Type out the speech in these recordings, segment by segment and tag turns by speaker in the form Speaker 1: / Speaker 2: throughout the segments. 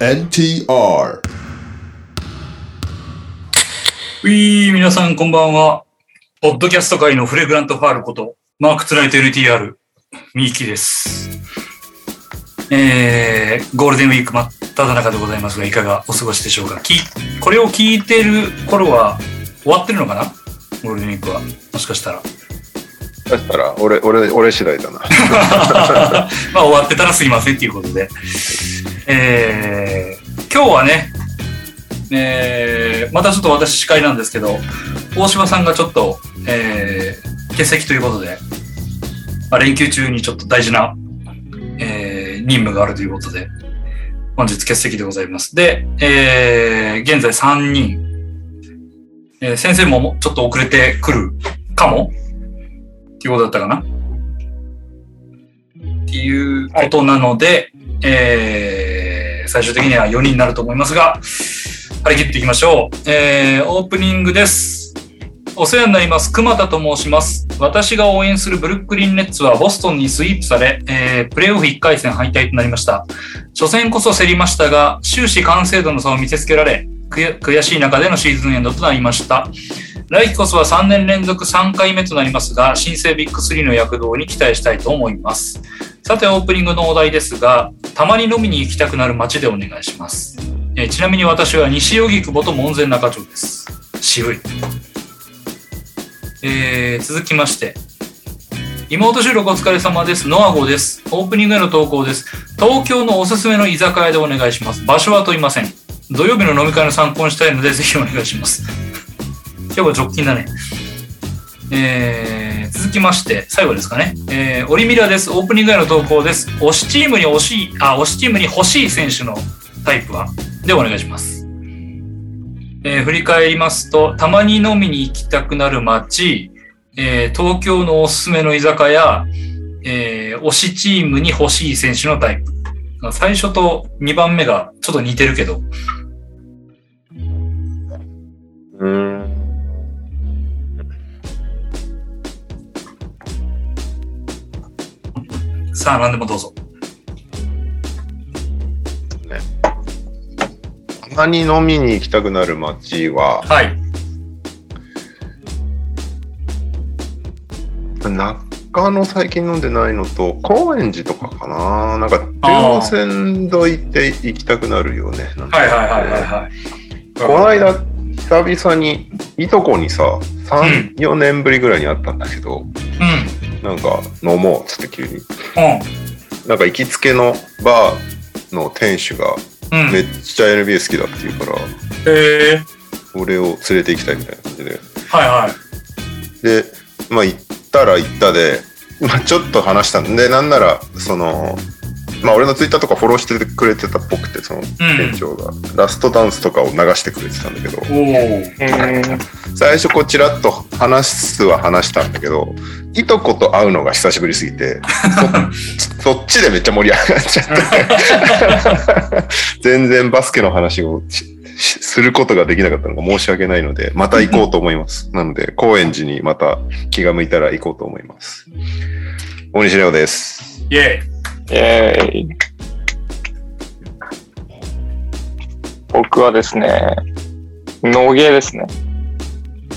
Speaker 1: NTR
Speaker 2: ういー、皆さんこんばんは。ポッドキャスト界のフレグラントファールこと、マークツナイト NTR、ミーキです。えー、ゴールデンウィーク真っ只中でございますが、いかがお過ごしでしょうか。きこれを聞いてる頃は、終わってるのかなゴールデンウィークは。もしかしたら。
Speaker 3: だったら、俺、俺、俺次第だな。
Speaker 2: まあ終わってたらすいませんということで。えー、今日はね、えー、またちょっと私司会なんですけど、大島さんがちょっと、えー、欠席ということで、まあ、連休中にちょっと大事な、えー、任務があるということで、本日欠席でございます。で、えー、現在3人、えー、先生ももちょっと遅れてくるかもっていうことだったかなっていうことなので、えー最終的には4人になると思いますが、張り切っていきましょう。えーオープニングです。お世話になります、熊田と申します。私が応援するブルックリンネッツはボストンにスイープされ、えープレーオフ1回戦敗退となりました。初戦こそ競りましたが、終始完成度の差を見せつけられ、悔悔しい中でのシーズンエンドとなりました。来季こそは3年連続3回目となりますが、新生ビッグ3の躍動に期待したいと思います。さてオープニングのお題ですがたまに飲みに行きたくなる街でお願いします、えーちなみに私は西荻窪と門前仲町です渋い、えー続きまして妹収録お疲れ様ですノアゴですオープニングへの投稿です東京のおすすめの居酒屋でお願いします場所は問いません土曜日の飲み会の参考にしたいのでぜひお願いします今日は直近だねえー続きまして、最後ですかね。えーオリミラです。オープニングへの投稿です。推しチームに惜しい、あ、推しチームに欲しい選手のタイプはでお願いします。えー振り返りますと、たまに飲みに行きたくなる街、えー東京のおすすめの居酒屋、えー推しチームに欲しい選手のタイプ。最初と2番目がちょっと似てるけど、
Speaker 3: うん。
Speaker 2: さあ何でもどうぞ。
Speaker 3: たまに飲みに行きたくなる街は、
Speaker 2: はい。
Speaker 3: 中野最近飲んでないのと、高円寺とかかな。なんか、中央線沿いって行きたくなるよね。なんか
Speaker 2: はいはいはいはいはい。
Speaker 3: この間、久々に、いとこにさ、3、4年ぶりぐらいに会ったんだけど、
Speaker 2: う
Speaker 3: なんか、飲もうっつって急に。
Speaker 2: ん。
Speaker 3: なんか、行きつけのバーの店主が、
Speaker 2: うん。うん。
Speaker 3: め
Speaker 2: へ
Speaker 3: っちゃ NBA 好きだって言うから、
Speaker 2: え
Speaker 3: 俺を連れて行きたいみたいな感じで。
Speaker 2: はいはい。
Speaker 3: で、まあ、行ったら行ったで、まあ、ちょっと話したんで、なんなら、その、まあ、俺のツイッターとかフォローしてくれてたっぽくて、その店長が、ラストダンスとかを流してくれてたんだけど、
Speaker 2: おー
Speaker 3: 最初こう、ちらっと話すは話したんだけど、いとこと会うのが久しぶりすぎて、そ そっちでめっちゃ盛り上がっちゃって、全然バスケの話をししすることができなかったのが申し訳ないので、また行こうと思います。なので、高円寺にまた気が向いたら行こうと思います。大西レオです。
Speaker 2: イェイ。
Speaker 4: イェーイ。僕はですね、農芸ですね。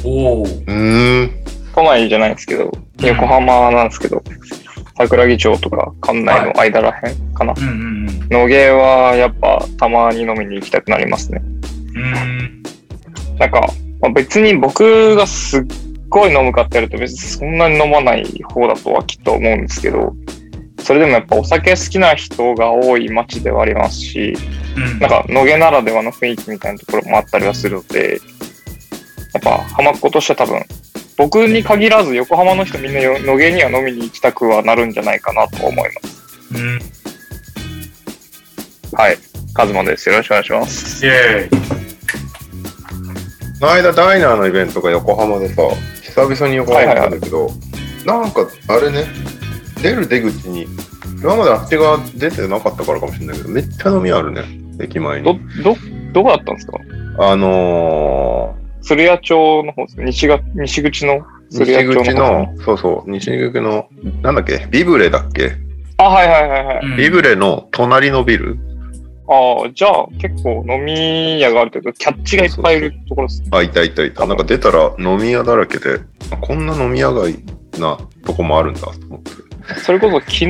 Speaker 2: おお。
Speaker 3: うーん。
Speaker 4: 都内じゃないんですけど、横浜なんですけど、桜木町とか館内の間らへんかな。
Speaker 2: うんうんうん。
Speaker 4: 農芸はやっぱたまに飲みに行きたくなりますね。
Speaker 2: うーん。
Speaker 4: なんか、まあ別に僕がすっごい飲むかってやると別にそんなに飲まない方だとはきっと思うんですけど、それでもやっぱお酒好きな人が多い街ではありますし、
Speaker 2: うん。
Speaker 4: なんか、野毛ならではの雰囲気みたいなところもあったりはするので、やっぱ、浜っ子としては多分、僕に限らず横浜の人みんなよ野毛には飲みに行きたくはなるんじゃないかなと思いま
Speaker 2: うん。イ
Speaker 4: す。はい。カズマです。よろしくお願いします。
Speaker 2: ェイ。
Speaker 3: この間ダイナーのイベントが横浜でさ久々に横浜行ったんだけど、なんかあれね出る出口に今まであっち側出てなかったからかもしれないけどめっちゃ飲みあるね駅前
Speaker 4: ど
Speaker 3: に、
Speaker 4: ど、どこだったんですか
Speaker 3: あの
Speaker 4: 鶴屋町の方ですね。西が、西口の
Speaker 3: ー、
Speaker 4: 鶴屋
Speaker 3: 西
Speaker 4: 町の方
Speaker 3: 口のそうそう西口のなんだっけビブレだっけ、
Speaker 4: あ、はいはいはいはい。
Speaker 2: うん
Speaker 3: ビブレの隣のビル
Speaker 4: ああ、じゃあ結構飲み屋があるというか、キャッチがいっぱいいるところですね。
Speaker 3: あ、いたいたいた。なんか出たら飲み屋だらけで、あこんな飲み屋街なとこもあるんだと思って。
Speaker 4: それこそ昨日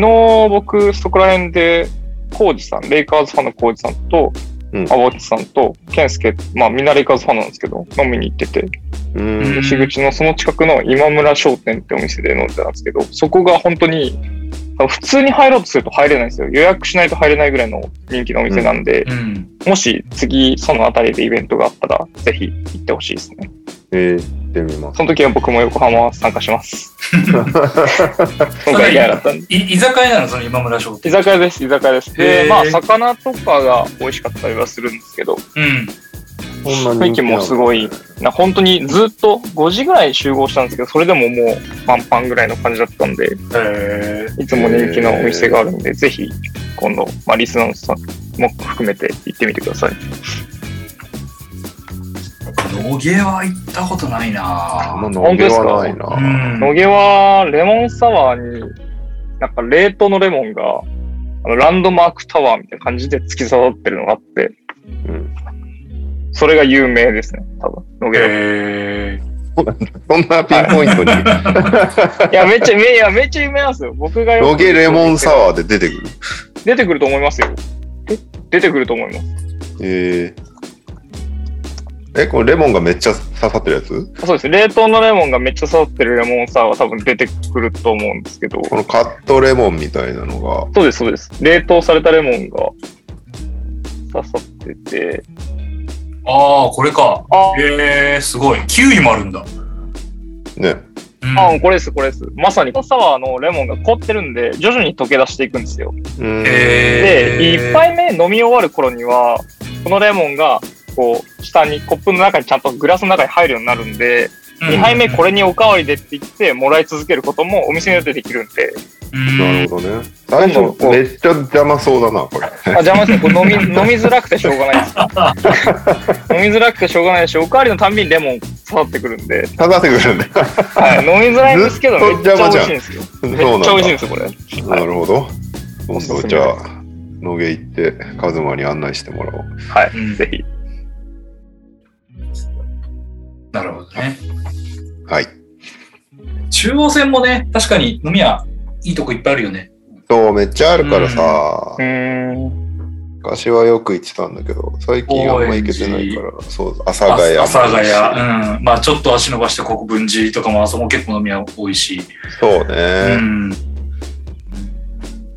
Speaker 4: 僕、そこら辺で、コウジさん、レイカーズファンのコウジさんと、
Speaker 3: うん
Speaker 4: アボッチさんと、ケンスケ、まあみんなレイカーズファンなんですけど、飲みに行ってて、
Speaker 3: う
Speaker 2: うん
Speaker 3: ん。
Speaker 4: 西口のその近くの今村商店ってお店で飲んでたんですけど、そこが本当に、普通に入ろうとすると入れないんですよ。予約しないと入れないぐらいの人気のお店なんで、
Speaker 2: うん。
Speaker 4: もし次その辺りでイベントがあったら、ぜひ行ってほしいですね。
Speaker 3: えー、行ってみます。
Speaker 4: その時は僕も横浜は参加します。今回嫌だったんで。
Speaker 2: い居酒屋なのその今村商
Speaker 4: 居
Speaker 2: 店。
Speaker 4: 酒屋です、居酒屋です。
Speaker 2: へ
Speaker 4: で
Speaker 2: ー、
Speaker 4: まあ、魚とかが美味しかったりはするんですけど、
Speaker 2: うん。
Speaker 3: そんな
Speaker 4: 雰
Speaker 3: 人気
Speaker 4: 囲気
Speaker 3: なの
Speaker 4: もすごい、な本当にずっと5時ぐらいに集合したんですけど、それでももうパンパンぐらいの感じだったんで、
Speaker 2: え
Speaker 4: いつも人気のお店があるんで、ぜひ今度、まあ、リスナーさんも含めて行ってみてください。
Speaker 2: ー、野毛は行ったことない
Speaker 3: あんま
Speaker 2: な
Speaker 3: 飲み屋はないな。
Speaker 2: うん。
Speaker 4: 野毛はレモンサワーに、なんか冷凍のレモンが、あのランドマークタワーみたいな感じで突き刺さってるのがあって、
Speaker 3: うん
Speaker 4: それが有名ですね、多分。野毛だと
Speaker 2: え
Speaker 3: そんなピンポイン トに。
Speaker 4: いや、めっちゃ、めいやめっちゃ有名なんですよ。僕がよく
Speaker 3: ロゲレモンサワーで出てくる。
Speaker 4: 出てくると思いますよ。え出てくると思います。
Speaker 3: えー、え、これレモンがめっちゃ刺さってるやつ
Speaker 4: そうです。冷凍のレモンがめっちゃ刺さってるレモンサワーは多分出てくると思うんですけど。
Speaker 3: このカットレモンみたいなのが、
Speaker 4: そうです、そうです。冷凍されたレモンが刺さって
Speaker 2: ー、
Speaker 4: て。
Speaker 2: ああ、これか。
Speaker 4: あ、
Speaker 2: えー、すごい。キウイもあるんだ。
Speaker 3: ね。
Speaker 2: うん、
Speaker 4: あ、これです、これです。まさに、サワーのレモンが凍ってるんで、徐々に溶け出していくんですよ。
Speaker 3: うん
Speaker 2: え
Speaker 4: で、一杯目飲み終わる頃には、このレモンが、こう、下に、コップの中にちゃんとグラスの中に入るようになるんで、2杯目こ
Speaker 2: れ。
Speaker 4: れにおかわりでって言ってもらい続けることもお店によってできるん で、
Speaker 2: うん
Speaker 3: なるほどね。最
Speaker 4: どんどん
Speaker 3: 初
Speaker 4: こう
Speaker 3: めっちゃ邪魔そうだな、これ。
Speaker 4: あ邪魔ですね、これ飲み飲みづらくてしょうがないです。 飲みづらくてしょうがないし、おかわりのたんびにレモン刺さってくるんで、
Speaker 3: 刺さってくるんだよ。
Speaker 4: はい、飲みづらいんですけど、
Speaker 3: ずっ
Speaker 4: め
Speaker 3: と
Speaker 4: っちゃ
Speaker 3: 邪
Speaker 4: 美
Speaker 3: 魔じ
Speaker 4: 味
Speaker 3: ゃ
Speaker 4: し
Speaker 3: ん
Speaker 4: いんですよ。
Speaker 3: そう
Speaker 4: めっちゃ美味しい
Speaker 3: な
Speaker 4: んで
Speaker 3: ん
Speaker 4: すよ、これ。
Speaker 3: だ。なるほど。今
Speaker 4: すすめ
Speaker 3: 度じゃあ、野毛行って、カズマに案内してもらおう。
Speaker 4: はい、
Speaker 2: うん
Speaker 4: ぜひ。
Speaker 2: なるほどね。
Speaker 3: はい。
Speaker 2: 中央線もね、確かに飲み屋、いいとこいっぱいあるよね。
Speaker 3: そう、めっちゃあるからさ
Speaker 4: う、ーん。
Speaker 3: 昔はよく行ってたんだけど、最近あんま行けてないから、そう、阿佐ヶ谷もあ
Speaker 2: あ
Speaker 3: るし。
Speaker 2: 阿佐ヶ谷。うん。まあちょっと足伸ばして国分寺とかもあそこも結構飲み屋多いし。
Speaker 3: そう
Speaker 2: う
Speaker 3: ね。
Speaker 2: ん。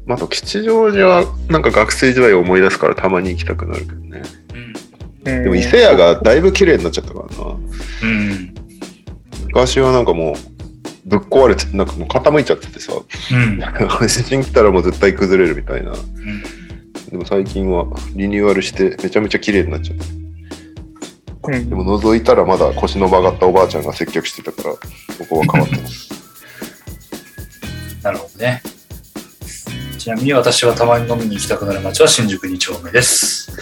Speaker 3: まあ、あと吉祥寺は、なんか学生時代を思い出すからたまに行きたくなるけどね。
Speaker 2: うん。
Speaker 4: で
Speaker 3: でも伊勢屋がだいぶ綺麗になっちゃったからな。
Speaker 2: うん。
Speaker 3: 昔はなんかもう、ぶっ壊れて、なんかもう傾いちゃっててさ、
Speaker 2: うん。
Speaker 3: 地震来たらもう絶対崩れるみたいな。でも最近はリニューアルしてめちゃめちゃ綺麗になっちゃった。でも覗いたらまだ腰の曲がったおばあちゃんが接客してたから、ここは変わってます。
Speaker 2: なるほどね。ちなみに私はたまに飲みに行きたくなる街は新宿2丁目 です。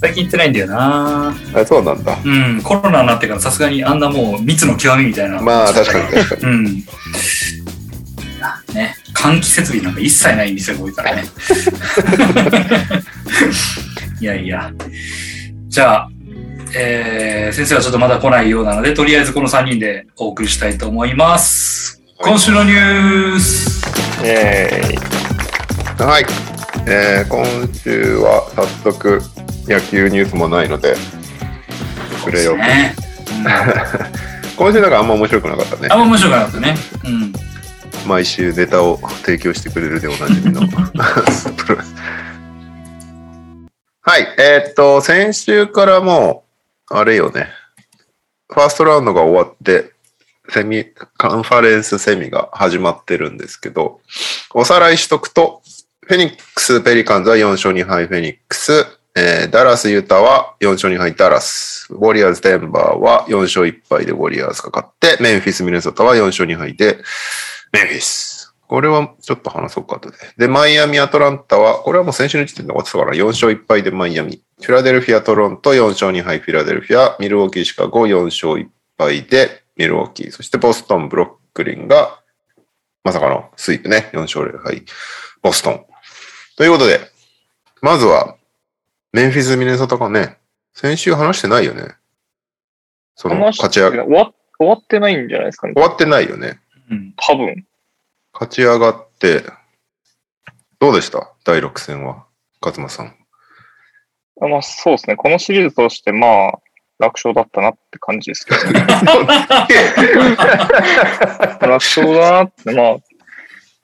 Speaker 2: 最近行ってないんだよな
Speaker 3: あそうなんだ。
Speaker 2: うん、コロナになってからさすがにあんなもう密の極みみたいな。
Speaker 3: まあ確かに確かに。
Speaker 2: うん。ね、換気設備なんか一切ない店が多い からね。いやいや。じゃあ、えー先生はちょっとまだ来ないようなので、とりあえずこの3人でお送りしたいと思います。
Speaker 3: はい
Speaker 2: 今週のニュース。
Speaker 4: え
Speaker 3: はい。えー、今週は早速野球ニュースもないので、触れよ
Speaker 2: そ
Speaker 3: う
Speaker 2: うですね。
Speaker 3: 今週なんかあんま面白くなかったね
Speaker 2: うん、あ。んま面白くなかったね。うん。
Speaker 3: 毎週ネタを提供してくれるでおなじみの プロレスはい、えーっと、先週からもう、あれよね、ファーストラウンドが終わって、セミ、カンファレンスセミが始まってるんですけど、おさらいしとくと、フェニックス・ペリカンズは4勝2敗フェニックス、えーダラス・ユタは4勝2敗ダラス、ウォリアーズ・デンバーは4勝1敗でウォリアーズが勝って、メンフィス・ミネソタは4勝2敗でメンフィス。これはちょっと話そうかとで。で、マイアミ、アトランタは、これはもう先週の時点で終わってたから、4勝1敗でマイアミ。フィラデルフィア、トロント、4勝2敗フィラデルフィア。ミルウォーキー、シカゴ、4勝1敗でミルウォーキー。そしてボストン、ブロックリンが、まさかのスイープね、4勝0敗。ボストン。ということで、まずは、メンフィス・ミネソタかね。先週話してないよね。その、
Speaker 4: 話し
Speaker 3: 勝ち
Speaker 4: て
Speaker 3: 上
Speaker 4: 終
Speaker 3: が、
Speaker 4: わ終わってないんじゃないですかね。
Speaker 3: 終わってないよね。
Speaker 2: うん。
Speaker 4: 多分。
Speaker 3: 勝ち上がって、どうでした第6戦は。勝間さん。
Speaker 4: まあ、そうですね。このシリーズとして、まあ、楽勝だったなって感じですけど、ね、楽勝だなって、まあ、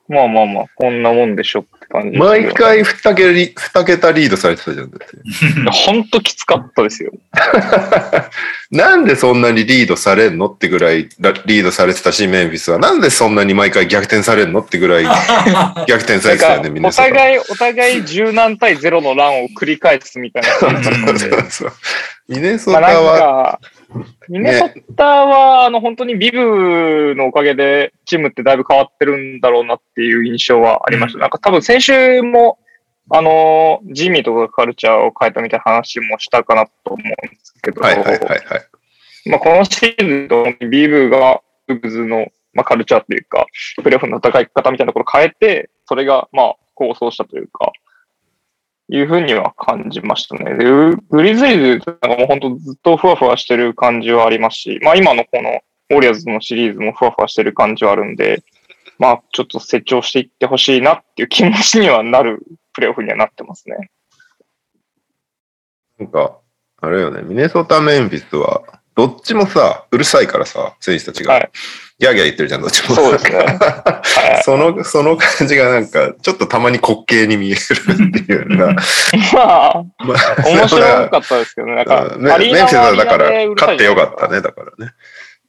Speaker 4: まあまあまあ、こんなもんでしょって感じですけど
Speaker 3: 毎回2桁リ二桁リードされてたじゃん。だって
Speaker 4: いやほんときつかったですよ。
Speaker 3: なんでそんなにリードされんのってぐらいらリードされてたし、メンフィスは。なんでそんなに毎回逆転されんのってぐらい逆転さ
Speaker 4: な
Speaker 3: れ
Speaker 4: ん
Speaker 3: てたよね、
Speaker 4: か
Speaker 3: みんな。
Speaker 4: お互い、お互い柔軟対ゼロのランを繰り返すみたい な感じなんで。
Speaker 3: ミネソ
Speaker 4: ま
Speaker 3: タ
Speaker 4: あなん
Speaker 3: は、
Speaker 4: か、ミネソタは、あの、本当にビブのおかげで、チームってだいぶ変わってるんだろうなっていう印象はありました。なんか多分先週も、あの、ジミーとかカルチャーを変えたみたいな話もしたかなと思うんですけど、
Speaker 3: はいはいはいはい。
Speaker 4: まあ、このシーズン、ビブが、ウブズの、まあ、カルチャーというか、プレーオフの戦い方みたいなところを変えて、それが、まあ、構想したというか、いうふうには感じましたね。で、ググリズイズなんかもう本当ずっとふわふわしてる感じはありますし、まあ今のこのウォリアーズのシリーズもふわふわしてる感じはあるんで、まあちょっと成長していってほしいなっていう気持ちにはなるプレーオフにはなってますね。
Speaker 3: なんか、あれよね、ミネソタ、メンフィスは、どっちもさ、うるさいからさ、選手たちが。
Speaker 4: はい
Speaker 3: ギャーギャー言ってるじゃん、どっちも。
Speaker 4: そうで すねはい
Speaker 3: その、その感じがなんか、ちょっとたまに滑稽に見えるっていうような。
Speaker 4: まあ、
Speaker 3: まあ
Speaker 4: 面白かったですけどね。なんか、
Speaker 3: うんメ
Speaker 4: アリー
Speaker 3: メンフ
Speaker 4: ナ
Speaker 3: ィス
Speaker 4: はア
Speaker 3: は
Speaker 4: リー
Speaker 3: だか
Speaker 4: ナ
Speaker 3: ら
Speaker 4: でうるさ
Speaker 3: 勝
Speaker 4: い
Speaker 3: って
Speaker 4: じゃ
Speaker 3: よ
Speaker 4: ない
Speaker 3: か
Speaker 4: です
Speaker 3: ったね、だからね。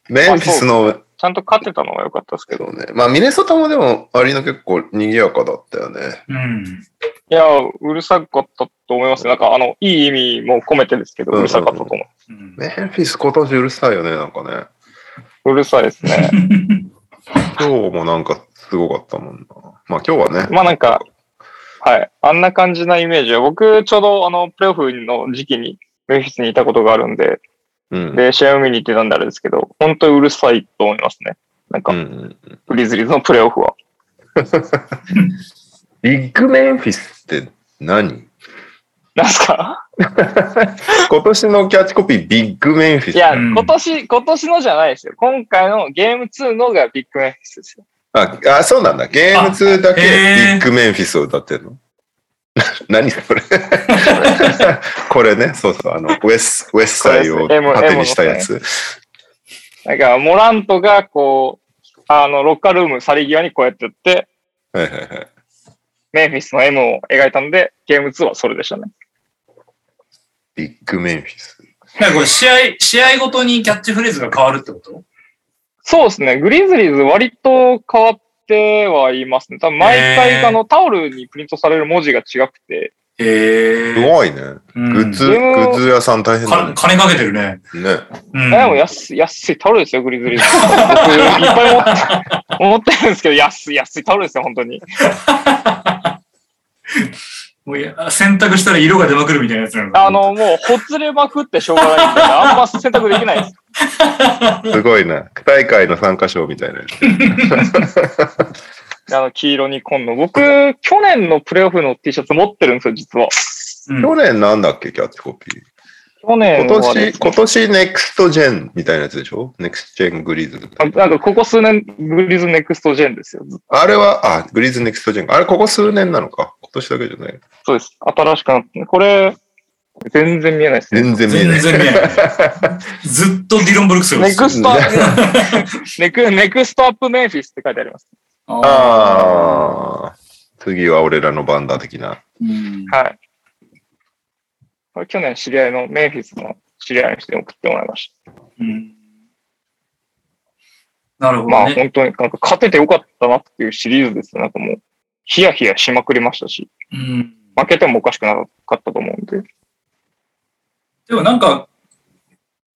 Speaker 3: メンフィスの、
Speaker 4: ちゃんと勝てたのは良かったですけど。
Speaker 3: そうね。まあミネソタもでもアリーナ結構賑やかだったよね。
Speaker 2: うん。
Speaker 4: いや、うるさかったと思いますね。なんか、あの、いい意味も込めてですけど、
Speaker 3: うん
Speaker 4: うるさかったと思う。
Speaker 2: うん
Speaker 3: メンフィス今年うるさいよね、なんかね。
Speaker 4: うるさいですね。
Speaker 3: 今日もなんかすごかったもんな。まあ今日はね。
Speaker 4: まあなんか、はい。あんな感じなイメージは、僕、ちょうど、あの、プレーオフの時期に、メンフィスにいたことがあるんで、
Speaker 3: うん。
Speaker 4: で、試合を見に行ってたんであれですけど、本当にうるさいと思いますね。なん
Speaker 3: う
Speaker 4: か、
Speaker 3: ん、
Speaker 4: グリズリーズのプレーオフは。
Speaker 3: ビッグメンフィスって何
Speaker 4: なんすか
Speaker 3: 今年のキャッチコピービッグメンフィ
Speaker 4: い
Speaker 3: ス。
Speaker 4: や、
Speaker 2: うん
Speaker 4: 今年、今年のじゃないですよ。今回のゲーム2のがビッグメンフィスですよ。
Speaker 3: ああ、そうなんだ。ゲーム2だけビッグメンフィスを歌ってるの 何それ これね、そうそう、あの、ウェス、ウェスサイを
Speaker 4: これです M-
Speaker 3: 縦にしたやつ。
Speaker 4: なんか、モラントが、こう、あの、ロッカールーム去り際にこうやってやって、
Speaker 3: はいはいはい。
Speaker 4: メンフィスの M を描いたので、ゲーム2はそれでしたね。
Speaker 3: ビッグメンフィス。
Speaker 2: なんかこれ試合、試合ごとにキャッチフレーズが変わるってこと
Speaker 4: そうですね。グリズリーズ割と変わってはいますね。多分毎
Speaker 2: へ
Speaker 4: 回、
Speaker 2: ー
Speaker 4: あの、タオルにプリントされる文字が違くて、
Speaker 2: へ
Speaker 3: す
Speaker 2: え。
Speaker 3: ごいね。
Speaker 2: うん
Speaker 3: グッズ、
Speaker 4: でも
Speaker 3: グッズ屋さん大変だ
Speaker 2: か
Speaker 3: ね。
Speaker 2: 金かけてるね。
Speaker 3: ね。
Speaker 2: うん。
Speaker 4: でも安い、安いタオルですよ、グリズリーズ。僕、いっぱい持って、 持ってるんですけど、安い、安いタオルですよ、本当に。
Speaker 2: もういや洗濯したら色が出まくるみたいなやつなの
Speaker 4: あ、の、もう、ほつれまくってしょうがないんで、あんま選択できないです。
Speaker 3: すごいな。大会の参加賞みたいなやつ。
Speaker 4: あの、黄色に今度。僕、去年のプレイオフの T シャツ持ってるんですよ、実は。
Speaker 2: うん
Speaker 3: 去年なんだっけ、キャッチコピー。
Speaker 4: 去年
Speaker 3: 今
Speaker 4: はで
Speaker 3: 年、
Speaker 4: すね、
Speaker 3: 今年ネクストジェンみたいなやつでしょネクストジェングリーズみたいな。
Speaker 4: あなんかここ数年、グリズネクストジェンですよ。ずっと
Speaker 3: あれは、あ、グリーズネクストジェン。あれ、ここ数年なのか。今年だけじゃない。
Speaker 4: そうです。新しくなって、これ、全然見えないですね。
Speaker 3: 全然見えな
Speaker 2: 全
Speaker 3: い。
Speaker 2: 然見えない。ずっとディロン・ブルックスが
Speaker 4: ネ
Speaker 2: 映って
Speaker 4: ク
Speaker 2: る
Speaker 4: スト、ネクネクストアップメンフィスって書いてあります。
Speaker 2: あ
Speaker 3: ああ。次は俺らの番だ的な。
Speaker 2: ー。うん
Speaker 4: はい。これ去年知り合いのメンフィスの知り合いの人に送ってもらいまし
Speaker 2: うんなる
Speaker 4: た。
Speaker 2: ほ
Speaker 4: ま
Speaker 2: ど
Speaker 4: あ
Speaker 2: ね。
Speaker 4: 本当になんか勝ててよかったなっていうシリーズですね。なんかもう、ヒヤヒヤしまくりましたし、
Speaker 2: うん
Speaker 4: 負けてもおかしくなかったと思うんで。
Speaker 2: でもなんか、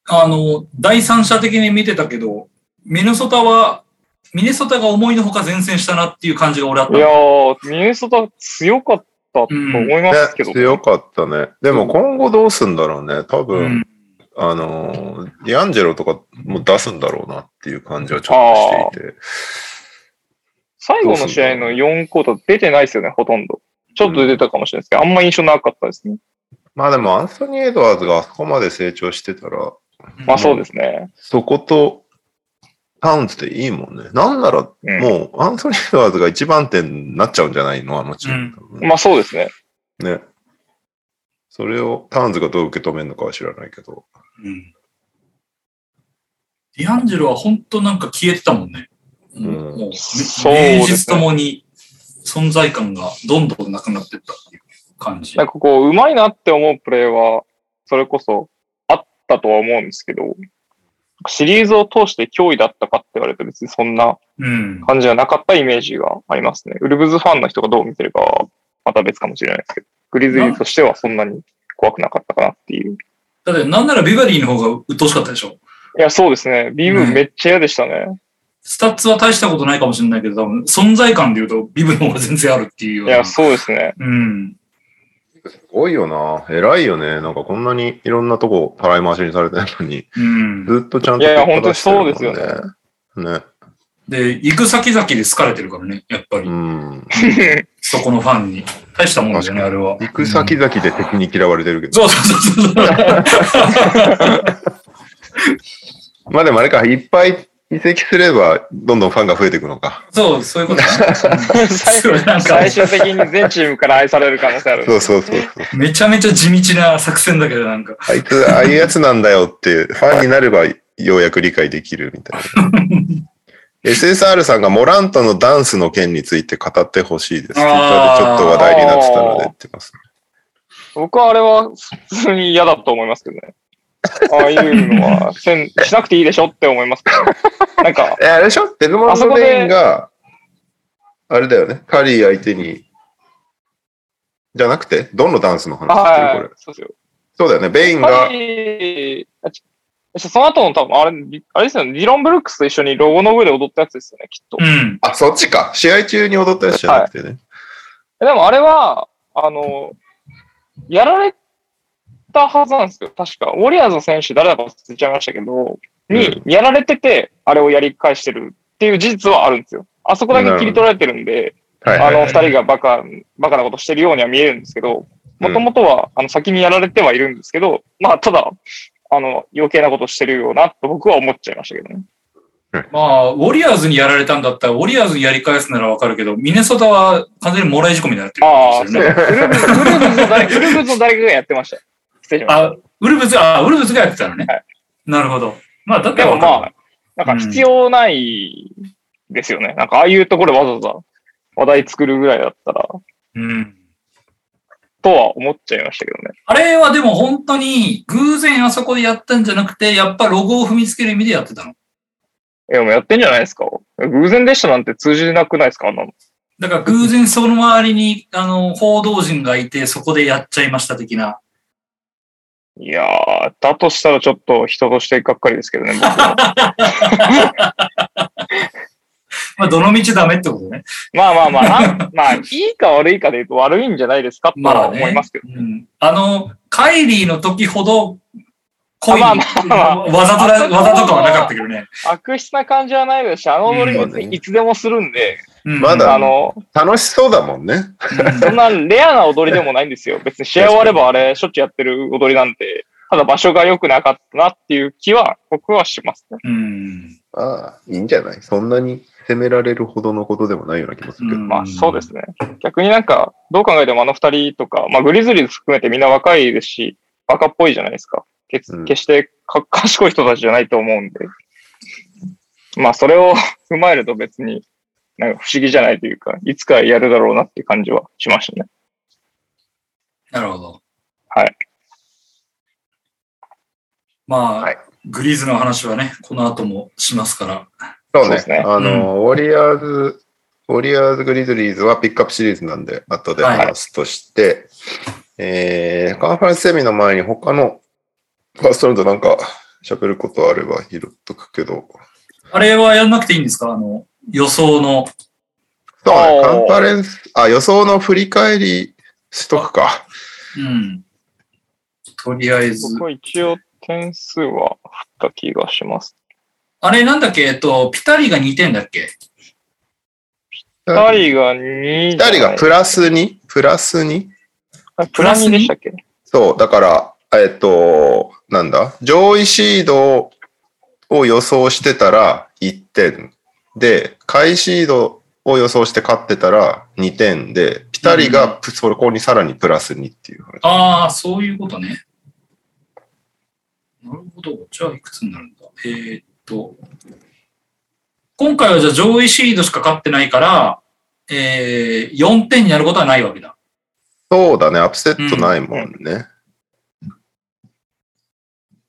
Speaker 2: あの、第三者的に見てたけど、ミネソタは、ミネソタが思いのほか前線したなっていう感じが俺あった
Speaker 4: い。やー、ミネソタ強かったと思い
Speaker 3: ね
Speaker 4: ますけど、
Speaker 3: 強かったね。でも今後どうすんだろうね。多分、
Speaker 2: うん
Speaker 3: あのー、ディアンジェロとかも出すんだろうなっていう感じはちょっとしていて。
Speaker 4: 最後の試合の4クォーター出てないですよね、ほとんど。ちょっと出たかもしれないですけど、あんま印象なかったですね。
Speaker 3: まあでも、アンソニー・エドワーズがあそこまで成長してたら、
Speaker 4: まあそうですね。
Speaker 3: そこと、タウンズでいいもんね。なんなら、も
Speaker 4: うん
Speaker 3: う、アンソニー・エドワーズが一番点になっちゃうんじゃないのあのチーム。
Speaker 4: まあそうですね。
Speaker 3: ね。それをタウンズがどう受け止めるのかは知らないけど。
Speaker 2: うんディアンジェロは本当なんか消えてたもんね。うんもう、
Speaker 4: そうですね
Speaker 2: 名実ともに存在感がどんどんなくなってったっていう感じ。
Speaker 4: なんかこう、うまいなって思うプレーは、それこそあったとは思うんですけど、シリーズを通して脅威だったかって言われて別にそんな
Speaker 2: うん。
Speaker 4: 感じじゃなかったイメージがありますね。ウルブズファンの人がどう見てるかはまた別かもしれないですけど、グリズリーとしてはそんなに怖くなかったかなっていう。
Speaker 2: だってなんならビバリーの方が鬱陶しかったでしょ。
Speaker 4: いや、そうですね。ビームめっちゃ嫌でしたね。
Speaker 2: スタッツは大したことないかもしれないけど、多分存在感で言うとビブの方が全然あるっていうよう
Speaker 4: い
Speaker 2: な。
Speaker 4: や、そうですね。
Speaker 2: うん。
Speaker 3: すごいよな。偉いよね。なんかこんなにいろんなとこ、たらい回しにされてるのに、
Speaker 2: うん。
Speaker 3: ずっとちゃんと
Speaker 4: いやいや
Speaker 3: 結果出してるもんね
Speaker 4: 本当にそうで
Speaker 3: ね。
Speaker 4: す
Speaker 2: で、行く先々で好かれてるからね、やっぱり。
Speaker 3: うん。
Speaker 2: そこのファンに。大したもんだよね、あれは。
Speaker 3: 行く先々で敵に嫌われてるけ
Speaker 2: そ
Speaker 3: ど。
Speaker 2: うそうそうそう。
Speaker 3: まあでもあれか、いっぱい移籍すれば、どんどんファンが増えていくのか。
Speaker 2: そう、そういうこと だね。
Speaker 4: 最
Speaker 2: それなんか
Speaker 4: 最終的に全チームから愛される可能性ある。
Speaker 3: そうそうそうそう。
Speaker 2: めちゃめちゃ地道な作戦だけど、なんか。
Speaker 3: あいつ、ああいうやつなんだよって、ファンになればようやく理解できるみたいな。SSR さんがモラントのダンスの件について語ってほしいです。Twitter でちょっと話題になってたので言ってます。
Speaker 4: 僕はあれは普通に嫌だと思いますけどね。ああいうのはせんしなくていいでしょって思いますけど、ね。なんか、
Speaker 3: え、あれでしょデズモンド・レインが、あれだよね。カリー相手に、じゃなくて、どのダンスの話してる
Speaker 4: はい
Speaker 3: これ。
Speaker 4: そうですよ。
Speaker 3: そうだよね。ベイン
Speaker 4: は
Speaker 3: が、
Speaker 4: い。あちその後の多分、あれ、リあれですよね、ディロン・ブルックスと一緒にロゴの上で踊ったやつですよね、きっと。
Speaker 2: うん。
Speaker 3: あ、そっちか。試合中に踊ったやつじゃなくてね。
Speaker 4: えでもあれは、あの、やられたはずなんですよ。確か。ウォリアーズの選手、誰だか忘れちゃいましたけど、に、やられてて、あれをやり返してるっていう事実はあるんですよ。あそこだけ切り取られてるんで、
Speaker 3: はい
Speaker 4: あ
Speaker 3: はい。
Speaker 4: の、二人がバカ、バカなことしてるようには見えるんですけど、もともとは、あの、先にやられてはいるんですけど、まあ、ただ、あの、余計なことしてるよな、と僕は思っちゃいましたけどね。
Speaker 2: まあ、ウォリアーズにやられたんだったら、ウォリアーズにやり返すならわかるけど、ミネソタは完全にもらい事故みたいになってる
Speaker 4: ああ、
Speaker 2: ん
Speaker 4: そう。
Speaker 2: で
Speaker 4: ウ
Speaker 2: す
Speaker 4: ル
Speaker 2: よね。
Speaker 4: ブズ、ウルブズの誰、ウルブズの誰かがやってました。失礼しまし
Speaker 2: あ、ウルブズ、あ、ウルブズがやってたのね。
Speaker 4: はい
Speaker 2: なるほど。まあ、だ
Speaker 4: た。
Speaker 2: った
Speaker 4: で
Speaker 2: らわ
Speaker 4: も
Speaker 2: か
Speaker 4: ま
Speaker 2: る
Speaker 4: あ、なんか必要ないですよね。なんかああいうところでわざわざ話題作るぐらいだったら、
Speaker 2: うん。
Speaker 4: とは思っちゃいましたけどね。
Speaker 2: あれはでも本当に、偶然あそこでやったんじゃなくて、やっぱロゴを踏みつける意味でやってたの。
Speaker 4: いや、もうやってんじゃないですか。偶然でしたなんて通じなくないですかあんなの。
Speaker 2: だから偶然その周りに、あの、報道陣がいて、そこでやっちゃいました的な。
Speaker 4: いやー、だとしたらちょっと人としてがっかりですけどね、僕は。
Speaker 2: まあ、どの道ダメってことね。
Speaker 4: まあまあまあ、なんまあ、いいか悪いかで言うと悪いんじゃないですかと
Speaker 2: ま
Speaker 4: は
Speaker 2: あね
Speaker 4: 思いますけど。
Speaker 2: うん。あの、カイリーの時ほど、恋に、
Speaker 4: まあまあまあ
Speaker 2: わざとら、わざとかはなかったけどね。
Speaker 4: 悪質な感じはないですし、あの踊り
Speaker 3: うんそうね
Speaker 4: いつでもするんで、
Speaker 2: うん
Speaker 3: まだ
Speaker 4: あの、
Speaker 3: 楽しそうだもんね。
Speaker 2: うん
Speaker 4: そんなレアな踊りでもないんで すよ。別に試合終わればあれ、しょっちゅうやってる踊りなんで、ただ場所が良くなかったなっていう気は、僕はしますね。
Speaker 2: うん。
Speaker 3: ああ、いいんじゃないそんなに責められるほどのことでもないような気もするけど。
Speaker 4: まあそうですね。逆になんか、どう考えてもあの二人とか、まあグリズリーズ含めてみんな若いですし、バカっぽいじゃないですか。け
Speaker 3: うん
Speaker 4: 決してか 賢い人たちじゃないと思うんで。まあそれを 踏まえると別に、なんか不思議じゃないというか、いつかやるだろうなって感じはしましたね。
Speaker 2: なるほど。
Speaker 4: はい。
Speaker 2: まあ、
Speaker 3: はい
Speaker 2: グリーズの話はね、この後もしますから。
Speaker 3: そう
Speaker 4: そう
Speaker 3: ね。
Speaker 4: ですね
Speaker 3: あの、ウォリアーズ、ウォリアーズ・グリズリーズはピックアップシリーズなんで、後で話すとして、えー、カンファレンスセミの前に他のファーストラウンドなんか喋ることあれば拾っとくけど、
Speaker 2: あれはやんなくていいんですかあの、予想の。
Speaker 3: そうね、
Speaker 4: おー
Speaker 3: カンファレンス、あ、予想の振り返りしとくか。
Speaker 2: うん。とりあえず。
Speaker 4: 僕は一応点数は振った気がします。
Speaker 2: あれなんだっけえっと、ピタリが2点だっけ
Speaker 4: 二人が2
Speaker 3: 二人がプラス2、プラス 2?
Speaker 4: あプラスでしたっけ
Speaker 3: そう、だから、えっと、なんだ、上位シードを予想してたら1点で、下位シードを予想して勝ってたら2点で、ピタリがプそこにさらにプラス2っていう。
Speaker 2: ああ、そういうことね。なるほど。じゃあ、いくつになるんだえーっと、今回はじゃあ上位シードしか勝ってないから、えー、4点になることはないわけだ。
Speaker 3: そうだね、アップセットないもんね。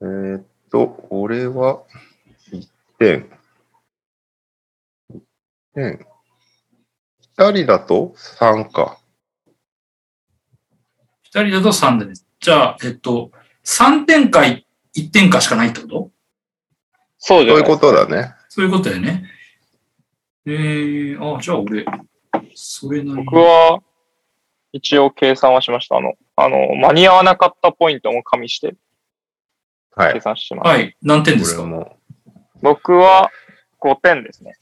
Speaker 3: えーっと、俺は1点。1点。2人だと3か。
Speaker 2: 2人だと3点です。じゃあ、えっと、3点か1点かしかないってこと
Speaker 4: そうじ
Speaker 3: そ
Speaker 4: ゃ
Speaker 3: うい
Speaker 4: ない
Speaker 3: うことだね。
Speaker 2: そういうことだよね。えー、あ、じゃあ俺、それなりに
Speaker 4: 僕。は、一応計算はしました。あの、あの、間に合わなかったポイントも加味して
Speaker 3: はい
Speaker 4: 計。算してます。
Speaker 2: はい、何点です
Speaker 3: 俺
Speaker 2: か
Speaker 3: も。
Speaker 4: 僕は5点ですね。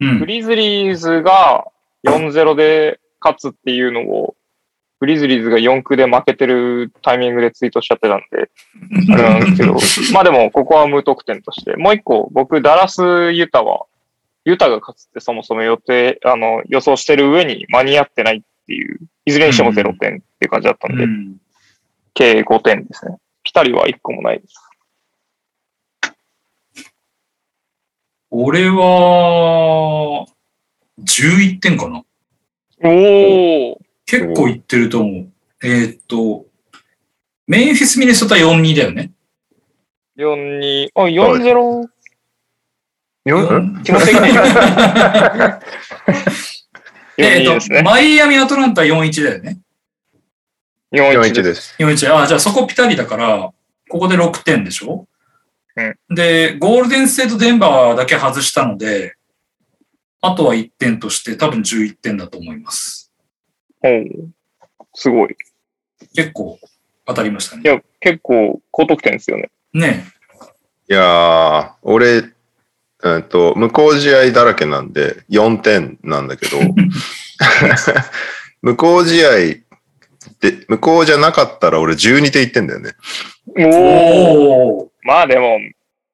Speaker 2: う
Speaker 4: グ
Speaker 2: ん。
Speaker 4: リズリーズが4-0で勝つっていうのを、グリズリーズが4区で負けてるタイミングでツイートしちゃってたんで、あれなんです けど、まあでも、ここは無得点として。もう一個、僕、ダラス・ユタは、ユタが勝つってそもそも予定、あの、予想してる上に間に合ってないっていう、いずれにしても0点っていう感じだったんで、
Speaker 2: うん
Speaker 4: 計5点ですね。ピタリは1個もないです。
Speaker 2: 俺は、11点かな。
Speaker 4: おお
Speaker 2: 結構いってると思う。えーっと、メンフィス・ミネソタ4-2だよね。
Speaker 4: !42、あ、4-0、
Speaker 3: ん
Speaker 4: 気持ち的 に
Speaker 2: え
Speaker 4: 4-2
Speaker 2: ー
Speaker 4: で
Speaker 2: っ
Speaker 4: す
Speaker 2: と、
Speaker 4: ね。
Speaker 2: マイアミ・アトランタ4-1だよね。
Speaker 4: 4-1
Speaker 3: 4-1
Speaker 4: です。
Speaker 3: です。
Speaker 2: 4-1。あー、じゃあそこピタリだから、ここで6点でしょ
Speaker 4: うん
Speaker 2: で、ゴールデンステート・デンバーだけ外したので、あとは1点として多分11点だと思います。
Speaker 4: おーすごい。
Speaker 2: 結構当たりました
Speaker 4: い
Speaker 2: ね。
Speaker 4: や、結構高得点ですよね。
Speaker 2: ね
Speaker 3: いやー、俺、えっと、向こう試合だらけなんで、4点なんだけど、 向こう試合で、向こうじゃなかったら俺12点いってんだよね。
Speaker 4: おお
Speaker 2: おー
Speaker 4: まあでも、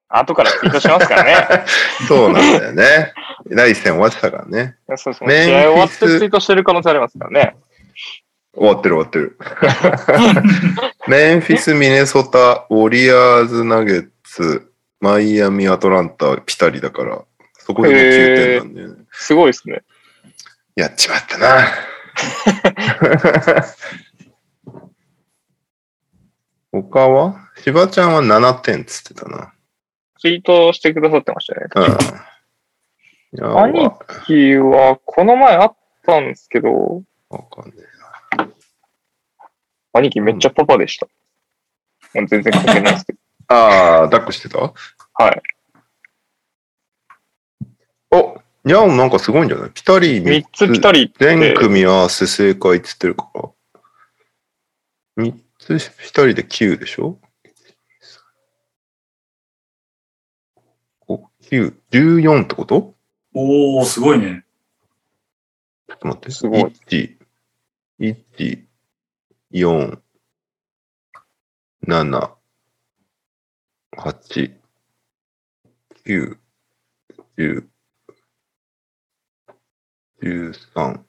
Speaker 4: 後からツイートしますからね。
Speaker 3: そうなんだよね。 第一戦終わってたからね。
Speaker 4: いやそうそう試
Speaker 3: メンフィス
Speaker 4: 合終わってツイートしてる可能性ありますからね。
Speaker 3: 終わってる終わってる。 メンフィス、ミネソタ、ウォリアーズ、ナゲッツ、マイアミ、アトランタ、ピタリだから、そこでも9点なんだよね。
Speaker 4: すごいですね。
Speaker 3: やっちまったな。 他はしばちゃんは7点っつってたな。
Speaker 4: ツイートしてくださってましたね。
Speaker 3: うん。いや、わ
Speaker 4: 兄キーは、この前あったんですけど、
Speaker 3: わかんね
Speaker 4: 兄貴めっちゃパパでした。もう全然関係ないですけど。
Speaker 3: え。ああ、抱っこしてた
Speaker 4: はい。
Speaker 3: おにゃんなんかすごいんじゃないピタリ
Speaker 4: 3
Speaker 3: 3
Speaker 4: つピタリって
Speaker 3: 全、組合わせ正解っつってるから。3つピタリで9でしょ ?9、14ってこと
Speaker 2: おー、すごいね。
Speaker 3: ちょっと待って。
Speaker 4: すごい。
Speaker 3: 1、1、4、7、8、9、10、13、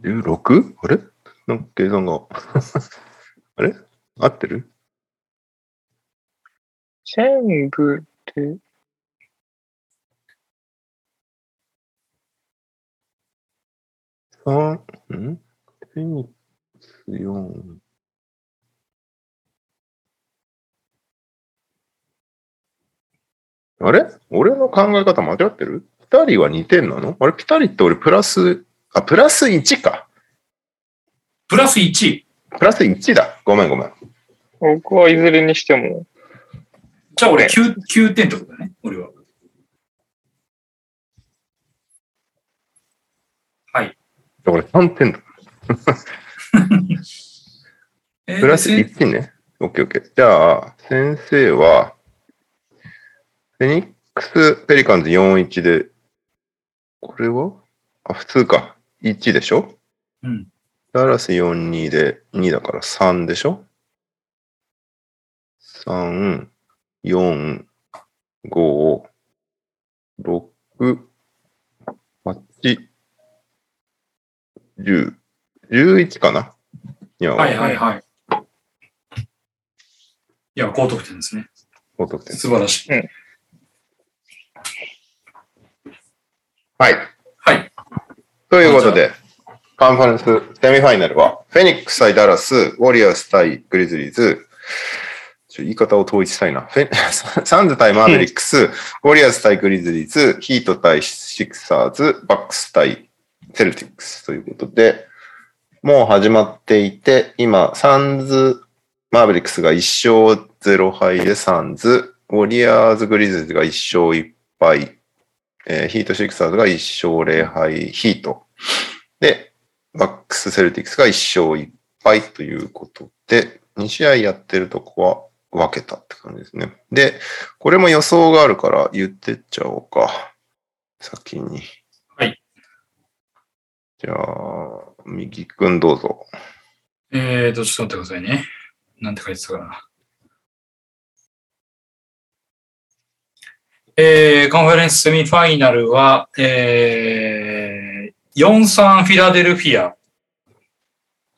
Speaker 3: 16? あれなんか計算が。 あれ合ってる
Speaker 4: 全部で、
Speaker 3: 三、んフェニックス四。あれ俺の考え方間違ってるピタリは2点なのあれピタリって俺プラス、あ、プラス1か。
Speaker 2: プラス1。
Speaker 3: プラス1だ。ごめんごめん。
Speaker 4: 僕はいずれにしても、
Speaker 2: じゃあ俺 9, 9点ってことだね、俺は。
Speaker 3: だから3点だ。
Speaker 2: えー
Speaker 3: プラス
Speaker 2: で
Speaker 3: 1ね。オッケーオッケー。じゃあ、先生は、フェニックス・ペリカンズ4-1で、これはあ、普通か。1でしょ
Speaker 2: うん。
Speaker 3: ララス42で、2だから3でしょ ?3、4、5、6、8、10、11かないや、
Speaker 2: はいはいはい。いや、高得点ですね。
Speaker 3: 高得点。
Speaker 2: 素晴らしい。
Speaker 3: はい。
Speaker 2: はい。
Speaker 3: ということで、カンファレンスセミファイナルは、フェニックス対ダラス、ウォリアーズ対グリズリーズ、ちょ言い方を統一したいな。フェ サンズ対マーベリックス、ウォリアーズ対グリズリーズ、ヒート対シクサーズ、バックス対セルティックスということで、もう始まっていて、今、サンズ、マーベリックスが1勝0敗でサンズ、ウォリアーズ、グリズリーズが1勝1敗、えーヒートシクサーズが1勝0敗、ヒート。で、バックスセルティックスが1勝1敗ということで、2試合やってるとこは分けたって感じですね。で、これも予想があるから言ってっちゃおうか。先に。
Speaker 2: はい。
Speaker 3: じゃあ、右くんどうぞ。
Speaker 2: えーと、ちょっと待ってくださいね。なんて書いてたかな。えー、カンファレンスセミファイナルは、えー、4-3フィラデルフィア、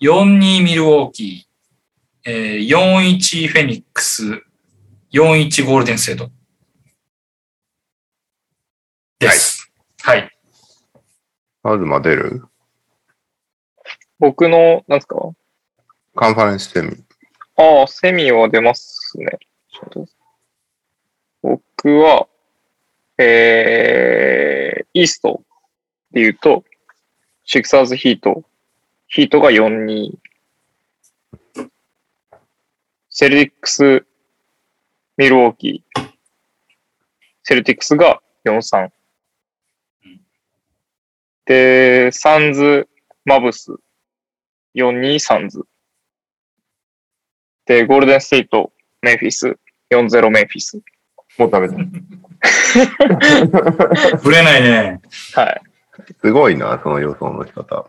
Speaker 2: 4-2ミルウォーキー、えー、4-1フェニックス、4-1ゴールデンステート。です。はい。
Speaker 3: 東出る
Speaker 4: 僕の、なんですか
Speaker 3: カンファレンスセミ。
Speaker 4: ああ、セミは出ますね。ちょっと僕は、えー、イーストで言うと、シクサーズヒート。ヒートが4-2。セルティックス、ミルウォーキー。セルティックスが4-3。で、サンズ、マブス。4-2サンズ。で、ゴールデンステイト、メンフィス、4-0メンフィス。
Speaker 3: もう食べた。
Speaker 2: ぶれないね。
Speaker 4: はい。
Speaker 3: すごいな、その予想の仕方。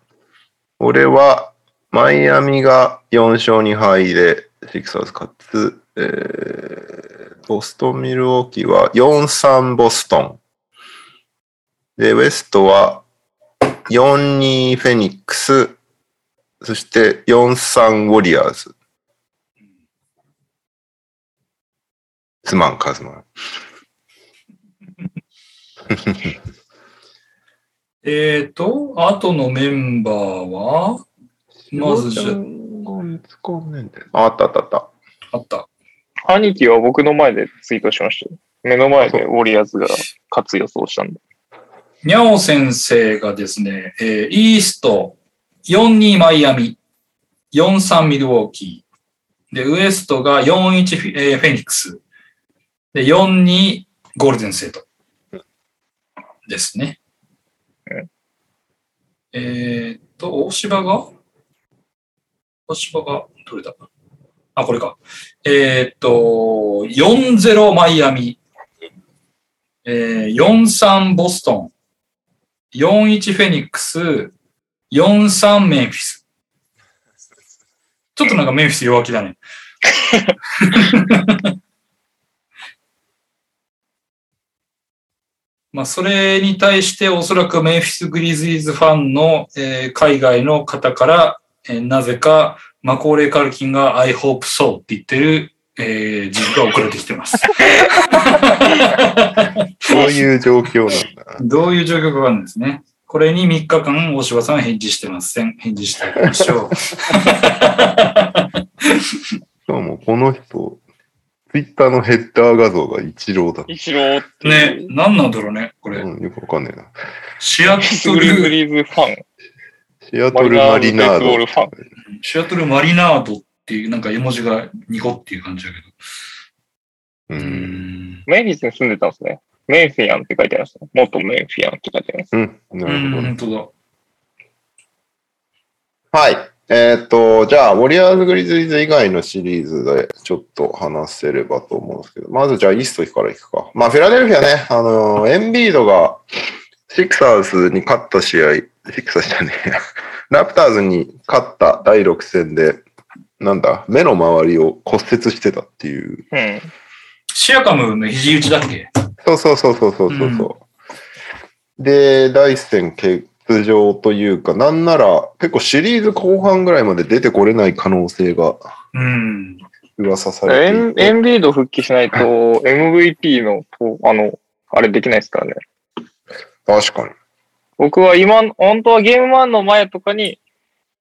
Speaker 3: 俺は、マイアミが4勝2敗で、シクサーズ勝つ、えー、ボストン・ミルウォーキーは4-3ボストン。で、ウエストは4-2フェニックス、そして4-3ウォリアーズ。すまん、カズマン。
Speaker 2: えーと、後のメンバーは、まずじゃあ
Speaker 3: ああったあったあった。
Speaker 2: あった。
Speaker 4: 兄貴は僕の前でツイートしましたよ。目の前でウォリアーズが勝つ予想したんで。
Speaker 2: にゃお先生がですね、えーイースト42マイアミ、43ミルウォーキー。で、ウエストが41フィ,、えーフェニックス。で、42ゴールデンセート。ですね。えーっと、大芝が大芝がどれだあ、これか。えーっと、40マイアミ、えー、43ボストン、41フェニックス、43メンフィス。ちょっとなんかメンフィス弱気だね。 まあ、それに対しておそらくメンフィス・グリズリーズファンの、えー海外の方から、えーなぜかマコーレー・カルキンが I hope so って言ってる、えー、字が送られてきてます。
Speaker 3: そういう状況なんだ。
Speaker 2: どういう状況かわかんないですね。これに3日間、大柴さんは返事してません。返事していきましょう。
Speaker 3: 今日もこの人、ツイッターのヘッダー画像が一郎だ。
Speaker 4: 一郎 って
Speaker 2: ね
Speaker 4: い、う、
Speaker 2: 何なんだろうね、これ。
Speaker 3: うん、よくわかんねえな。
Speaker 2: シアト
Speaker 4: グリズ
Speaker 2: ル、
Speaker 4: リーズファン、
Speaker 3: シアト
Speaker 4: マリ
Speaker 3: ル・
Speaker 4: ナ
Speaker 3: マ
Speaker 4: ーズ
Speaker 3: リ
Speaker 4: ベ
Speaker 3: ナ
Speaker 4: ー
Speaker 3: ー
Speaker 4: スボー
Speaker 3: ド。
Speaker 4: ルファン。
Speaker 2: シアトルマリナードっていう、なんか絵文字が2個っていう感じだけど。
Speaker 3: う、
Speaker 2: うんん。
Speaker 4: メンフィスに住んでたんですね。メンフィアンって書いてありますね。元メンフィアンって書いてあります。
Speaker 3: うん、な
Speaker 2: う
Speaker 3: る
Speaker 2: ん、
Speaker 3: ほど。
Speaker 2: 本当だ。
Speaker 3: はい。えーっと、じゃあ、ウォリアーズ・グリズリーズ以外のシリーズでちょっと話せればと思うんですけど、まずじゃあ、イーストからいくか。まあ、フィラデルフィアね、あのーエンビードがシクサーズに勝った試合、シクサーズじゃねえや。ラプターズに勝った第6戦で、なんだ、目の周りを骨折してたっていう。
Speaker 4: うん。
Speaker 2: シアカムの肘打ちだっけ
Speaker 3: そうそうそうそうそうそうそう。で、第1戦欠場というか、なんなら結構シリーズ後半ぐらいまで出てこれない可能性が
Speaker 2: うん。
Speaker 3: 噂されて
Speaker 4: エン
Speaker 3: い
Speaker 4: エ
Speaker 3: て。
Speaker 4: ンビード復帰しないと MVP の、とあの、あれできないですからね。
Speaker 3: 確かに。
Speaker 4: 僕は今の、本当はゲーム1の前とかに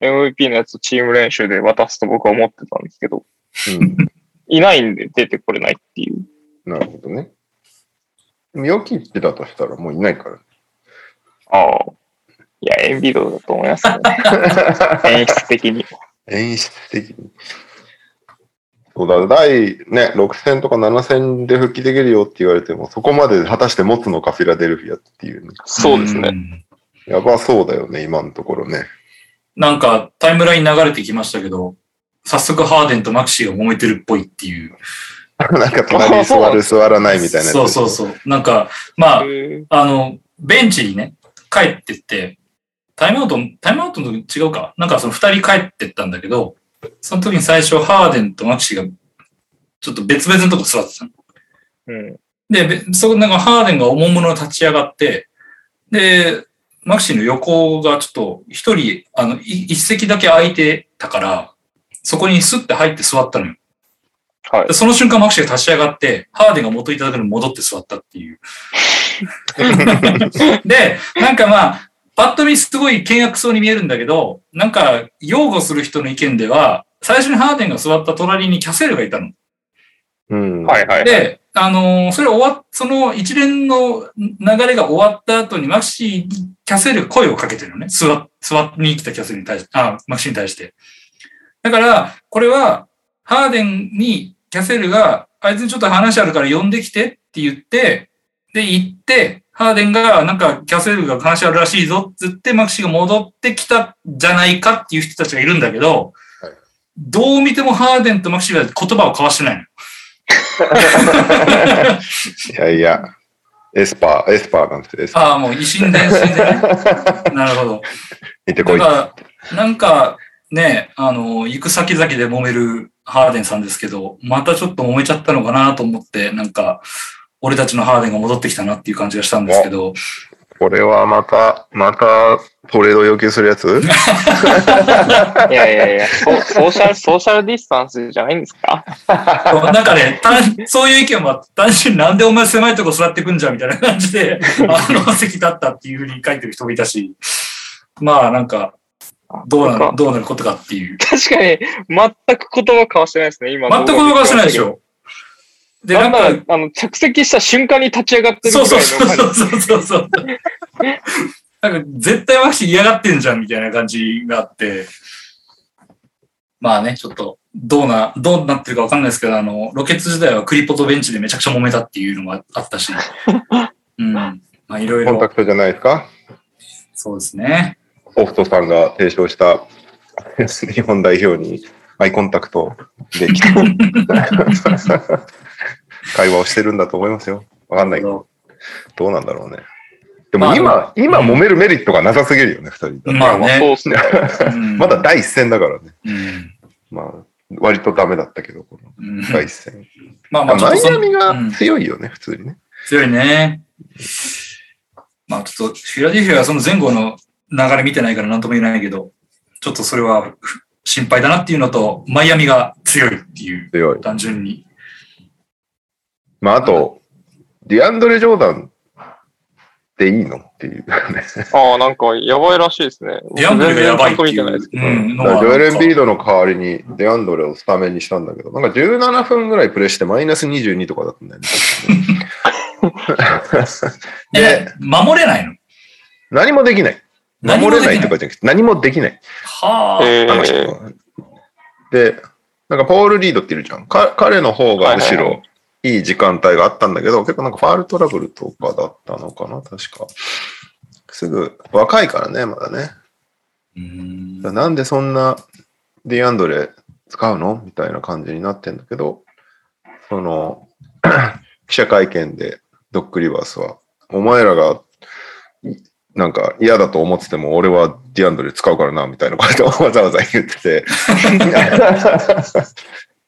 Speaker 4: MVP のやつをチーム練習で渡すと僕は思ってたんですけど、
Speaker 3: うん、
Speaker 4: いないんで出てこれないっていう。
Speaker 3: なるほどね。でもヨキッチだとしたらもういないから。
Speaker 4: ああ。いや、エンビードだと思いま すね。演出的に。
Speaker 3: 演出的に。そうだ、第、ね、6戦とか7戦で復帰できるよって言われても、そこまで果たして持つのか、フィラデルフィアっていうね、
Speaker 4: そうですね。
Speaker 2: ん
Speaker 3: やばそうだよね、今のところね。
Speaker 2: なんかタイムライン流れてきましたけど、早速ハーデンとマクシーが揉めてるっぽいっていう。
Speaker 3: なんか隣に座る、座らないみたいなやつ。
Speaker 2: そうそうそう。なんか、まあ、
Speaker 4: え
Speaker 2: あの、ベンチにね、帰ってって、タイムアウト、タイムアウトの時違うか。なんかその二人帰ってったんだけど、その時に最初ハーデンとマクシーがちょっと別々のとこ座ってたの。
Speaker 4: ーうん。
Speaker 2: で、べそこなんかハーデンがおもむろに立ち上がって、で、マクシーの横がちょっと一人、あの、い一席だけ空いてたから、そこにスッて入って座ったのよ。
Speaker 4: はい
Speaker 2: で。その瞬間マクシーが立ち上がって、ハーデンが元いただけに戻って座ったって いう。で、なんかまあ、パッと見すごい険悪そうに見えるんだけど、なんか擁護する人の意見では、最初にハーデンが座った隣にキャセルがいたの。
Speaker 3: うん。
Speaker 4: はいはい。
Speaker 2: で、あのーそれ終わっ、その一連の流れが終わった後にマクシー、キャセル声をかけてるのね。座っ、座に来たキャセルに対して、あ、マクシーに対して。だから、これは、ハーデンにキャセルが、あいつにちょっと話あるから呼んできてって言って、で、行って、ハーデンが、なんか、キャセルが話あるらしいぞって言って、マクシーが戻ってきたんじゃないかっていう人たちがいるんだけど、
Speaker 3: はい
Speaker 2: どう見てもハーデンとマクシーは言葉を交わしてないの。
Speaker 3: いやいや、エスパー、エスパーなんて、エスパー。
Speaker 2: ああ、もう維新 伝心でね。なるほど。
Speaker 3: 見てこ
Speaker 2: だ
Speaker 3: い。
Speaker 2: から、なんかね、あの、行く先々で揉めるハーデンさんですけど、またちょっと揉めちゃったのかなと思って、なんか、俺たちのハーデンが戻ってきたなっていう感じがしたんですけ ど、
Speaker 3: これはまた、また、トレード要求するやつ
Speaker 4: いやいやいや、ソソーシャル、ソーシャルディスタンスじゃないんですか
Speaker 2: なんかね、単そういう意見もあって、単純になんでお前狭いとこ座ってくんじゃんみたいな感じ で、あの席立ったっていうふうに書いてる人もいたし、まあなんか、どうな
Speaker 4: なん
Speaker 2: る、どうなることかっていう。
Speaker 4: 確かに、全く言葉交わしてないですね、今。
Speaker 2: 全く動かしてないでし。ょ。で、なん
Speaker 4: な
Speaker 2: ん
Speaker 4: な
Speaker 2: か、
Speaker 4: ら、あの、着席した瞬間に立ち上がってる
Speaker 2: そう
Speaker 4: みた
Speaker 2: そ
Speaker 4: いうな
Speaker 2: そう
Speaker 4: 感じ。
Speaker 2: そうそうそうそう。 なんか絶対マキシ嫌がってんじゃんみたいな感じがあって。まあね、ちょっと、どうな、どうなってるかわかんないですけど、あの、ロケッツ時代はクリポとベンチでめちゃくちゃ揉めたっていうのがあったし。うん。まあいろい
Speaker 3: コンタ
Speaker 2: ろ、
Speaker 3: クトじゃないですか
Speaker 2: そうですね。
Speaker 3: オフトさんが提唱した日本代表にアイコンタクトできた会話をしてるんだと思いますよ。わかんないけど、どうなんだろうね。でも今、
Speaker 2: まあ
Speaker 3: 今揉めるメリットがなさすぎるよね、二人だと
Speaker 2: まあ
Speaker 4: まあ、そう
Speaker 2: ね。
Speaker 4: っすね。
Speaker 2: うん
Speaker 3: まだ、第一戦だからね。
Speaker 2: うん
Speaker 3: まあ、割とダメだったけど、この
Speaker 2: うん
Speaker 3: 第一戦。
Speaker 2: まあま
Speaker 3: まあ
Speaker 2: あ、ちょっとそ
Speaker 3: マイア
Speaker 2: の
Speaker 3: ミ
Speaker 2: うん
Speaker 3: が強いよね、普通にね。
Speaker 2: 強いね。まあちょっと、フィラデルフィアはその前後の流れ見てないから何とも言えないけど、ちょっとそれはふ心配だなっていうのと、マイアミが強いっていう、
Speaker 3: 強い。
Speaker 2: 単純に。
Speaker 3: まあ、あと、ディアンドレ・ジョーダンっていいのっていうね。
Speaker 4: ああ、なんか、やばいらしいですね。
Speaker 2: ディアンブレがやばいって
Speaker 4: 全然ちゃんと見て
Speaker 2: い
Speaker 4: な
Speaker 2: うう
Speaker 3: う
Speaker 4: です。
Speaker 3: ん
Speaker 2: ん、の
Speaker 3: だから
Speaker 2: は
Speaker 3: ジョエ
Speaker 2: な
Speaker 3: ル・エ
Speaker 2: ん
Speaker 3: ン
Speaker 2: か
Speaker 3: ビードの代わりにデアンドレをスタメンにしたんだけど、なんか17分ぐらいプレイしてマイナス22とかだった んだよね。
Speaker 2: え
Speaker 3: で、、
Speaker 2: 守れないの
Speaker 3: 何もできない。
Speaker 2: 何も
Speaker 3: 守
Speaker 2: で
Speaker 3: れ
Speaker 2: き
Speaker 3: ないとかじゃなくて、何もできない。
Speaker 2: はあ、
Speaker 4: え
Speaker 3: あの人
Speaker 4: ー、
Speaker 3: で、なんかポール・リードっているじゃん。か彼の方がむし
Speaker 4: はいはい
Speaker 3: ろいい時間帯があったんだけど、結構なんかファールトラブルとかだったのかな、確か。すぐ、若いからね、まだね。
Speaker 2: うん
Speaker 3: だからなんでそんなディアンドレ使うのみたいな感じになってんだけど、その、記者会見でドック・リバースは、お前らがなんか嫌だと思ってても、俺はディアンドレ使うからな、みたいなことをわざわざ言ってて。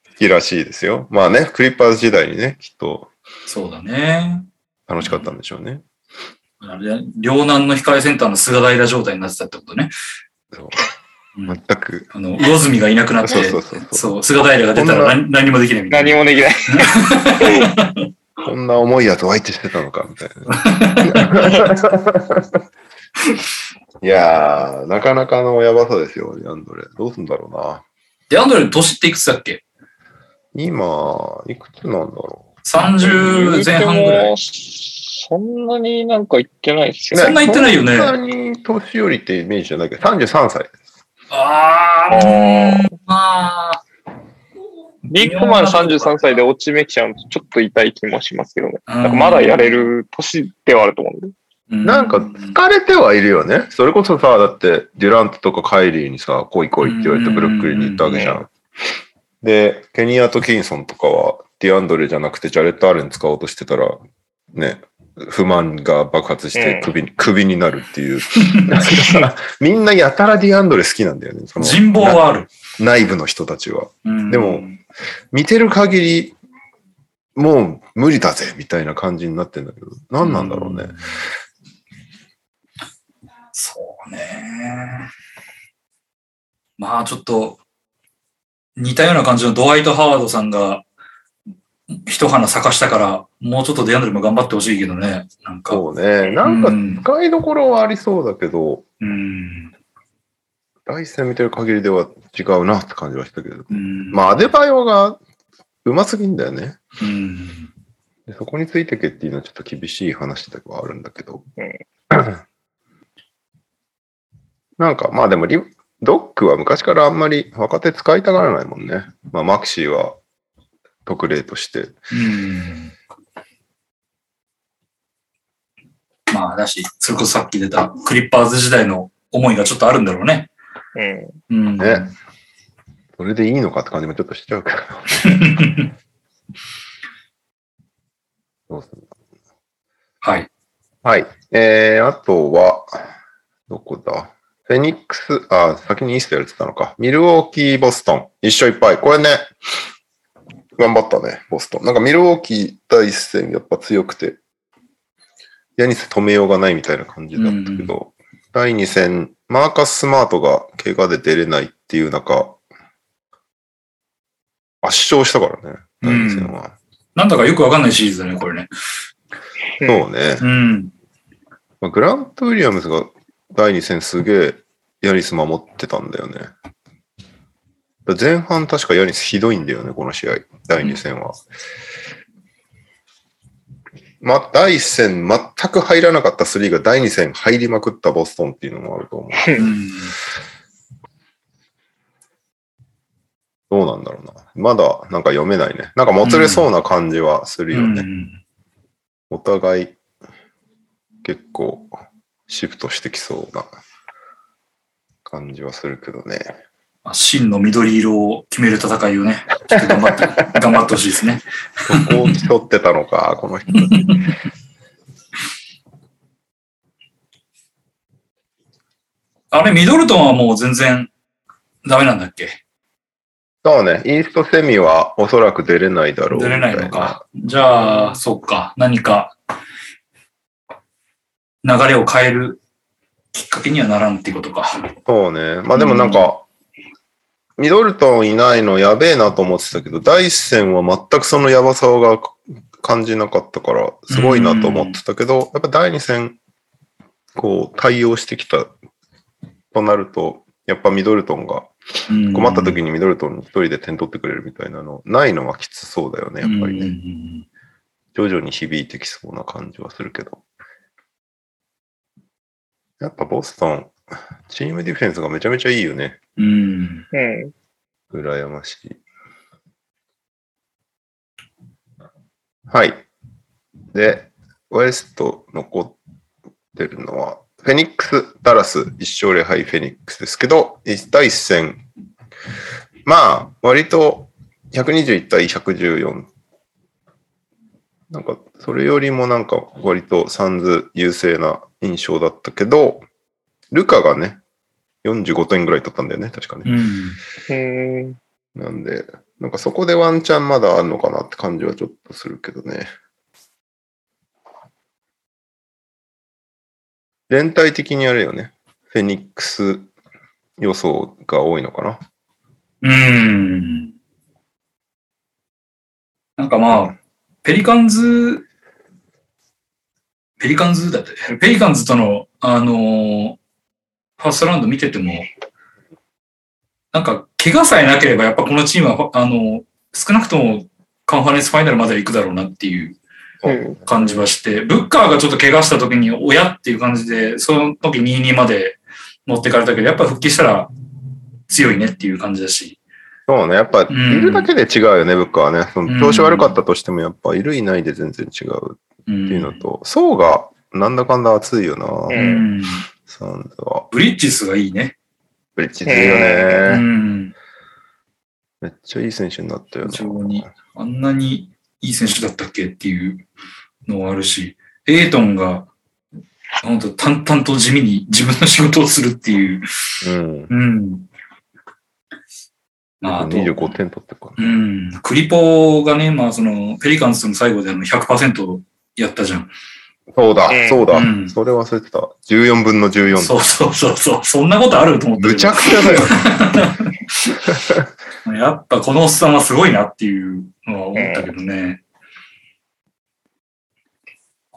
Speaker 3: 好きらしいですよ。まあね、クリッパーズ時代にね、きっと
Speaker 2: そうだね。
Speaker 3: 楽しかったんでしょうね。
Speaker 2: あれ両南の控えセンターの菅平状態になってたってことね。
Speaker 3: そう
Speaker 2: うん
Speaker 3: 全く、
Speaker 2: あの、魚住がいなくなって、
Speaker 3: そうそうそうそう。
Speaker 2: そう、菅平が出たら何何もできないみたいな。
Speaker 4: 何もできない。
Speaker 3: こんな重いやつを相手してたのか、みたいな。 いやー、なかなかのやばさですよ、ディアンドレ。どうすんだろうな。
Speaker 2: で、アンドレ、年っていくつだっけ
Speaker 3: 今、いくつなんだろ
Speaker 2: ?30 前半ぐら
Speaker 4: 言うて
Speaker 2: い
Speaker 4: も。そんなになんか言ってないです
Speaker 3: う。
Speaker 4: よ
Speaker 2: そん
Speaker 4: ね。
Speaker 2: な言ってないよね
Speaker 3: そんなに年寄りってイメージじゃないけど、33歳。
Speaker 2: あ
Speaker 4: あ
Speaker 2: ー、
Speaker 4: ー
Speaker 2: まあ、
Speaker 4: ビッグマン33歳で落ち目きちゃうのちょっと痛い気もしますけどね。
Speaker 2: うん
Speaker 4: なんかまだやれる年ではあると思うんで。
Speaker 3: なんか
Speaker 2: う
Speaker 3: 疲れてはいるよね。それこそさ、だって、デュラントとかカイリーにさ、来い来いって言われてブルックリンに行ったわけじゃ。
Speaker 4: うん
Speaker 3: で、ケニア・トキンソンとかは、ディアンドレじゃなくて、ジャレット・アレン使おうとしてたら、ね、不満が爆発して
Speaker 4: うん
Speaker 3: 首に、首になるっていう。なんかみんなやたらディアンドレ好きなんだよね。その
Speaker 2: 人望はある。
Speaker 3: な内部の人たちは。
Speaker 2: うん
Speaker 3: でも、見てる限り、もう無理だぜみたいな感じになってんだけど、何なんだろうね。。
Speaker 2: そうね。まあちょっと、似たような感じのドワイト・ハワードさんが、一花咲かしたから、もうちょっとディアンドレも頑張ってほしいけどね。なんか。
Speaker 3: そうね。なんか
Speaker 2: うん
Speaker 3: 使いどころはありそうだけど、
Speaker 2: うん。
Speaker 3: 来戦見てる限りでは違うなって感じはしたけど。
Speaker 2: うん
Speaker 3: まあ、アデバイオがうますぎんだよね。
Speaker 2: うん。
Speaker 3: でそこについてけっていうのはちょっと厳しい話ではあるんだけど
Speaker 4: う。
Speaker 3: なんか、まあでもリ、ドックは昔からあんまり若手使いたがらないもんね。まあ、マクシーは特例として。
Speaker 2: うん。まあだし、それこそさっき出たクリッパーズ時代の思いがちょっとあるんだろうね。
Speaker 4: うん。
Speaker 2: うん。
Speaker 3: ねそれでいいのかって感じもちょっとしちゃうけど。どうする
Speaker 2: はい。
Speaker 3: はい。えー、あとは、どこだフェニックス、あ、先にイーストやれてたのか。ミルウォーキー、ボストン。一緒いっぱい。これね、頑張ったね、ボストン。なんかミルウォーキー第一戦やっぱ強くて、ヤニス止めようがないみたいな感じだったけど、第二戦、マーカス・スマートが怪我で出れないっていう中、圧勝したからね、第二戦は。
Speaker 2: なんだかよくわかんないシリーズだね、これね。
Speaker 4: うん
Speaker 3: そうね。
Speaker 2: うん。
Speaker 3: まあ、グラント・ウィリアムズが第2戦すげえヤニス守ってたんだよね。だ前半確かヤニスひどいんだよね、この試合。第2戦は。ま、第1戦全く入らなかったスリーが第2戦入りまくったボストンっていうのもあると思う。
Speaker 2: うん
Speaker 3: どうなんだろうな。まだなんか読めないね。なんかもつれそうな感じはするよね。
Speaker 2: うん
Speaker 3: お互い結構シフトしてきそうな感じはするけどね。
Speaker 2: まあ真の緑色を決める戦いをね、ちょっと頑張って、頑張ってほしいですね。
Speaker 3: そこを競ってたのか、この人たち。
Speaker 2: あれ、ミドルトンはもう全然ダメなんだっけ
Speaker 3: そうね、イーストセミはおそらく出れないだろう
Speaker 2: 出
Speaker 3: みた
Speaker 2: れ
Speaker 3: いな。
Speaker 2: ないのか。じゃあ、そっか。何か、流れを変えるきっかけにはならんっていうことか。
Speaker 3: そうね。まあでもなんか、ミドルトンいないのやべえなと思ってたけど、第一戦は全くそのやばさが感じなかったから、すごいなと思ってたけど、やっぱ第二戦、こう対応してきたとなると、やっぱミドルトンが、
Speaker 2: うん
Speaker 3: 困った時にミドルトン一人で点取ってくれるみたいなの、ないのはきつそうだよね、やっぱりね。
Speaker 2: ね。
Speaker 3: 徐々に響いてきそうな感じはするけど。やっぱボストン、チームディフェンスがめちゃめちゃいいよね。
Speaker 2: うん。
Speaker 4: うん。
Speaker 3: 羨ましい。はい。で、ウエスト残ってるのは、フェニックス、ダラス、1勝0敗フェニックスですけど、1対1戦。まあ、割と121対114なんか、それよりもなんか、割とサンズ優勢な印象だったけど、ルカがね、45点ぐらい取ったんだよね、確かね。
Speaker 2: うん。
Speaker 4: うん。
Speaker 3: なんで、なんかそこでワンチャンまだあるのかなって感じはちょっとするけどね。連帯的にあれよね。フェニックス予想が多いのかな。
Speaker 2: うん。なんかまあ、ペリカンズ、ペリカンズだって、ペリカンズとの、あのーファーストラウンド見てても、なんか、怪我さえなければ、やっぱこのチームは、あのー少なくともカンファレンスファイナルまでは行くだろうなっていう
Speaker 4: うん
Speaker 2: 感じはして、ブッカーがちょっと怪我した時に、親っていう感じで、その時2-2まで持ってかれたけど、やっぱ復帰したら強いねっていう感じだし、
Speaker 3: そうね。やっぱ、い
Speaker 2: ん
Speaker 3: るだけで違うよね、ブッカーはね。そ
Speaker 2: うん
Speaker 3: の調子悪かったとしても、やっぱ、いるいないで全然違うっていうのと、層がなんだかんだ熱いよな、
Speaker 2: う、
Speaker 4: うん
Speaker 3: サンズは。
Speaker 2: ブリッジスがいいね。
Speaker 3: ブリッジ強いよ
Speaker 2: う
Speaker 3: ね。
Speaker 2: ん。
Speaker 3: めっちゃいい選手になったよな
Speaker 2: 非常にあんなにいい選手だったっけっていうのはあるし、エイトンが、本当淡々と地味に自分の仕事をするっていう。
Speaker 3: うん。
Speaker 2: うん。まあ、あと、
Speaker 3: 25点取ってるからね
Speaker 2: うん。クリポがね、まあその、ペリカンスの最後であの100%やったじゃん。
Speaker 3: そうだ
Speaker 4: うん、
Speaker 3: そうだ、
Speaker 2: うん
Speaker 3: それ忘れてた。14分の14。
Speaker 2: そうそうそうそう。そんなことあると思って
Speaker 3: むちゃくちゃだよ。
Speaker 2: やっぱこのおっさんはすごいなっていうのは思ったけどね。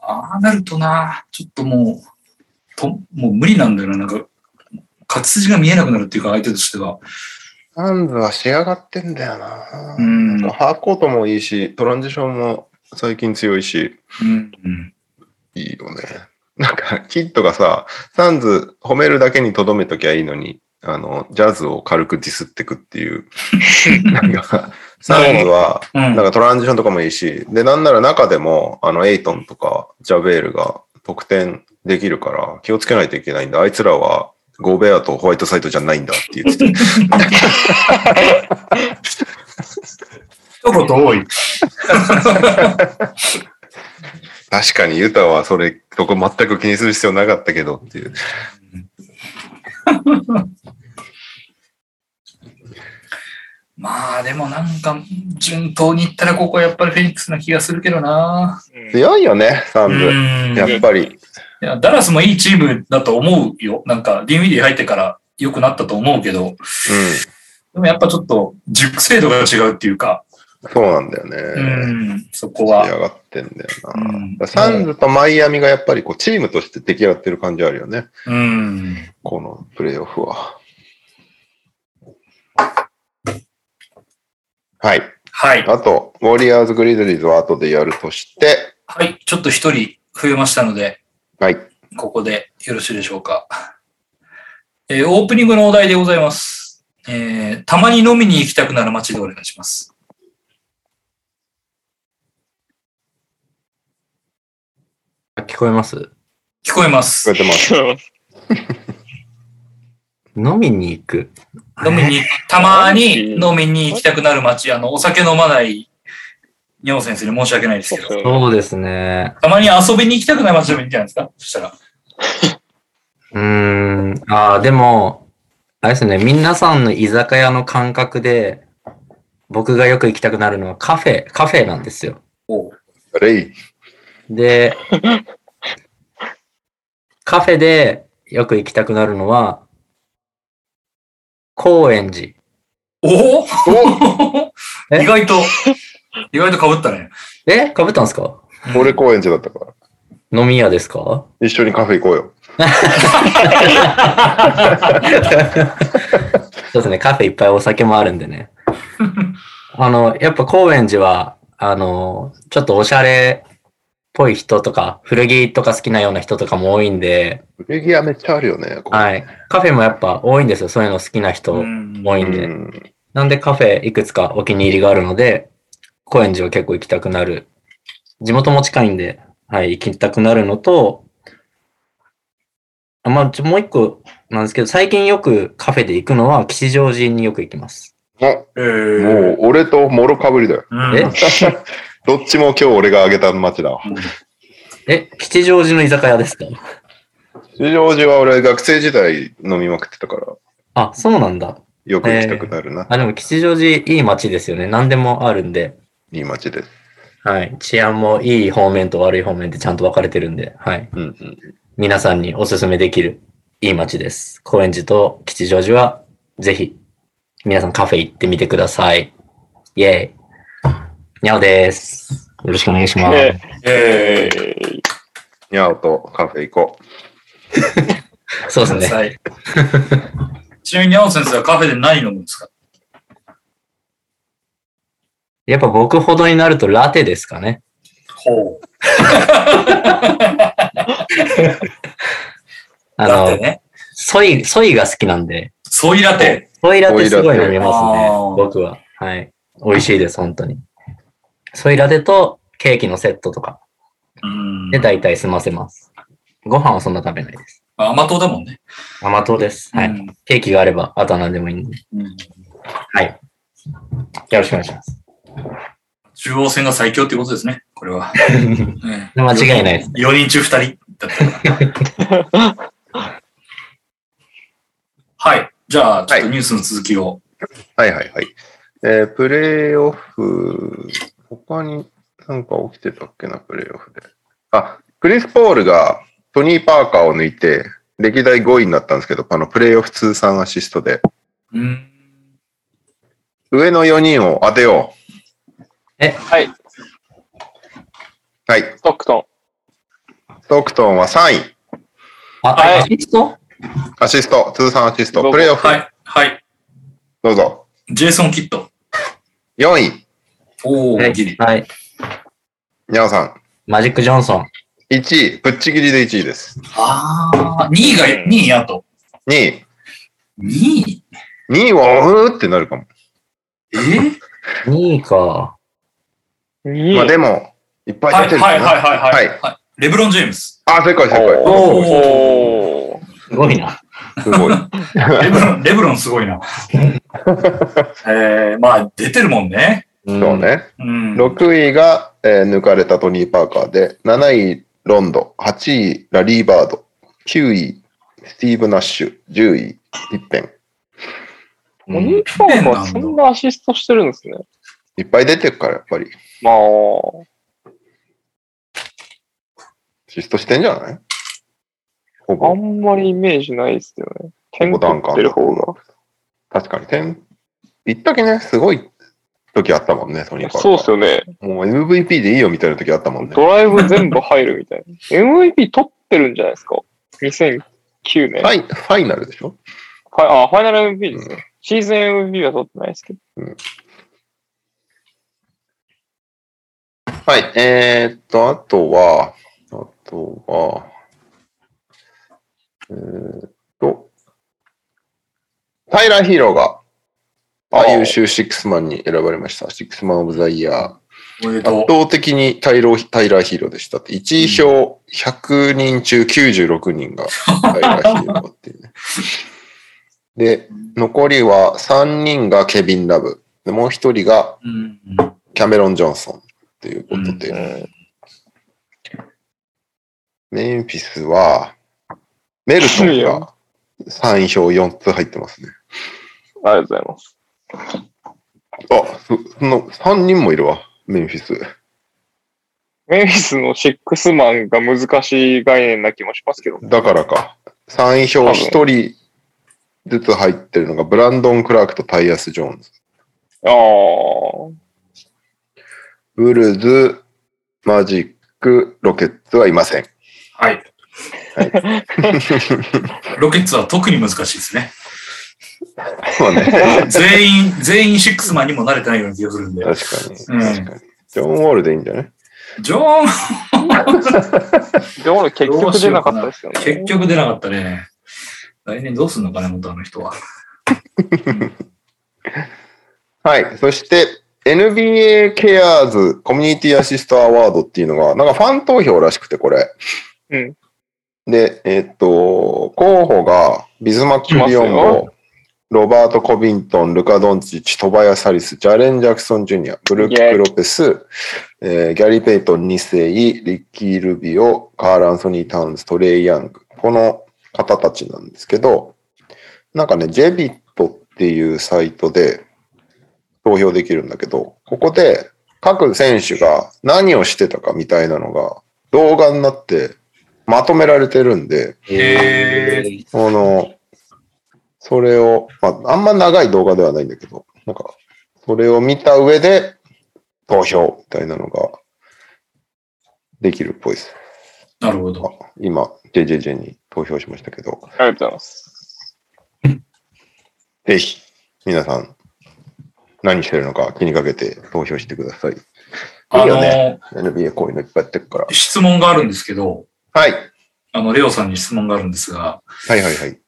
Speaker 2: ああなるとな、ちょっともう、ともう無理なんだよな、なんか、勝ち筋が見えなくなるっていうか、相手としては。
Speaker 3: サンズは仕上がってんだよな。
Speaker 2: うん
Speaker 3: なんかハーコートもいいし、トランジションも最近強いし、
Speaker 2: うん。うん
Speaker 3: いいよね。なんか、キッドがさ、サンズ褒めるだけにとどめときゃいいのに、あの、ジャズを軽くディスってくっ ていう。なんか、サンズは、
Speaker 2: うん
Speaker 3: なんかトランジションとかもいいし、で、なんなら中でも、あの、エイトンとか、ジャベールが得点できるから、気をつけないといけないんだ。あいつらは、ゴーベアとホワイトサイトじゃないんだって言って て。
Speaker 2: 一言多い。
Speaker 3: 確かにユタはそれ、そこ全く気にする必要なかったけどっていう。
Speaker 2: まあ、でもなんか、順当にいったらここやっぱりフェニックスな気がするけどな。
Speaker 3: 強いよね、サンズ。
Speaker 2: ん
Speaker 3: やっぱり。
Speaker 2: いや、ダラスもいいチームだと思うよ。なんか、ディンウィディ入ってから良くなったと思うけど、でもやっぱちょっと熟成度が違うっていうか、
Speaker 3: うん。そうなんだよね。
Speaker 2: うん、そこ
Speaker 3: 仕
Speaker 2: は。
Speaker 3: 上がってんだよな。
Speaker 2: うん
Speaker 3: だからサンズとマイアミがやっぱりこうチームとして出来上がってる感じあるよね。
Speaker 2: うん。
Speaker 3: このプレーオフは。はい。
Speaker 2: はい。
Speaker 3: あと、ウォリアーズ・グリズリーズは後でやるとして、
Speaker 2: はい。ちょっと一人増えましたので、
Speaker 3: はい。
Speaker 2: ここでよろしいでしょうか。えーオープニングのお題でございます。えーたまに飲みに行きたくなる街でお願いします。
Speaker 1: あ聞こえます
Speaker 2: 聞こえます
Speaker 3: 聞こ。えてます。
Speaker 1: 飲みに行く。
Speaker 2: 飲みに、たまに飲みに行きたくなる街、あの、お酒飲まない、にょう先生に申し訳ないですけど、
Speaker 1: そうですね。
Speaker 2: たまに遊びに行きたくなる街でもいいんじゃないですかそしたら。
Speaker 1: うーん。ああ、でも、あれですね、皆さんの居酒屋の感覚で、僕がよく行きたくなるのはカフェ、カフェなんですよ。
Speaker 2: おう
Speaker 3: レイ。
Speaker 1: で、カフェでよく行きたくなるのは、高円寺。
Speaker 2: おお
Speaker 3: お
Speaker 1: え
Speaker 2: 意外と、意外と被ったね。
Speaker 1: えかぶったんですか
Speaker 3: 俺高円寺だったから。
Speaker 1: 飲み屋ですか
Speaker 3: 一緒にカフェ行こうよ。
Speaker 1: そうですね、カフェいっぱいお酒もあるんでね。あの、やっぱ高円寺は、あの、ちょっとおしゃれっぽい人とか、古着とか好きなような人とかも多いんで、
Speaker 3: 古着屋めっちゃあるよね。ここ
Speaker 1: はい。カフェもやっぱ多いんですよ、そういうの好きな人
Speaker 2: ん
Speaker 1: 多い
Speaker 3: うん
Speaker 1: で。
Speaker 3: ん。
Speaker 1: なんでカフェいくつかお気に入りがあるので、高円寺は結構行きたくなる。地元も近いんで、はい、行きたくなるのと、あまあ、ちょもう一個なんですけど、最近よくカフェで行くのは吉祥寺によく行きます。
Speaker 3: お
Speaker 2: えー
Speaker 3: もう俺ともろかぶりだよ。
Speaker 2: うん
Speaker 1: え
Speaker 3: どっちも今日俺があげた街だわ。
Speaker 1: え、吉祥寺の居酒屋ですか
Speaker 3: 吉祥寺は俺学生時代飲みまくってたから、
Speaker 1: あ、そうなんだ。
Speaker 3: よく行きたくなるな。
Speaker 1: あ、でも吉祥寺いい街ですよね。何でもあるんで。
Speaker 3: いい街です。
Speaker 1: はい。治安もいい方面と悪い方面でちゃんと分かれてるんで、はい。
Speaker 3: うんうん。
Speaker 1: 皆さんにおすすめできるいい街です。高円寺と吉祥寺はぜひ皆さんカフェ行ってみてください。イェイ。にゃおです。よろしくお願いします。
Speaker 4: で、
Speaker 2: え
Speaker 4: えー
Speaker 3: にゃおとカフェ行こ
Speaker 1: そう
Speaker 2: ー、
Speaker 1: ですね。
Speaker 2: はい。 ちなみに、青先生はカフェで何飲むんですか
Speaker 1: やっぱ僕ほどになるとラテですかね。
Speaker 2: ほう。
Speaker 1: あ
Speaker 2: ラテ
Speaker 1: の、
Speaker 2: ね。
Speaker 1: ソイ、ソイが好きなんで、
Speaker 2: ソイラテ。
Speaker 1: ソイラテすごい飲みますね
Speaker 2: ソイラテ。
Speaker 1: 僕は。はい。美味しいです、本当に。ソイラテとケーキのセットとか
Speaker 2: うん
Speaker 1: で。大体済ませます。ご飯はそんな食べないです。
Speaker 2: 甘党だもんね。
Speaker 1: 甘党です。は
Speaker 2: う
Speaker 1: い。
Speaker 2: ん
Speaker 1: ケーキがあれば、あとは何でもいいんで。
Speaker 2: うん
Speaker 1: はい。よろしくお願いします。
Speaker 2: 中央線が最強ってことですね、これ は。ね
Speaker 1: 間違いないです。
Speaker 2: 4人中2人だっ たから。はい。じゃあ、ちょっとニュースの続きを。
Speaker 3: う。はいはいはい。えー、プレイオフ、他になんか起きてたっけな、プレイオフで。あ、クリス・ポールがトニー・パーカーを抜いて、歴代5位になったんですけど、あの、プレイオフ通算アシストで、
Speaker 2: うん。
Speaker 3: 上の4人を当てよ
Speaker 4: はい、ス
Speaker 3: う。はい。
Speaker 4: トックト
Speaker 3: ストックトンは3位。
Speaker 1: あ、
Speaker 2: はい
Speaker 1: アシスト
Speaker 3: アシスト、通算アシスト、プレイオフ、
Speaker 2: はい。はい。
Speaker 3: どうぞ。
Speaker 2: ジェイソン・キット。
Speaker 3: 4位、
Speaker 2: お
Speaker 1: は
Speaker 2: ー、
Speaker 1: い
Speaker 2: ギリ。
Speaker 1: はい。
Speaker 3: にゃおさ
Speaker 1: マジック・ジョンソン。
Speaker 3: ん。1位、ぶっちぎりで1位です。
Speaker 2: ああ、2位が、2位あと。
Speaker 3: 2位、
Speaker 2: 2位
Speaker 3: 2位は、うーってなるかも。
Speaker 2: えー
Speaker 1: 2位か。
Speaker 4: ン。2位、
Speaker 3: まあでも、いっぱ
Speaker 2: はいい
Speaker 3: 出て
Speaker 2: は
Speaker 3: る
Speaker 2: い
Speaker 3: か
Speaker 2: は
Speaker 3: ら
Speaker 2: い
Speaker 3: な。
Speaker 2: はい
Speaker 3: は
Speaker 2: はい。レブロン・ジェーム ス。
Speaker 3: あ、正解正解。
Speaker 1: おー
Speaker 4: おー
Speaker 1: すごいな。
Speaker 3: すごい。
Speaker 2: レブロン、レブロンすごい な。えー、まあ、出てるもんね。
Speaker 3: そうね。
Speaker 2: うん。
Speaker 3: 6位が、えー抜かれたトニー・パーカーで、7位、ロンド、8位、ラリー・バード、9位、スティーブ・ナッシュ、10位、ピッペン。
Speaker 1: う
Speaker 4: モ
Speaker 1: ん。
Speaker 4: ニーパーカーそんなアシストしてるんですね。
Speaker 3: いっぱい出てるから、やっぱり。
Speaker 4: まあ、
Speaker 3: アシストしてんじゃないほ
Speaker 4: あ
Speaker 3: ぼ。
Speaker 4: んまりイメージないですよね。点取ってる方が。
Speaker 3: 確かに点、一時ね、すごい時あったもんね、トニー・パーカー。
Speaker 4: そうっすよね。
Speaker 3: もう MVP でいいよみたいな時あったもんね。
Speaker 4: ドライブ全部入るみた いな。MVP 取ってるんじゃないですか ?2009 年。
Speaker 3: ファイファイナルでしょ
Speaker 4: ファイあ、ファイナル MVP ですね。シーズン MVP は取ってないですけど。
Speaker 3: はい。えー、っと、あとは、あとは、えー、っと、タイラー・ヒーローが、あ優秀シックスマンに選ばれました。シックスマン・オブ・ザ・イヤー。
Speaker 2: おめで
Speaker 3: 圧
Speaker 2: と
Speaker 3: 倒的にタイロータイラー・ヒーローでしたって。1位票100人中96人がタイラー・ヒーローっていうね。で、残りは3人がケビン・ラブ。でもう1人が
Speaker 2: う。うん。
Speaker 3: キャメロン・ジョンソンっていうことで、
Speaker 4: うん。
Speaker 3: メンフィスは、メルトンが3位票4つ入ってますね。
Speaker 4: ありがとうございます。
Speaker 3: あ、そその3人もいるわ、メンフィス。
Speaker 4: メンフィスのシックスマンが難しい概念な気もしますけど。
Speaker 3: だからか。3位票1人ずつ入ってるのが、ブランドン・クラークとタイアス・ジョーンズ。
Speaker 4: ああ。
Speaker 3: ウルズ、マジック、ロケッツはいません。
Speaker 2: はい。ロケッツは特に難しいですね。
Speaker 3: そうね。
Speaker 2: 全員、 全員シックスマンにも慣れてないような気がするんで。
Speaker 3: 確かに。
Speaker 2: うん
Speaker 3: 確かに。ジョン・ウォールでいいんじゃない
Speaker 2: ジョーン、
Speaker 4: でも俺結局出なかったですよね。
Speaker 2: 結局出なかったね。来年どうすんのかね、本当あの人は。
Speaker 3: はい。そして、NBA ケアーズコミュニティアシストアワードっていうのが、なんかファン投票らしくて、これ。
Speaker 4: うん。
Speaker 3: で、えーっと、候補が、ビズマック・リオン
Speaker 4: 来ます
Speaker 3: ゴ、ロバート・コビントン、ルカ・ドンチッチ、トバヤ・サリス、ジャレン・ジャクソン・ジュニア、ブルック・ロペス、えーギャリー・ペイトン2世、リッキー・ルビオ、カール・アンソニー・タウンズ、トレイ・ヤング。この方たちなんですけど、なんかね、ジェビットっていうサイトで投票できるんだけど、ここで各選手が何をしてたかみたいなのが動画になってまとめられてるんで、
Speaker 2: へー
Speaker 3: その、それを、まあ、あんま長い動画ではないんだけど、なんか、それを見た上で、投票みたいなのが、できるっぽいです。
Speaker 2: なるほど。
Speaker 3: 今、JJJ に投票しましたけど、
Speaker 4: ありがとうございます。
Speaker 3: ぜひ、皆さん、何してるのか気にかけて投票してください。い
Speaker 2: あ
Speaker 3: い
Speaker 2: の
Speaker 3: よね NBA こういうのいっぱいやってるから。
Speaker 2: 質問があるんですけど、
Speaker 3: はい。
Speaker 2: あの、レオさんに質問があるんですが、
Speaker 3: はいはいはい。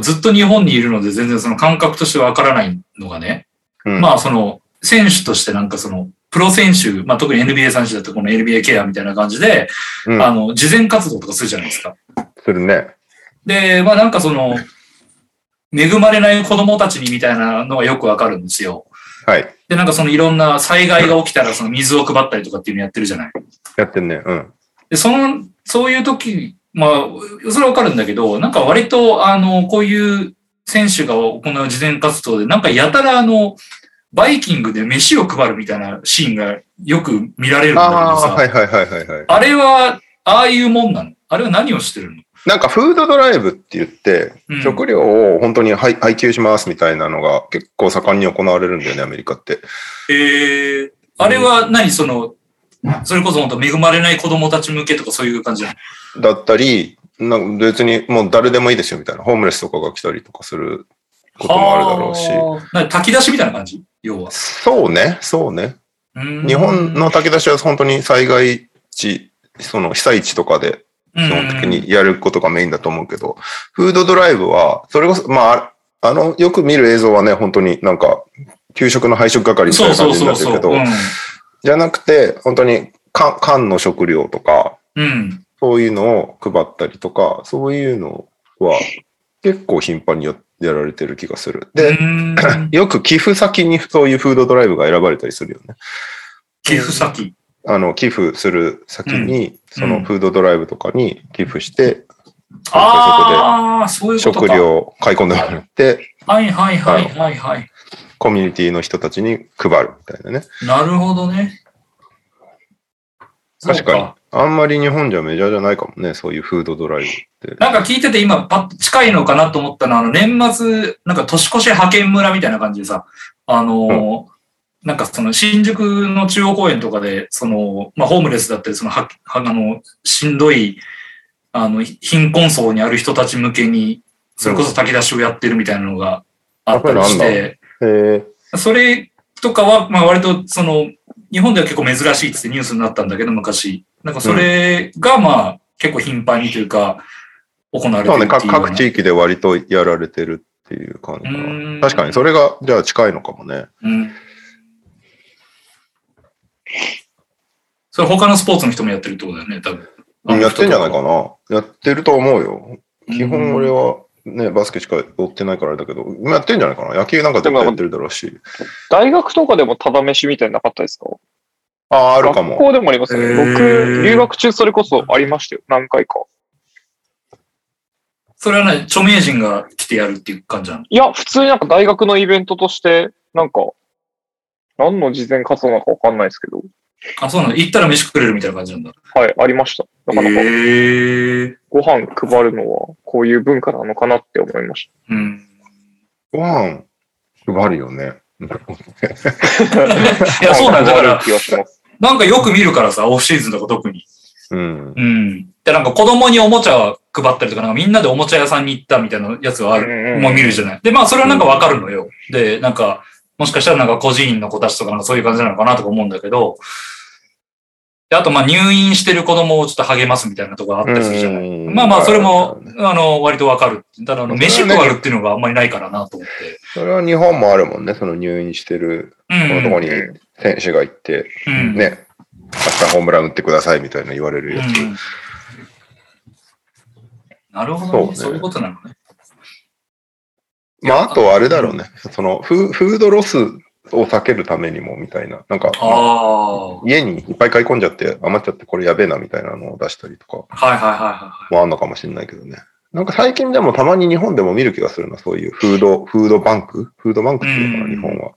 Speaker 2: ずっと日本にいるので全然その感覚としてわからないのがね、
Speaker 3: うん
Speaker 2: まあその選手としてなんかそのプロ選手、まあ特に NBA 選手だとこの NBA ケアみたいな感じで、
Speaker 3: うん
Speaker 2: あの、慈善活動とかするじゃないですか。
Speaker 3: するね。
Speaker 2: で、まあなんかその、恵まれない子供たちにみたいなのがよくわかるんですよ。
Speaker 3: はい。
Speaker 2: で、なんかそのいろんな災害が起きたらその水を配ったりとかっていうのやってるじゃない。
Speaker 3: やってんね。うん。
Speaker 2: で、その、そういう時、まあ、それはわかるんだけど、なんか割と、あの、こういう選手が行う慈善活動で、なんかやたらあの、バイキングで飯を配るみたいなシーンがよく見られるんだけど
Speaker 3: あ
Speaker 2: さ、
Speaker 3: あー、はいはいはいはいはい。
Speaker 2: あれは、ああいうもんなのあれは何をしてるの
Speaker 3: なんかフードドライブって言って、
Speaker 2: うん
Speaker 3: 食料を本当に配配給しますみたいなのが結構盛んに行われるんだよね、アメリカって。
Speaker 2: えー、あれは何その、それこそ本当恵まれない子供たち向けとかそういう感じなの
Speaker 3: だったり、なんか別にもう誰でもいいですよみたいな、ホームレスとかが来たりとかすることもあるだろうし。
Speaker 2: し。なんか炊き出しみたいな感じ要は。
Speaker 3: そうね、そうね。
Speaker 2: 日
Speaker 3: 日本の炊き出しは本当に災害地、その被災地とかで
Speaker 2: 基
Speaker 3: 基本的にやることがメインだと思うけど、フードドライブは、それこそ、まあ、ああの、よく見る映像はね、本当になんか、給食の配食係みたい
Speaker 2: そう
Speaker 3: な
Speaker 2: そ
Speaker 3: 感
Speaker 2: う
Speaker 3: じに
Speaker 2: そ
Speaker 3: な
Speaker 2: う
Speaker 3: ってる
Speaker 2: そ
Speaker 3: け
Speaker 2: う。
Speaker 3: ど
Speaker 2: う、ん
Speaker 3: じゃなくて、本当に缶缶の食料とか、
Speaker 2: うん。
Speaker 3: そういうのを配ったりとか、そういうのは結構頻繁にややられてる気がする。
Speaker 2: う
Speaker 3: で、
Speaker 2: ーん
Speaker 3: よく寄付先にそういうフードドライブが選ばれたりするよね。
Speaker 2: 寄付先。
Speaker 3: あの、寄付する先に、そ
Speaker 2: うん
Speaker 3: のフードドライブとかに寄付して、
Speaker 2: ああ、そういうこと
Speaker 3: 食
Speaker 2: か。
Speaker 3: 料を買い込んでもらって、
Speaker 2: はいはいはいはいはい。
Speaker 3: コミュニティの人たちに配るみたいなね。
Speaker 2: なるほどね。
Speaker 3: 確か
Speaker 2: そう
Speaker 3: に。あんまり日本じゃメジャーじゃないかもね、そういうフードドライブって。
Speaker 2: なんか聞いてて今パッと近いのかなと思ったのは、あの年末、なんか年越し派遣村みたいな感じでさ、あのー、なんかその新宿の中央公園とかで、その、まあホームレスだったり、そのは、は、あの、しんどい、あの、貧困層にある人たち向けに、それこそ炊き出しをやってるみたいなのがあったりし
Speaker 3: あそう
Speaker 2: て、
Speaker 3: えー、
Speaker 2: それとかは、まあ割とその、日本では結構珍しいっつってニュースになったんだけど、昔。なんかそれがまあ結構頻繁にというか、行われて
Speaker 3: そう
Speaker 2: る
Speaker 3: ね、
Speaker 2: っていう
Speaker 3: か
Speaker 2: ような。
Speaker 3: 各地域で割とやられてるっていう感じか
Speaker 2: うーん
Speaker 3: な。確かに、それが、じゃあ近いのかもね。
Speaker 2: うん。それ他のスポーツの人もやってるってことだよね、多分。
Speaker 3: やってんじゃない
Speaker 2: な。
Speaker 3: かな。やってると思うよ。基
Speaker 2: うん
Speaker 3: 本俺は、ね、バスケしか追ってないからあれだけど、やってんじゃないかな。野球なんか絶対やってるだろうし。
Speaker 4: 大学とかでもただ飯みたいなのなかったですか
Speaker 3: ああ、あるか
Speaker 4: 学
Speaker 3: も。
Speaker 4: 校でもあります
Speaker 2: へ
Speaker 4: ね。
Speaker 2: ー
Speaker 4: 僕、留学中それこそありましたよ。何回か。
Speaker 2: それはね、著名人が来てやるっていう感じなの。
Speaker 4: いや、普通になんか大学のイベントとして、なんか、何の事前活動なのかわかんないですけど、
Speaker 2: あ、そうなの。行ったら飯食れるみたいな感じなんだ。
Speaker 4: はい、ありました。だからなんか、
Speaker 2: へえ。
Speaker 4: ご飯配るのは、こういう文化なのかなって思いまし
Speaker 2: うん。
Speaker 3: ご飯配るよね。
Speaker 2: い
Speaker 4: た。
Speaker 2: や、そうなんだだか
Speaker 4: ご飯配
Speaker 2: ら
Speaker 4: る、気がします。
Speaker 2: なんかよく見るからさ、オフシーズンとか特に。
Speaker 3: うん。
Speaker 2: うん。で、なんか子供におもちゃ配ったりとか、なんかみんなでおもちゃ屋さんに行ったみたいなやつはある。
Speaker 4: ん
Speaker 2: もう見るじゃない。で、まあそれはなんかわかるのよ。で、なんか、もしかしたらなんか孤児院の子たちとかのそういう感じなのかなとか思うんだけど、であとまあ入院してる子供をちょっと励ますみたいなとこがあったりするじゃない。
Speaker 3: うん
Speaker 2: まあまあそれも
Speaker 3: はい、
Speaker 2: あの、割とわかる。ただあの、
Speaker 3: うん
Speaker 2: 飯配るっていうのがあんまりないからなと思って。
Speaker 3: それは日本もあるもんね。その入院してる、
Speaker 2: う
Speaker 3: このと
Speaker 2: ん
Speaker 3: こに選手が行って、
Speaker 2: うん。
Speaker 3: ね、明日ホームラン打ってくださいみたいな言われるやつ。
Speaker 2: うんなるほどね、
Speaker 3: そうね
Speaker 2: そういうことなのね。
Speaker 3: まあ、あとはあれだろうね。そのフ、フードロスを避けるためにもみたいな、なんか、
Speaker 2: あ
Speaker 3: 家にいっぱい買い込んじゃって余っちゃってこれやべえなみたいなのを出したりとか
Speaker 2: あ。はいはいはいは
Speaker 3: もあんのかもしれないけどね。なんか最近でもたまに日本でも見る気がするな、そういうフード、フードバンクフードバンクっていうのか
Speaker 2: うん
Speaker 3: な、日本は。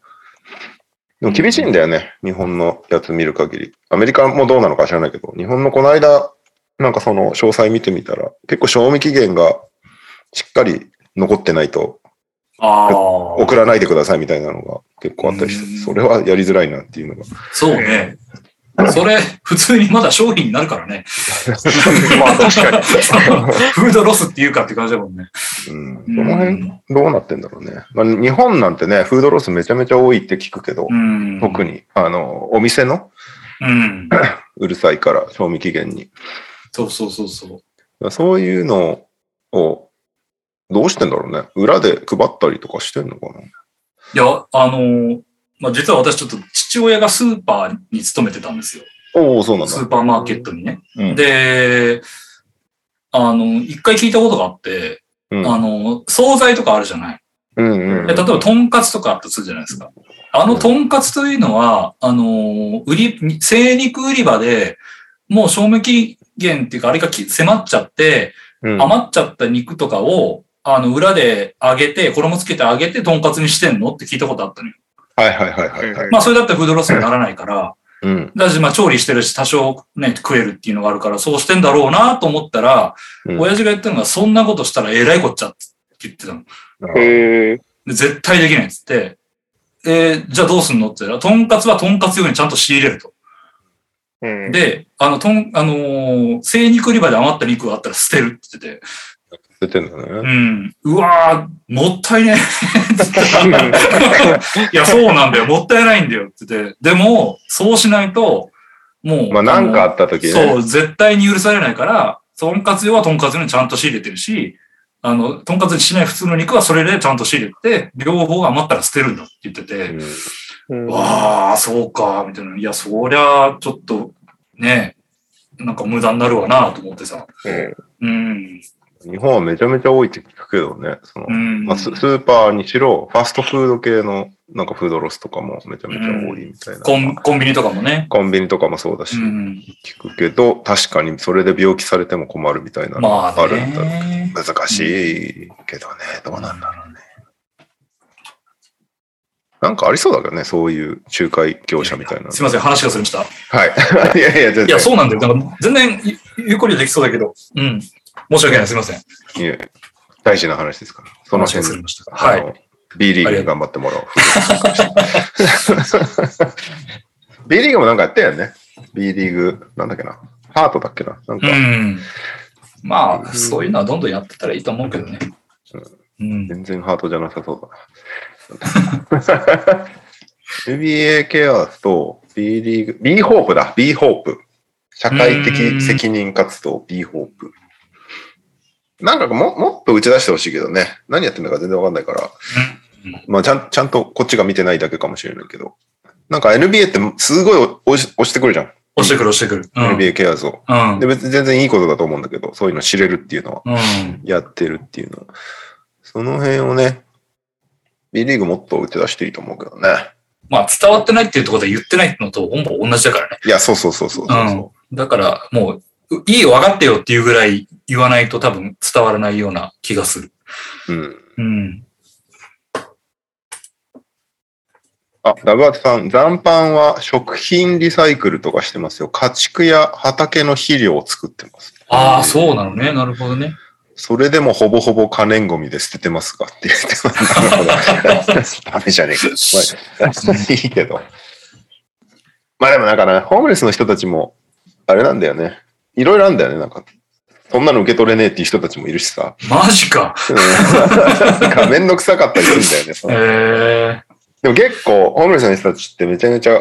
Speaker 3: でも厳しいんだよね、日本のやつ見る限り。アメリカもどうなのか知らないけど、日本のこの間、なんかその詳細見てみたら、結構賞味期限がしっかり残ってないと
Speaker 2: い。ああ。
Speaker 3: 送らないでくださいみたいなのが結構あったり
Speaker 2: うん
Speaker 3: して、それはやりづらいなっていうのが。
Speaker 2: そうね。それ、普通にまだ商品になるからね。
Speaker 4: まあ確かに。
Speaker 2: フードロスっていうかって感じだもんね。
Speaker 3: うん、
Speaker 2: う
Speaker 3: そ
Speaker 2: ん
Speaker 3: の辺どうなってんだろうね。まあ、日本なんてね、フードロスめちゃめちゃ多いって聞くけど、
Speaker 2: うん。
Speaker 3: 特。に、あの、お店の
Speaker 2: うん。
Speaker 3: うるさいから、賞味期限に。だ
Speaker 2: そ
Speaker 3: か
Speaker 2: うそうそうそう。
Speaker 3: らそういうのを、どうしてんだろうね。裏で配ったりとかしてんのかない
Speaker 2: や、あのーまあ、実は私ちょっと父親がスーパーに勤めてたんですよ。
Speaker 3: おお、そうなんだ
Speaker 2: ス。ーパーマーケットにね。
Speaker 3: うん
Speaker 2: で、あの、一回聞いたことがあって、
Speaker 3: うん
Speaker 2: あの、惣菜とかあるじゃない。
Speaker 3: うんうん
Speaker 2: で例えば、とんかつとかあったとするじゃないですか。あのとんかつというのは、あの、売り、精肉売り場で、もう賞味期限っていうか、あれがき迫っちゃって、
Speaker 3: うん。
Speaker 2: 余っちゃった肉とかを、あの、裏で揚げて、衣つけて揚げて、とんかつにしてんのって聞いたことあったのよ。
Speaker 3: はいはいはいはい はい。
Speaker 2: まあ、それだったらフードロスにならないから、
Speaker 3: うん。
Speaker 2: だし、まあ、調理してるし、多少ね、食えるっていうのがあるから、そうしてんだろうなと思ったら、
Speaker 3: うん
Speaker 2: 親父が言ったのが、そんなことしたらえらいこっちゃって言ってたの。
Speaker 4: へえ。
Speaker 2: で絶対できないっつって、えーじゃあどうすんのって言ったら、とんかつはとんかつ用にちゃんと仕入れると。
Speaker 4: うん。
Speaker 2: で、あの、とん、あのー精肉売り場で余った肉があったら捨てるって言ってて、
Speaker 3: 出てんだ
Speaker 2: う
Speaker 3: ね。
Speaker 2: ん、うわー、もったいねえっつって いや、そうなんだよ、もったいないんだよって言って、でも、そうしないと、もう、
Speaker 3: まあ、なんか
Speaker 2: あ
Speaker 3: あった時
Speaker 2: そ
Speaker 3: ね。
Speaker 2: う、絶対に許されないから、とんかつ用はとんかつ用にちゃんと仕入れてるし、あの、とんかつにしない普通の肉はそれでちゃんと仕入れて、両方が余ったら捨てるんだって言ってて、
Speaker 4: うん
Speaker 2: わあ、そうか、みたいな。いや、そりゃ、ちょっと、ね、なんか無駄になるわなと思ってさ。うん。
Speaker 3: うん日本はめちゃめちゃ多いって聞くけどね。その
Speaker 2: うん。
Speaker 3: まあ、ススーパーにしろ、ファストフード系のなんかフードロスとかもめちゃめちゃ多いみたいな。
Speaker 2: コンコンビニとかもね。
Speaker 3: コンビニとかもそうだし、
Speaker 2: うん。
Speaker 3: 聞くけど、確かにそれで病気されても困るみたいなの
Speaker 2: ま
Speaker 3: が
Speaker 2: あ
Speaker 3: あるんだろうけど
Speaker 2: ね。
Speaker 3: 難しいけどね、どうなんだろうね。なんかありそうだけどね、そういう仲介業者みたいなの。
Speaker 2: すいません、話がそれました。
Speaker 3: はい。いやいや、全
Speaker 2: いや、
Speaker 3: 然。
Speaker 2: そうなんだよ。だから全然、ゆ有効利用できそうだけど。うん。申し訳ない、すいません。
Speaker 3: いや大事な話ですから。その
Speaker 2: 話が
Speaker 3: 辺
Speaker 2: それ
Speaker 3: に
Speaker 2: ました。
Speaker 3: あ
Speaker 2: はい
Speaker 3: の。。B リーグに頑張ってもらおう。B リーグもなんかやったよね。B リーグ、なんだっけな。ハートだっけな。なんか、
Speaker 2: うん。ま
Speaker 3: う
Speaker 2: あ、
Speaker 3: ん
Speaker 2: そういうのはどんどんやってたらいいと思うけどね。うん。
Speaker 3: 全然ハートじゃなさそうだ な。NBA ケアと B リーグ、B ホープだ、B ホープ。社会的責任活動、B ホープ。なんかももっと打ち出してほしいけどね。何やってんだか全然わかんないから。まあちゃん、ちゃんとこっちが見てないだけかもしれないけど。なんか NBA ってすごい押し押してくるじゃん。
Speaker 2: 押してくる、押してくる。うん。
Speaker 3: NBA ケアズを。
Speaker 2: うん
Speaker 3: で、別に全然いいことだと思うんだけど、そういうの知れるっていうのは。
Speaker 2: うん。
Speaker 3: やってるっていうの。その辺をね、B リーグもっと打ち出していいと思うけどね。
Speaker 2: まあ、伝わってないっていうところで言ってないのと、ほぼ同じだからね。
Speaker 3: いや、そうそうそうそうそうそう
Speaker 2: だから、もう、ういいよ、分かってよっていうぐらい言わないと多分伝わらないような気がする。
Speaker 3: うん。
Speaker 2: うん。
Speaker 3: あ、ダブアツさん、残飯は食品リサイクルとかしてますよ。家畜や畑の肥料を作ってます。
Speaker 2: ああ、そうなのね。なるほどね。
Speaker 3: それでもほぼほぼ可燃ゴミで捨ててますがって言ってます。ダメじゃねえか。まあいいけど。まあでもなんかね、ホームレスの人たちも、あれなんだよね。いろいろあるんだよね。なんか、そんなの受け取れねえっていう人たちもいるしさ。
Speaker 2: マジか。
Speaker 3: うんなんかめんどくさかったりするんだよねそ
Speaker 2: へ
Speaker 3: の。
Speaker 2: え
Speaker 3: でも結構、ホームレスの人たちってめちゃめちゃ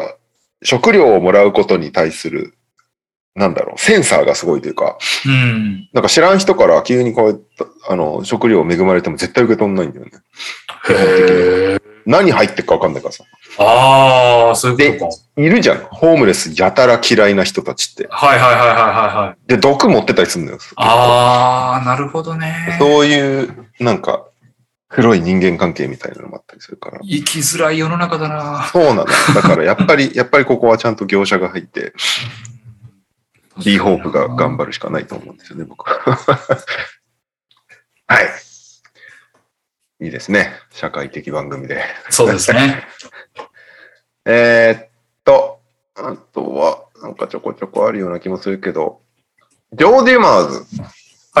Speaker 3: 食料をもらうことに対する、なんだろう、センサーがすごいというか、
Speaker 2: うん。
Speaker 3: なんか知らん人から急にこうやって、あの、食料を恵まれても絶対受け取んないんだよね。
Speaker 2: へえ。
Speaker 3: 何入ってるか分かんないからさ。
Speaker 2: ああ、そういう
Speaker 3: で
Speaker 2: ことか。、
Speaker 3: いるじゃん。ホームレスやたら嫌いな人たちって。
Speaker 2: はいはいはいはいはいはい。
Speaker 3: で、毒持ってたりするのよ。
Speaker 2: ああ、なるほどね。
Speaker 3: そういう、なんか、黒い人間関係みたいなのもあったりするから。
Speaker 2: 生きづらい世の中だな
Speaker 3: そうなの。だからやっぱり、やっぱりここはちゃんと業者が入って、リーホープが頑張るしかないと思うんですよね、僕 は。はい。いいですね。社会的番組で。
Speaker 2: そうですね。
Speaker 3: えーっと、あとは、なんかちょこちょこあるような気もするけど、ジョー・ディマーズ。
Speaker 2: は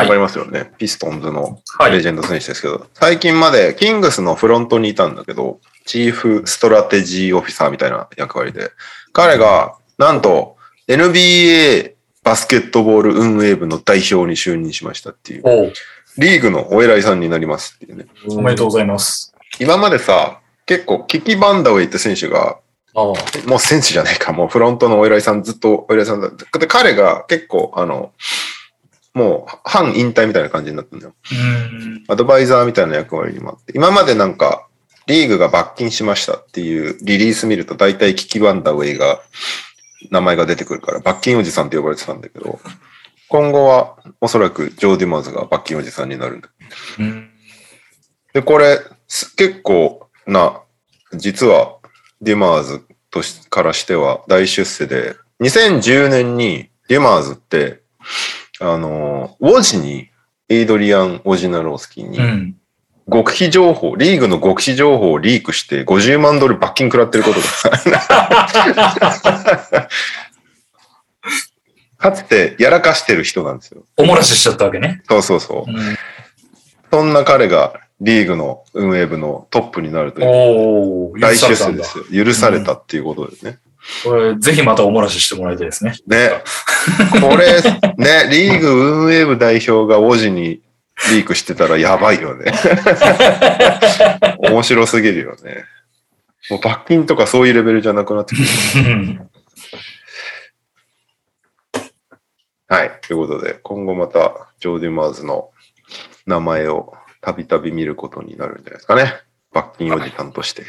Speaker 3: わ
Speaker 2: い
Speaker 3: かりますよね。ピストンズの
Speaker 2: は
Speaker 3: レ
Speaker 2: い。
Speaker 3: ジェンド選手ですけど、最近までキングスのフロントにいたんだけど、チーフストラテジーオフィサーみたいな役割で、彼がなんと NBA バスケットボール運営部の代表に就任しましたっていう、
Speaker 2: おう
Speaker 3: リーグのお偉いさんになりますっていうね。
Speaker 2: おめでとうございます。
Speaker 3: 今までさ、結構キキ・バンダウェイって選手が、
Speaker 1: ああ
Speaker 3: もう選手じゃないか、もうフロントのお偉いさんずっとお偉いさんだで、彼が結構あの、もう半引退みたいな感じになったんだよ。
Speaker 2: うん。
Speaker 3: アドバイザーみたいな役割にもあって、今までなんか、リーグが罰金しましたっていうリリース見ると、大体キキワンダウェイが、名前が出てくるから、罰金おじさんって呼ばれてたんだけど、今後はおそらくジョー・ディマーズが罰金おじさんになるんだ。
Speaker 2: うん
Speaker 3: で、これ、す結構な、実はディマーズとしからしては大出世で、2010年にディマーズって、あの、ウォジに、エイドリアン・オジナロースキーに、
Speaker 2: うん。
Speaker 3: 極秘情報、リーグの極秘情報をリークして50万ドル罰金食らってることが。 かつてやらかしてる人なんですよ。
Speaker 2: おもらししちゃったわけね。
Speaker 3: そうそうそうう。
Speaker 2: ん
Speaker 3: そんな彼がリーグの運営部のトップになるという
Speaker 2: おお、許
Speaker 3: 大
Speaker 2: さ
Speaker 3: 出
Speaker 2: れた
Speaker 3: 世
Speaker 2: ん
Speaker 3: で
Speaker 2: だ。
Speaker 3: すよ。許されたっていうことですね。
Speaker 2: これ、ぜひまたおもらししてもらいたいですね。
Speaker 3: ね。これ、ね、リーグ運営部代表が王子にリークしてたらやばいよ ね。面白すぎるよね。もう罰金とかそういうレベルじゃなくなってくる。
Speaker 2: うん
Speaker 3: はい。ということで、今後またジョーディ・マーズの名前をたびたび見ることになるんじゃないですかね。罰金おじさんとして。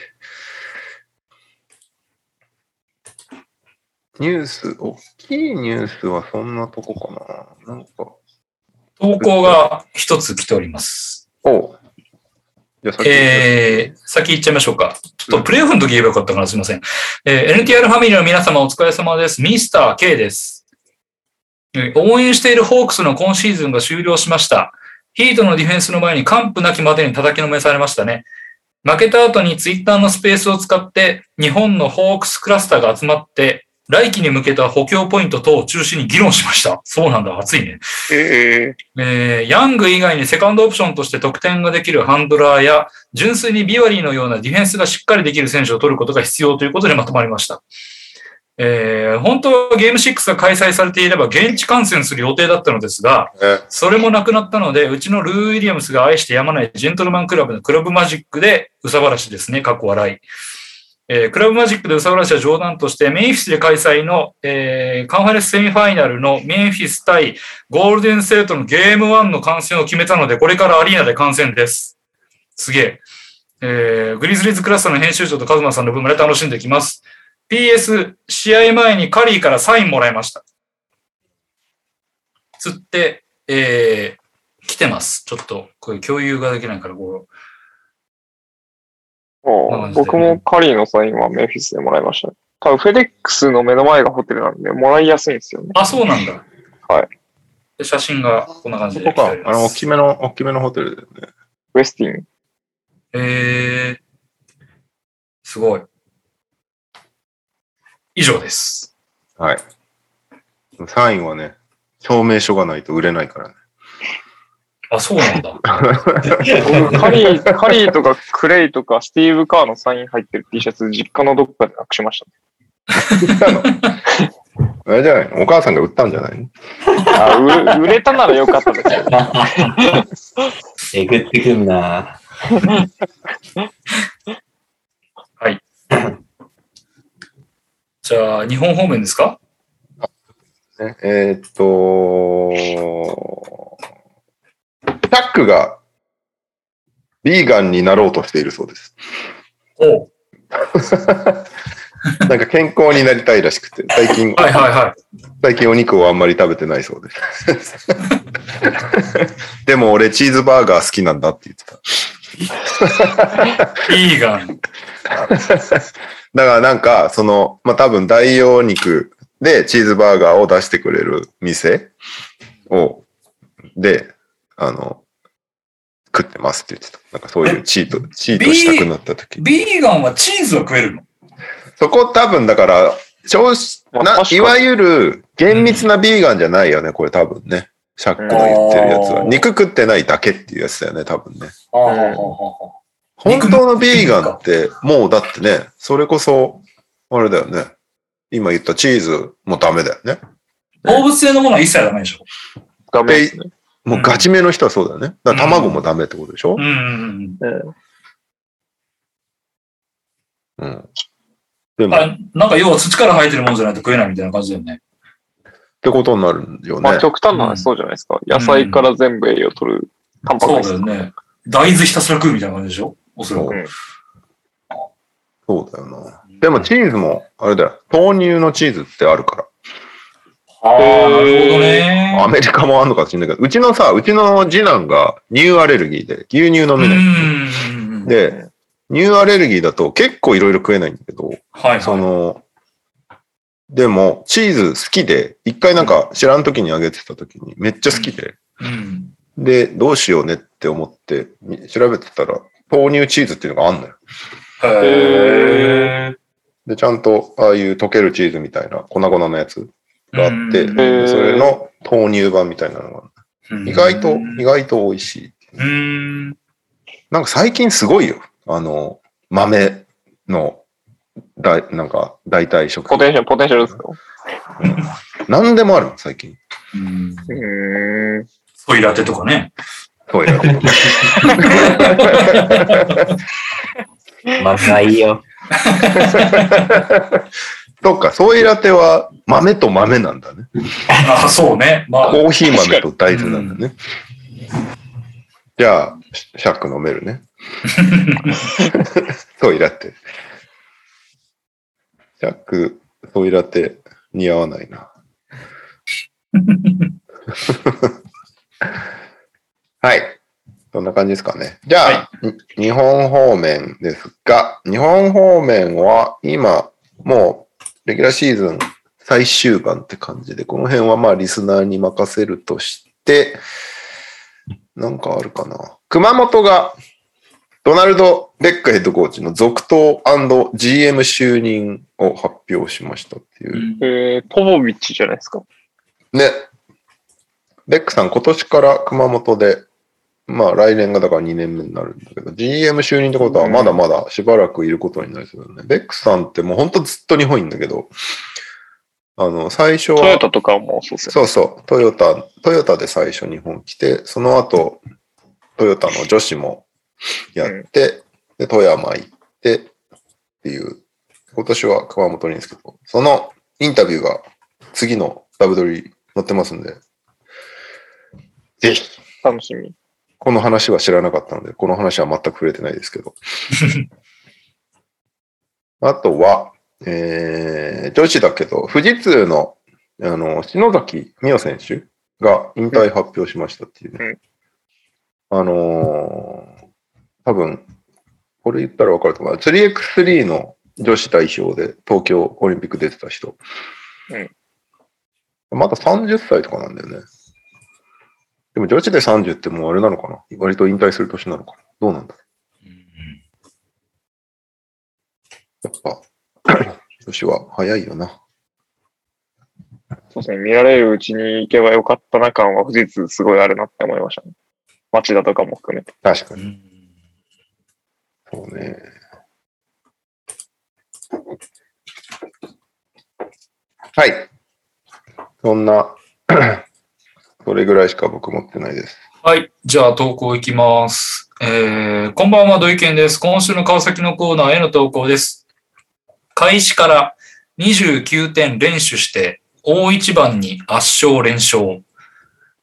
Speaker 3: ニュース、大きいニュースはそんなとこかな。なんか、
Speaker 2: 投稿が一つ来ております。
Speaker 3: おうじゃあ先に
Speaker 2: えー、先行っちゃいましょうか。ちょっとプレイオフの時言えばよかったかな、すいません。えー NTR ファミリーの皆様お疲れ様です。ミスター K です。えー応援しているホークスの今シーズンが終了しました。ヒートのディフェンスの前に完膚なきまでに叩きのめされましたね。負けた後にツイッターのスペースを使って、日本のホークスクラスターが集まって、来季に向けた補強ポイント等を中心に議論しました。そうなんだ、熱いね。
Speaker 4: え
Speaker 2: えーヤング以外にセカンドオプションとして得点ができるハンドラーや、純粋にビワリーのようなディフェンスがしっかりできる選手を取ることが必要ということでまとまりました。えー本当はゲーム6が開催されていれば現地観戦する予定だったのですが、
Speaker 3: え
Speaker 2: それもなくなったので、うちのルー・ウィリアムスが愛してやまないジェントルマンクラブのクラブマジックで、うさばらしですね、過去笑い。えークラブマジックでうさばらしは冗談として、メンフィスで開催の、えーカンファレンスセミファイナルのメンフィス対ゴールデンセートのゲーム1の観戦を決めたので、これからアリーナで観戦です。すげえ。えーグリズリーズクラスターの編集長とカズマさんの分まで楽しんできます。PS、試合前にカリーからサインもらいました。つって、えー、来てます。ちょっと、これ共有ができないから、こ
Speaker 4: ーあー僕もカリーのサインはメンフィスでもらいましたね。多分フェデックスの目の前がホテルなんで、もらいやすいんですよね
Speaker 2: う。。あ、そうなんだ。
Speaker 4: はい。
Speaker 2: で写真がこんな感じ
Speaker 3: そ
Speaker 2: で来て
Speaker 3: こ
Speaker 2: お
Speaker 3: か
Speaker 2: り。
Speaker 3: あ
Speaker 2: ま
Speaker 3: の、大
Speaker 2: す。
Speaker 3: きめの、大きめのホテルだよね。
Speaker 4: ウェスティン。
Speaker 2: えー、すごい。以上です。
Speaker 3: はい。サインはね、証明書がないと売れないからね。
Speaker 2: あ、そうなんだ。
Speaker 4: 僕カリ ー、カリーとかクレイとかスティーブ・カーのサイン入ってる T シャツ、実家のどっかで隠しましたね。
Speaker 3: 売ったのあれじゃないのお母さんが売ったんじゃないの
Speaker 4: あ売売れたならよかったです けど。
Speaker 1: えぐってくんな。
Speaker 2: じゃあ、日本方面ですか
Speaker 3: ねえーっと、チャックがビーガンになろうとしているそうです。
Speaker 2: おう
Speaker 3: なんか健康になりたいらしくて、最近、
Speaker 2: はいはいは
Speaker 3: 最近お肉をあんまり食べてないそうです。 でも俺チーズバーガー好きなんだって言ってた。
Speaker 2: ビーガン。
Speaker 3: だからなんか、その、まあ、多分代用肉でチーズバーガーを出してくれる店を、で、あの、食ってますって言ってた。なんかそういうチート、チートしたくなった時。
Speaker 2: ビーガンはチーズは食えるの
Speaker 3: そこ多分だから、少子
Speaker 4: まあ
Speaker 3: な
Speaker 4: 確かに
Speaker 3: いわゆる厳密なビーガンじゃないよね、これ多分ね。シャックの言ってるやつ
Speaker 2: あ
Speaker 3: は。
Speaker 2: ー
Speaker 3: 肉食ってないだけっていうやつだよね、多分ね。
Speaker 2: あ
Speaker 1: ー
Speaker 3: 本当のビーガンって、もうだってね、それこそ、あれだよね。今言ったチーズもダメだよね。
Speaker 2: 動物性のものは一切ダメでしょ。
Speaker 4: ダメですね。
Speaker 3: もうガチめの人はそうだよね。だから卵もダメってことでしょ
Speaker 2: うんうん
Speaker 3: うん。で
Speaker 2: うん。
Speaker 3: も、っ
Speaker 2: あなんか要は土から生えてるものじゃないと食えないみたいな感じだよね。
Speaker 3: てことになるんだよ
Speaker 4: まあ
Speaker 3: ね。
Speaker 4: 極端な話そうじゃないですか。野菜から全部栄養取る、タンパ
Speaker 2: そう
Speaker 4: ク
Speaker 2: だよ
Speaker 4: 質。
Speaker 2: ね。大豆ひたすら食うみたいな感じでしょおそら
Speaker 3: そ
Speaker 2: く。
Speaker 3: うそうだよな。でもチーズも、あれだよ。豆乳のチーズってあるから。
Speaker 2: ああ、なるほどね。
Speaker 3: アメリカもあんのかもしれないけど、うちのさ、うちの次男が乳アレルギーで、牛乳飲
Speaker 2: う
Speaker 3: めない。
Speaker 2: んうんうん。
Speaker 3: で、乳アレルギーだと結構いろいろ食えないんだけど、
Speaker 2: はい
Speaker 3: そ
Speaker 2: は
Speaker 3: の、でも、チーズ好きで、一回なんか知らん時にあげてた時に、めっちゃ好きで、
Speaker 2: い。うん。
Speaker 3: で、どうしようねって思って、み調べてたら、豆乳チーズっていうのがあんのよ。
Speaker 2: へえ。
Speaker 3: で、ちゃんと、ああいう溶けるチーズみたいな、粉々のやつがあって、
Speaker 2: うん
Speaker 3: でそれの豆乳版みたいなのが、意外と、意外と美味しい。
Speaker 2: うん。
Speaker 3: なんか最近すごいよ。あの、豆の、だいなんか、代替食
Speaker 4: ポ
Speaker 3: 品。
Speaker 4: テンシャル、ポテンシャルですか
Speaker 3: 何でもあるの、最近。
Speaker 2: うん
Speaker 4: うーん。
Speaker 2: ソイラテとかね。
Speaker 3: トイレ。
Speaker 1: 豆はいいよ。
Speaker 3: そっか、ソイラテは豆と豆なんだね。
Speaker 2: ああ、そうね。まあ、
Speaker 3: コーヒー豆と大豆なんだね。じゃあ、シャック飲め るね。ソイラテ。シャック、ソイラテ似合わない な。はい。そんな感じですかね。じゃあ、に日本方面ですが、日本方面は今、もう、レギュラーシーズン最終盤って感じで、この辺はまあリスナーに任せるとして、なんかあるかな。熊本が、ドナルド・ベックヘッドコーチの続投 &GM 就任を発表しましたっていうう。
Speaker 2: ん
Speaker 4: えー、ポポビッチじゃないですか。
Speaker 3: ね。ベックさん、今年から熊本で、まあ来年がだから2年目になるんだけど、GM 就任ってことはまだまだしばらくいることになりそうだよね。ベックさんってもうほんとずっと日本いんだけど、あの、最初は。
Speaker 4: トヨタとかもそうですよね。
Speaker 3: そうそう、トヨタ、トヨタで最初日本来て、その後、トヨタの女子もやって、で、富山行ってっていう、今年は熊本にですけど、そのインタビューが次のダブドリ載ってますんで、ぜひ、
Speaker 4: 楽しみ。
Speaker 3: この話は知らなかったので、この話は全く触れてないです けど。あとは、えー、女子だけど、富士通の、あの、篠崎美代選手が引退発表しましたっていうね。あのー多分、これ言ったらわかると思う。3x3 の女子代表で東京オリンピック出てた人。
Speaker 4: うん
Speaker 3: まだ30歳とかなんだよね。でも女子で30ってもうあれなのかな割と引退する年なのかなどうなんだろうやっぱ、 年は早いよな。
Speaker 4: そうですね。見られるうちに行けばよかったな感は、富士通すごいあるなって思いましたね。町田とかも含めて。
Speaker 3: 確か
Speaker 2: う
Speaker 3: に。
Speaker 2: ん
Speaker 3: そうね。はい。そんな、 それぐらいしか僕持ってないです。
Speaker 2: はい。じゃあ、投稿いきます。えー、こんばんは、土井健です。今週の川崎のコーナーへの投稿です。開始から29点連取して、大一番に圧勝連勝。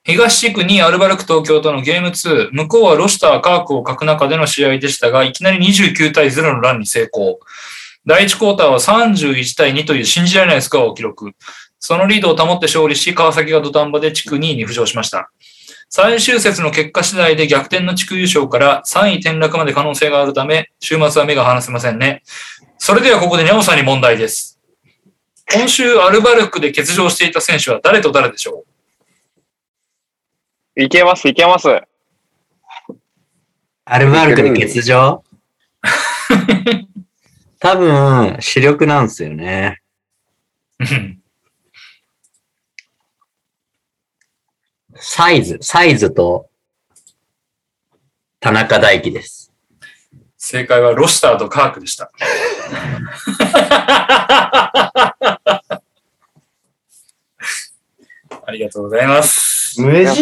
Speaker 2: 東地区にアルバルク東京とのゲーム2、向こうはロシター、カークを欠く中での試合でしたが、いきなり29対0のランに成功。第1クォーターは31対2という信じられないスコアを記録。そのリードを保って勝利し、川崎が土壇場で地区2位に浮上しました。最終節の結果次第で逆転の地区優勝から3位転落まで可能性があるため、週末は目が離せませんね。それではここでニャオさんに問題です。今週アルバルクで欠場していた選手は誰と誰でしょ
Speaker 4: いけます、いけます。
Speaker 1: アルバルクで欠場多分、主力なんですよね。
Speaker 2: う うん
Speaker 1: サイズ、サイズと、田中大輝です。
Speaker 2: 正解はロシターとカークでした。 ありがとうございます。
Speaker 1: 無
Speaker 4: やっぱ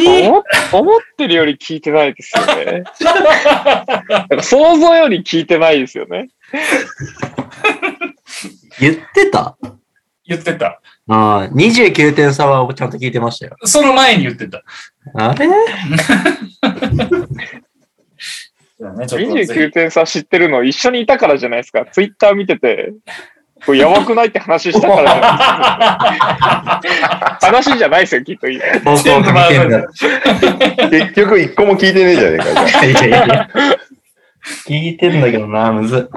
Speaker 4: 思思ってるより聞いてないですよ ね。なんか想像より聞いてないですよね。
Speaker 1: 言ってた
Speaker 2: 言ってた。
Speaker 1: ああ、29点差はちゃんと聞いてましたよ。
Speaker 2: その前に言ってた。
Speaker 1: あれ
Speaker 2: じゃあね、ちょっとぜ
Speaker 4: 29点差知ってるの一緒にいたからじゃないですか。ツイッター見てて、これやばくないって話したからじ ゃないですか。話じゃないですよ、きっと。
Speaker 1: 方向を見てるんだっ
Speaker 3: 結局一個も聞いてねえじゃねえかじゃあ。
Speaker 1: て。いやいやいや 聞いてんだけどな、むずっ。
Speaker 2: ひ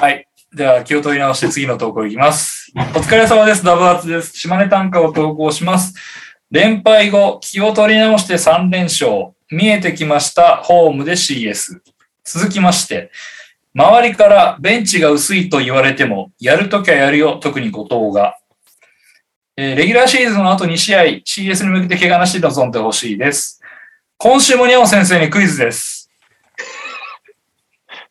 Speaker 2: はい。では、気を取り直して次の投稿いきます。お疲れ様です。ダブアツです。島根短歌を投稿します。連敗後、気を取り直して3連勝。見えてきました。ホームで CS。続きまして、周りからベンチが薄いと言われても、やるときはやるよ、特に後藤が。えーレギュラーシーズンの後2試合、CS に向けて怪我なしで臨んでほしいです。今週もニャオ先生にクイズです。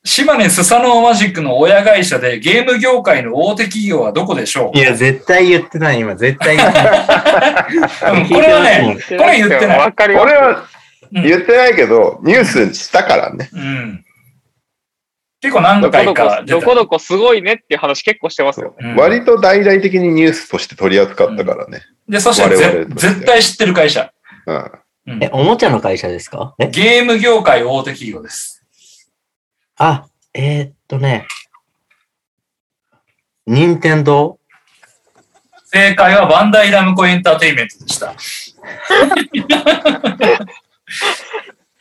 Speaker 2: 島根スサノオマジックの親会社でゲーム業界の大手企業はどこでしょう
Speaker 1: いや、絶対言ってない、今。絶対言ってない。
Speaker 2: うんこれはね、これ言ってない。
Speaker 4: わかります
Speaker 3: 俺は
Speaker 2: うん
Speaker 3: 言ってないけど、ニュースしたからね。
Speaker 2: うん、結構何
Speaker 4: どこ
Speaker 2: 回
Speaker 4: ど
Speaker 2: か
Speaker 4: こ、
Speaker 2: 出
Speaker 4: ど
Speaker 2: た
Speaker 4: こ。どこすごいねっていう話結構してますよ。
Speaker 2: うん
Speaker 3: 割と大々的にニュースとして取り扱ったからね。
Speaker 2: で、そして
Speaker 3: 我
Speaker 2: ぜ
Speaker 3: 々として
Speaker 2: 絶対知ってる会社。
Speaker 3: うん。
Speaker 2: うん
Speaker 1: え、おもちゃの会社ですかえ
Speaker 2: ゲーム業界大手企業です。
Speaker 1: あ、えー、っとね。任天堂
Speaker 2: 正解はバンダイラムコエンターテインメントでした。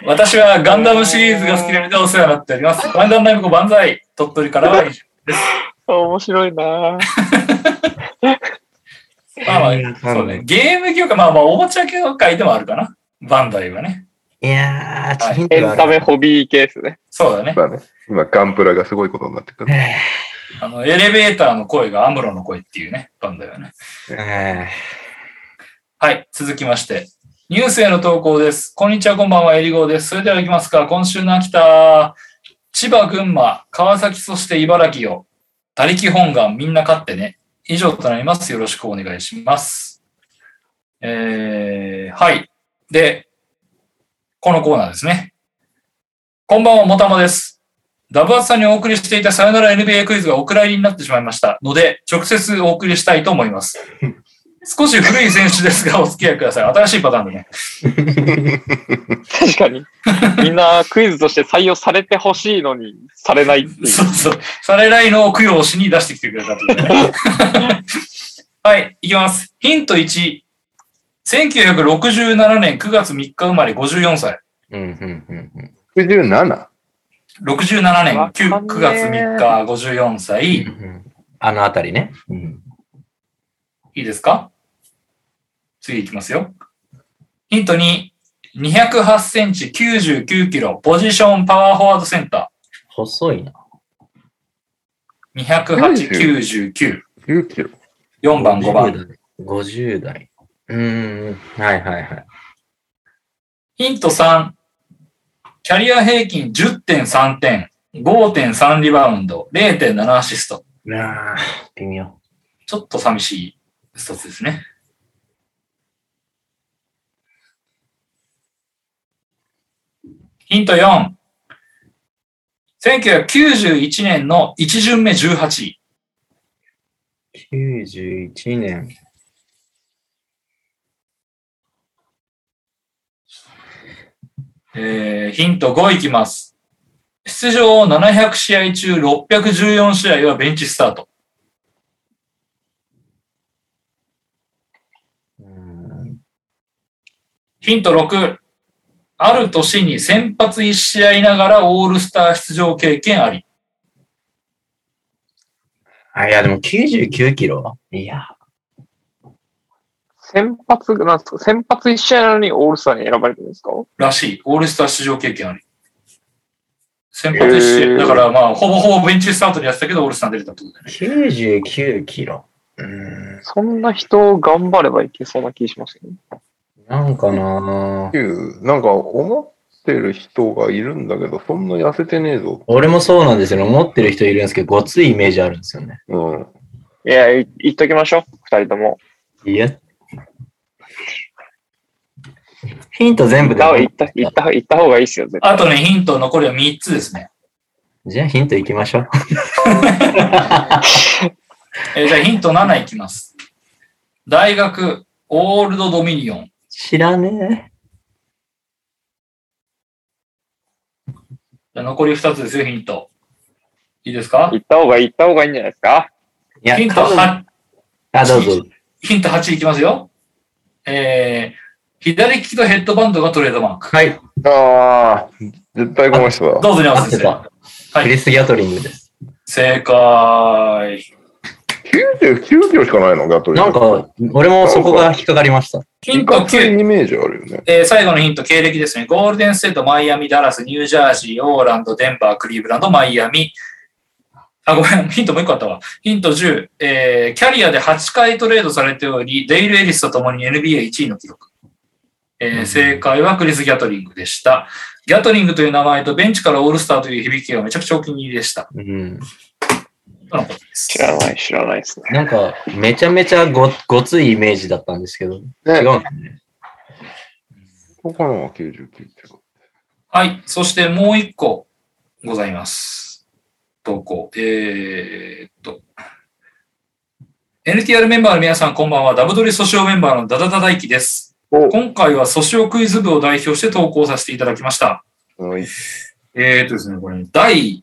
Speaker 2: 私はガンダムシリーズが好きでお世話になっております。バンダンラムコ万歳鳥取からは以上
Speaker 4: 面白いなぁ
Speaker 2: まあまあ
Speaker 1: いや
Speaker 2: そうね。ゲーム業界、まあまあ、おもちゃ業界でもあるかな。バンダイはね。
Speaker 1: いやー、ちょっとヒン
Speaker 4: エ
Speaker 1: トが
Speaker 4: ン
Speaker 1: あ
Speaker 4: タ
Speaker 1: る
Speaker 4: メホビーケースね。
Speaker 2: そうだね。
Speaker 3: まあね、今ガンプラがすごいことになってくる。
Speaker 1: え
Speaker 2: あの、エレベーターの声がアムロの声っていうね、バンダイはね。
Speaker 1: ーえ
Speaker 2: はい、続きまして。ニュースへの投稿です。こんにちは、こんばんは、えりごうです。それでは行きますか。今週の秋田、千葉、群馬、川崎、そして茨城を、他力本願、みんな勝ってね。以上となります。よろしくお願いします。えー、はい。で、このコーナーですね。こんばんは、もたまです。ダブアツさんにお送りしていたさよなら NBA クイズがお蔵入りになってしまいましたので、直接お送りしたいと思います。少し古い選手ですが、お付き合いください。新しいパターンでね。
Speaker 4: 確かに。みんなクイズとして採用されてほしいのに、されないっていう。
Speaker 2: そうそう。されないのを供養しに出してきてくれたってことね。はい、いきます。ヒント1。1967年9月3日生まれ54歳。
Speaker 1: ー。うん、うん、うんうん。
Speaker 3: 67?
Speaker 2: 67年 9, 9月3日54歳。い
Speaker 1: あのあたりね。うん。
Speaker 2: いですか次いきますよ。ヒント2。208センチ99キロ。ポジションパワーフォワードセンタ
Speaker 1: 細いな。
Speaker 2: ー。208、99。
Speaker 3: 9キロ。
Speaker 2: 4番、5番。
Speaker 1: 50代。50代。うーん。はいはいはい。
Speaker 2: ヒント3。キャリア平均10.3点、5.3リバウンド、0.7アシスト。
Speaker 1: なあ、微妙。
Speaker 2: ちょっと寂しいストツですね。ヒント4。1991年の1巡目18位。
Speaker 1: 91年。
Speaker 2: えーヒント5いきます。出場700試合中614試合はベンチスタート。
Speaker 1: うーん
Speaker 2: ヒント6。ある年に先発1試合ながらオールスター出場経験あり。
Speaker 1: あ、いや、でも99キロいや。
Speaker 4: 先発、なんですか先発一試合なのにオールスターに選ばれてるんですから
Speaker 2: しい。オールスター出場経験あり。先発1試合。
Speaker 4: へー
Speaker 2: だからまあ、ほぼほぼベンチスタートでやってたけど、オールスターに出れたってことだよね。
Speaker 1: 99キロ。うーん。
Speaker 4: そんな人頑張ればいけそうな気しますけど、ね。
Speaker 1: なんかなぁ
Speaker 3: いうなんか思ってる人がいるんだけど、そんな痩せてねえぞ。
Speaker 1: 俺もそうなんですよね。思ってる人いるんですけど、ごついイメージあるんですよね。
Speaker 3: うん。
Speaker 4: いや、い言っときましょう。二人とも。
Speaker 1: いや。ヒント全部で
Speaker 4: 言。った、言った、言った方がいいですよ、絶対。
Speaker 2: あとね、ヒント残りは3つですね。
Speaker 1: じゃあヒントいきましょう。
Speaker 2: えーじゃあヒント7いきます。大学、オールドドミニオン。
Speaker 1: 知らね
Speaker 2: じゃあ残り2つですよ、ヒント。いいですか
Speaker 4: 言った方がいい、言った方がいいんじゃないですか。
Speaker 1: え。いや、
Speaker 2: ヒント
Speaker 1: 多分
Speaker 2: 8、
Speaker 1: あ、どうぞ。
Speaker 2: ヒント8いきますよ。えー、左利きとヘッドバンドがトレードマーク。
Speaker 1: はい。
Speaker 3: ああ、絶対この人だ。
Speaker 2: どうぞ、
Speaker 1: 合
Speaker 2: 山
Speaker 1: っ
Speaker 2: 先
Speaker 1: て
Speaker 2: 生。
Speaker 1: た。
Speaker 2: はい
Speaker 1: クリス・ギャトリングです。
Speaker 2: 正解。
Speaker 3: 99キロしかないのガトリン
Speaker 1: なんか、俺もそこが引っかかりました。
Speaker 2: ヒン
Speaker 3: ガ
Speaker 2: ト
Speaker 3: ト
Speaker 2: 9
Speaker 3: リ。ンイメージあるよね。
Speaker 2: えー最後のヒント、経歴ですね。ゴールデンステート、マイアミ、ダラス、ニュージャージー、オーランド、デンバー、クリーブランド、マイアミ。あ、ごめん、ヒントもう一個あったわ。ヒント10、えーキャリアで8回トレードされており、デイル・エリスと共に NBA1 位の記録。えー正解はクリス・ギャトリングでした。ギャトリングという名前とベンチからオールスターという響きがめちゃくちゃお気に入りでした。
Speaker 1: うん。
Speaker 2: とのことです
Speaker 4: 知らない、知らないですね。
Speaker 1: なんか、めちゃめちゃごごついイメージだったんですけど、違うん
Speaker 3: ね
Speaker 1: ですね。
Speaker 3: ここかな、99キロ。
Speaker 2: はい。そしてもう一個ございます。投稿。えーっと。NTR メンバーの皆さん、こんばんは。ダブドリ訴訟メンバーのダダダ大輝です。
Speaker 4: お
Speaker 2: 今回は訴訟クイズ部を代表して投稿させていただきました。
Speaker 3: うん
Speaker 2: えーっとですね、これ、第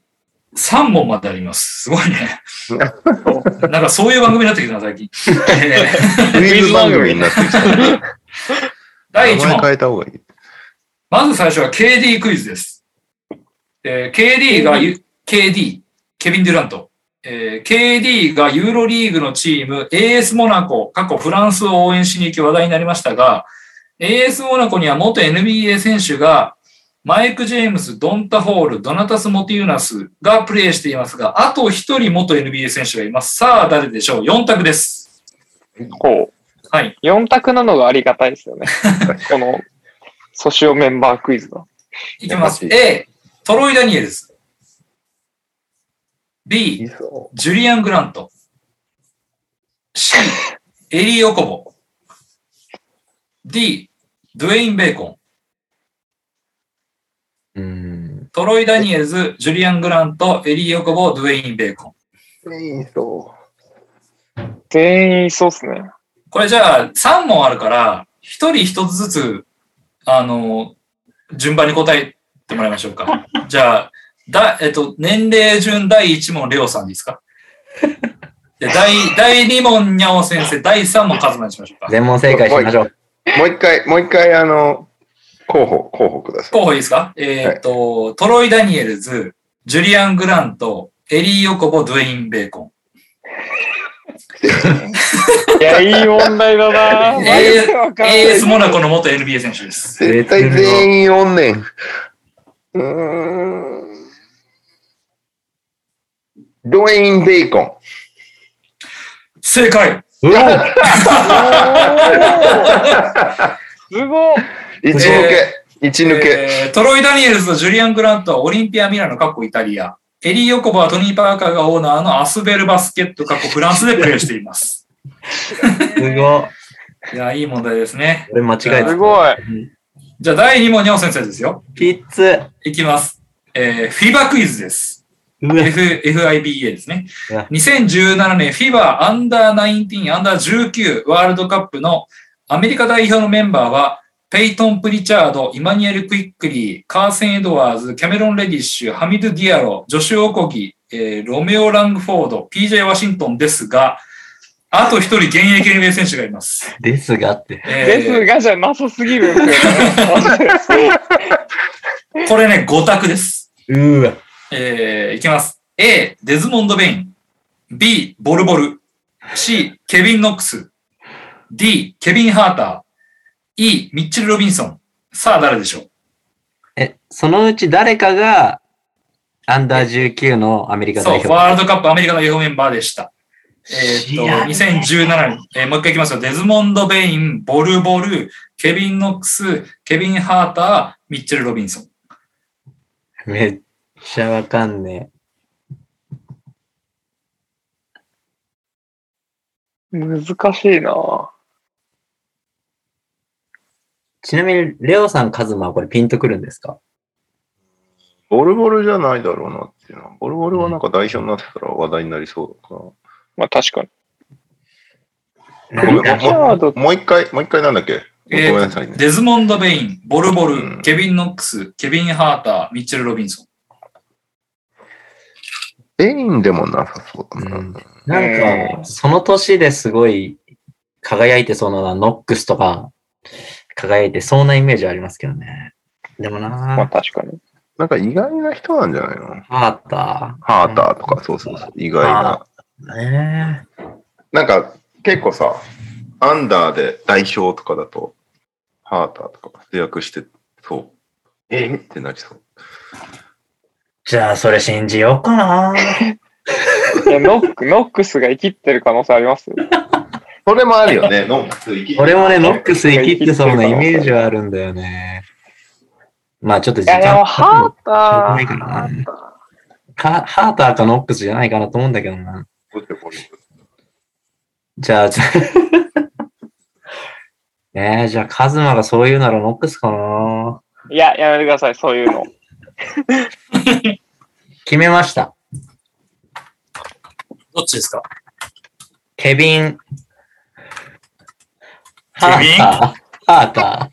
Speaker 2: 3問まであります。すごいね。 なんかそういう番組になってきたな、最近。え ー
Speaker 3: クイズ番組になってきた。
Speaker 2: 第1
Speaker 3: 名前
Speaker 2: 問。
Speaker 3: 変えた方がいい。
Speaker 2: まず最初は KD クイズです。えー KD がゆ、KD、ケビン・デュラント。えー KD がユーロリーグのチーム AS モナコ、過去フランスを応援しに行き話題になりましたが、AS モナコには元 NBA 選手がマイク・ジェームス、ドンタ・ホール、ドナタス・モティユナスがプレーしていますが、あと一人元 NBA 選手がいます。さあ、誰でしょう ?4 択です。
Speaker 4: こう。
Speaker 2: はい。
Speaker 4: 4択なのがありがたいですよ ね。この、ソシオメンバークイズが。
Speaker 2: いきます。
Speaker 3: 優し
Speaker 2: A、トロイ・ダニエルズ。B、
Speaker 3: いそ
Speaker 2: ジュリアン・グラント。C、エリー・オコボ。D、ドゥエイン・ベーコン。
Speaker 1: うん。
Speaker 2: トロイ・ダニエルズ、ジュリアン・グラント、エリー・オコボ、ドゥエイン・ベーコン。
Speaker 3: う。いそ
Speaker 4: 全員そうっすね。
Speaker 2: これじゃあ3問あるから、1人1つずつ、あの、順番に答えてもらいましょうか。じゃあ、だ、えっと、年齢順第1問、レオさんでいいですかで第第2問、ニャオ先生、第3問、カズマにしましょうか。
Speaker 1: 全問正解しましょう。
Speaker 3: う。もう一回、もう一回、あの、候補、候補ください。
Speaker 2: 候補いいですかえーっと、トロイ・ダニエルズ、ジュリアン・グラント、エリー・ヨコボ、ドゥエイン・ベーコ
Speaker 4: いや、いい問題だな
Speaker 2: えー
Speaker 4: マジでわ
Speaker 2: ン。
Speaker 4: かんない
Speaker 2: AS モナコの元 NBA 選手です。
Speaker 3: 絶対全員おんねん。うーん。ドウェイン・ベーコン。
Speaker 2: 正解
Speaker 1: う
Speaker 4: す
Speaker 1: お
Speaker 4: ごっ
Speaker 3: 一抜け。一抜け。
Speaker 2: えートロイ・ダニエルズとジュリアン・グラントはオリンピア・ミラノ、過去イタリア。エリー・ヨコボはトニー・パーカーがオーナーのアスベルバスケット、過去フランスでプレーしてい ます。
Speaker 1: すごい。
Speaker 2: いや、いい問題ですね。
Speaker 1: 俺間違え
Speaker 4: す
Speaker 1: た。
Speaker 4: ごい
Speaker 2: じゃあ、第2問、ニャオ先生ですよ。
Speaker 1: ピッツ。
Speaker 2: いきます。えー、フィバクイズです。
Speaker 1: うわ
Speaker 2: F- FIBA ですね
Speaker 1: いや。
Speaker 2: 2017年 FIBA アンダー19、アンダー19ワールドカップのアメリカ代表のメンバーは、ペイトン・プリチャード、イマニュエル・クイックリー、カーセン・エドワーズ、キャメロン・レディッシュ、ハミド・ディアロ、ジョシュ・オコギ、えーロメオ・ラングフォード、PJ ・ワシントンですが、あと一人現役 NBA 選手がいます。
Speaker 1: ですがって。
Speaker 2: えー
Speaker 4: ですがじゃなさすぎるんですよねマジでそう。
Speaker 2: これね、5択です。
Speaker 1: うーわ。
Speaker 2: えー、いきます。A、デズモンド・ベイン。B、ボルボル。C、ケビン・ノックス。D、ケビン・ハーター。E、ミッチェル・ロビンソン。さあ、誰でしょう
Speaker 1: え、そのうち誰かが、アンダー19のアメリカ代
Speaker 2: そう、
Speaker 1: 表。
Speaker 2: ワールドカップアメリカの代表メンバーでした。えーっと
Speaker 1: 知ら、ね
Speaker 2: 2017年、えーもう一回いきますよ。デズモンド・ベイン、ボルボル、ケビン・ノックス、ケビン・ハーター、ミッチェル・ロビンソン。
Speaker 1: めっちゃわかんね
Speaker 4: 難しいなぁ
Speaker 1: え。ちなみに、レオさん、カズマはこれピンとくるんですか
Speaker 3: ボルボルじゃないだろうなっていうのは。ボルボルはなんか代表になってたら話題になりそうだか
Speaker 4: まあ確かに。
Speaker 3: ら。ごめん
Speaker 4: リチ
Speaker 3: も
Speaker 4: ャード
Speaker 3: うもう一回、もう一回なんだっけご
Speaker 2: えー
Speaker 3: めんなさいね。
Speaker 2: デズモンド・ベイン、ボルボル、
Speaker 3: うん
Speaker 2: ケビン・ノックス、ケビン・ハーター、ミッチェル・ロビンソン。
Speaker 3: ベインでもなさそうだな。
Speaker 1: うんなんか、その年ですごい輝いてそうなのはノックスとか輝いてそうなイメージはありますけどね。でも
Speaker 4: まあ
Speaker 1: な
Speaker 4: 確かに。
Speaker 3: なんか意外な人なんじゃないの
Speaker 1: ハータ
Speaker 3: ハーターとか、そうそうそう。意外な。
Speaker 1: ー。ね
Speaker 3: なんか結構さ、アンダーで代表とかだと、ハーターとか活躍して、そう。えーってなりそう。
Speaker 1: じゃあ、それ信じようかな。
Speaker 4: いや、ノック、ノックスが生きってる可能性あります
Speaker 3: それもあるよね。ノックス生きてる
Speaker 1: 俺もね、ノックス生きってそうなイメージはあるんだよね。まあ、ちょっと
Speaker 4: い
Speaker 1: 時
Speaker 4: や、で
Speaker 1: 間
Speaker 4: も、ハータ
Speaker 1: な
Speaker 4: ー
Speaker 1: いかな。かハーターかノックスじゃないかなと思うんだけどな。
Speaker 3: どうしてこれ
Speaker 1: じゃあ、 じゃあねえ、じゃあ、カズマがそう言うならノックスかな。
Speaker 4: いや、やめてください、そういうの。
Speaker 1: 決めました。
Speaker 2: どっちですか
Speaker 1: ケビン。
Speaker 2: ケビン
Speaker 1: ハーター。ハータ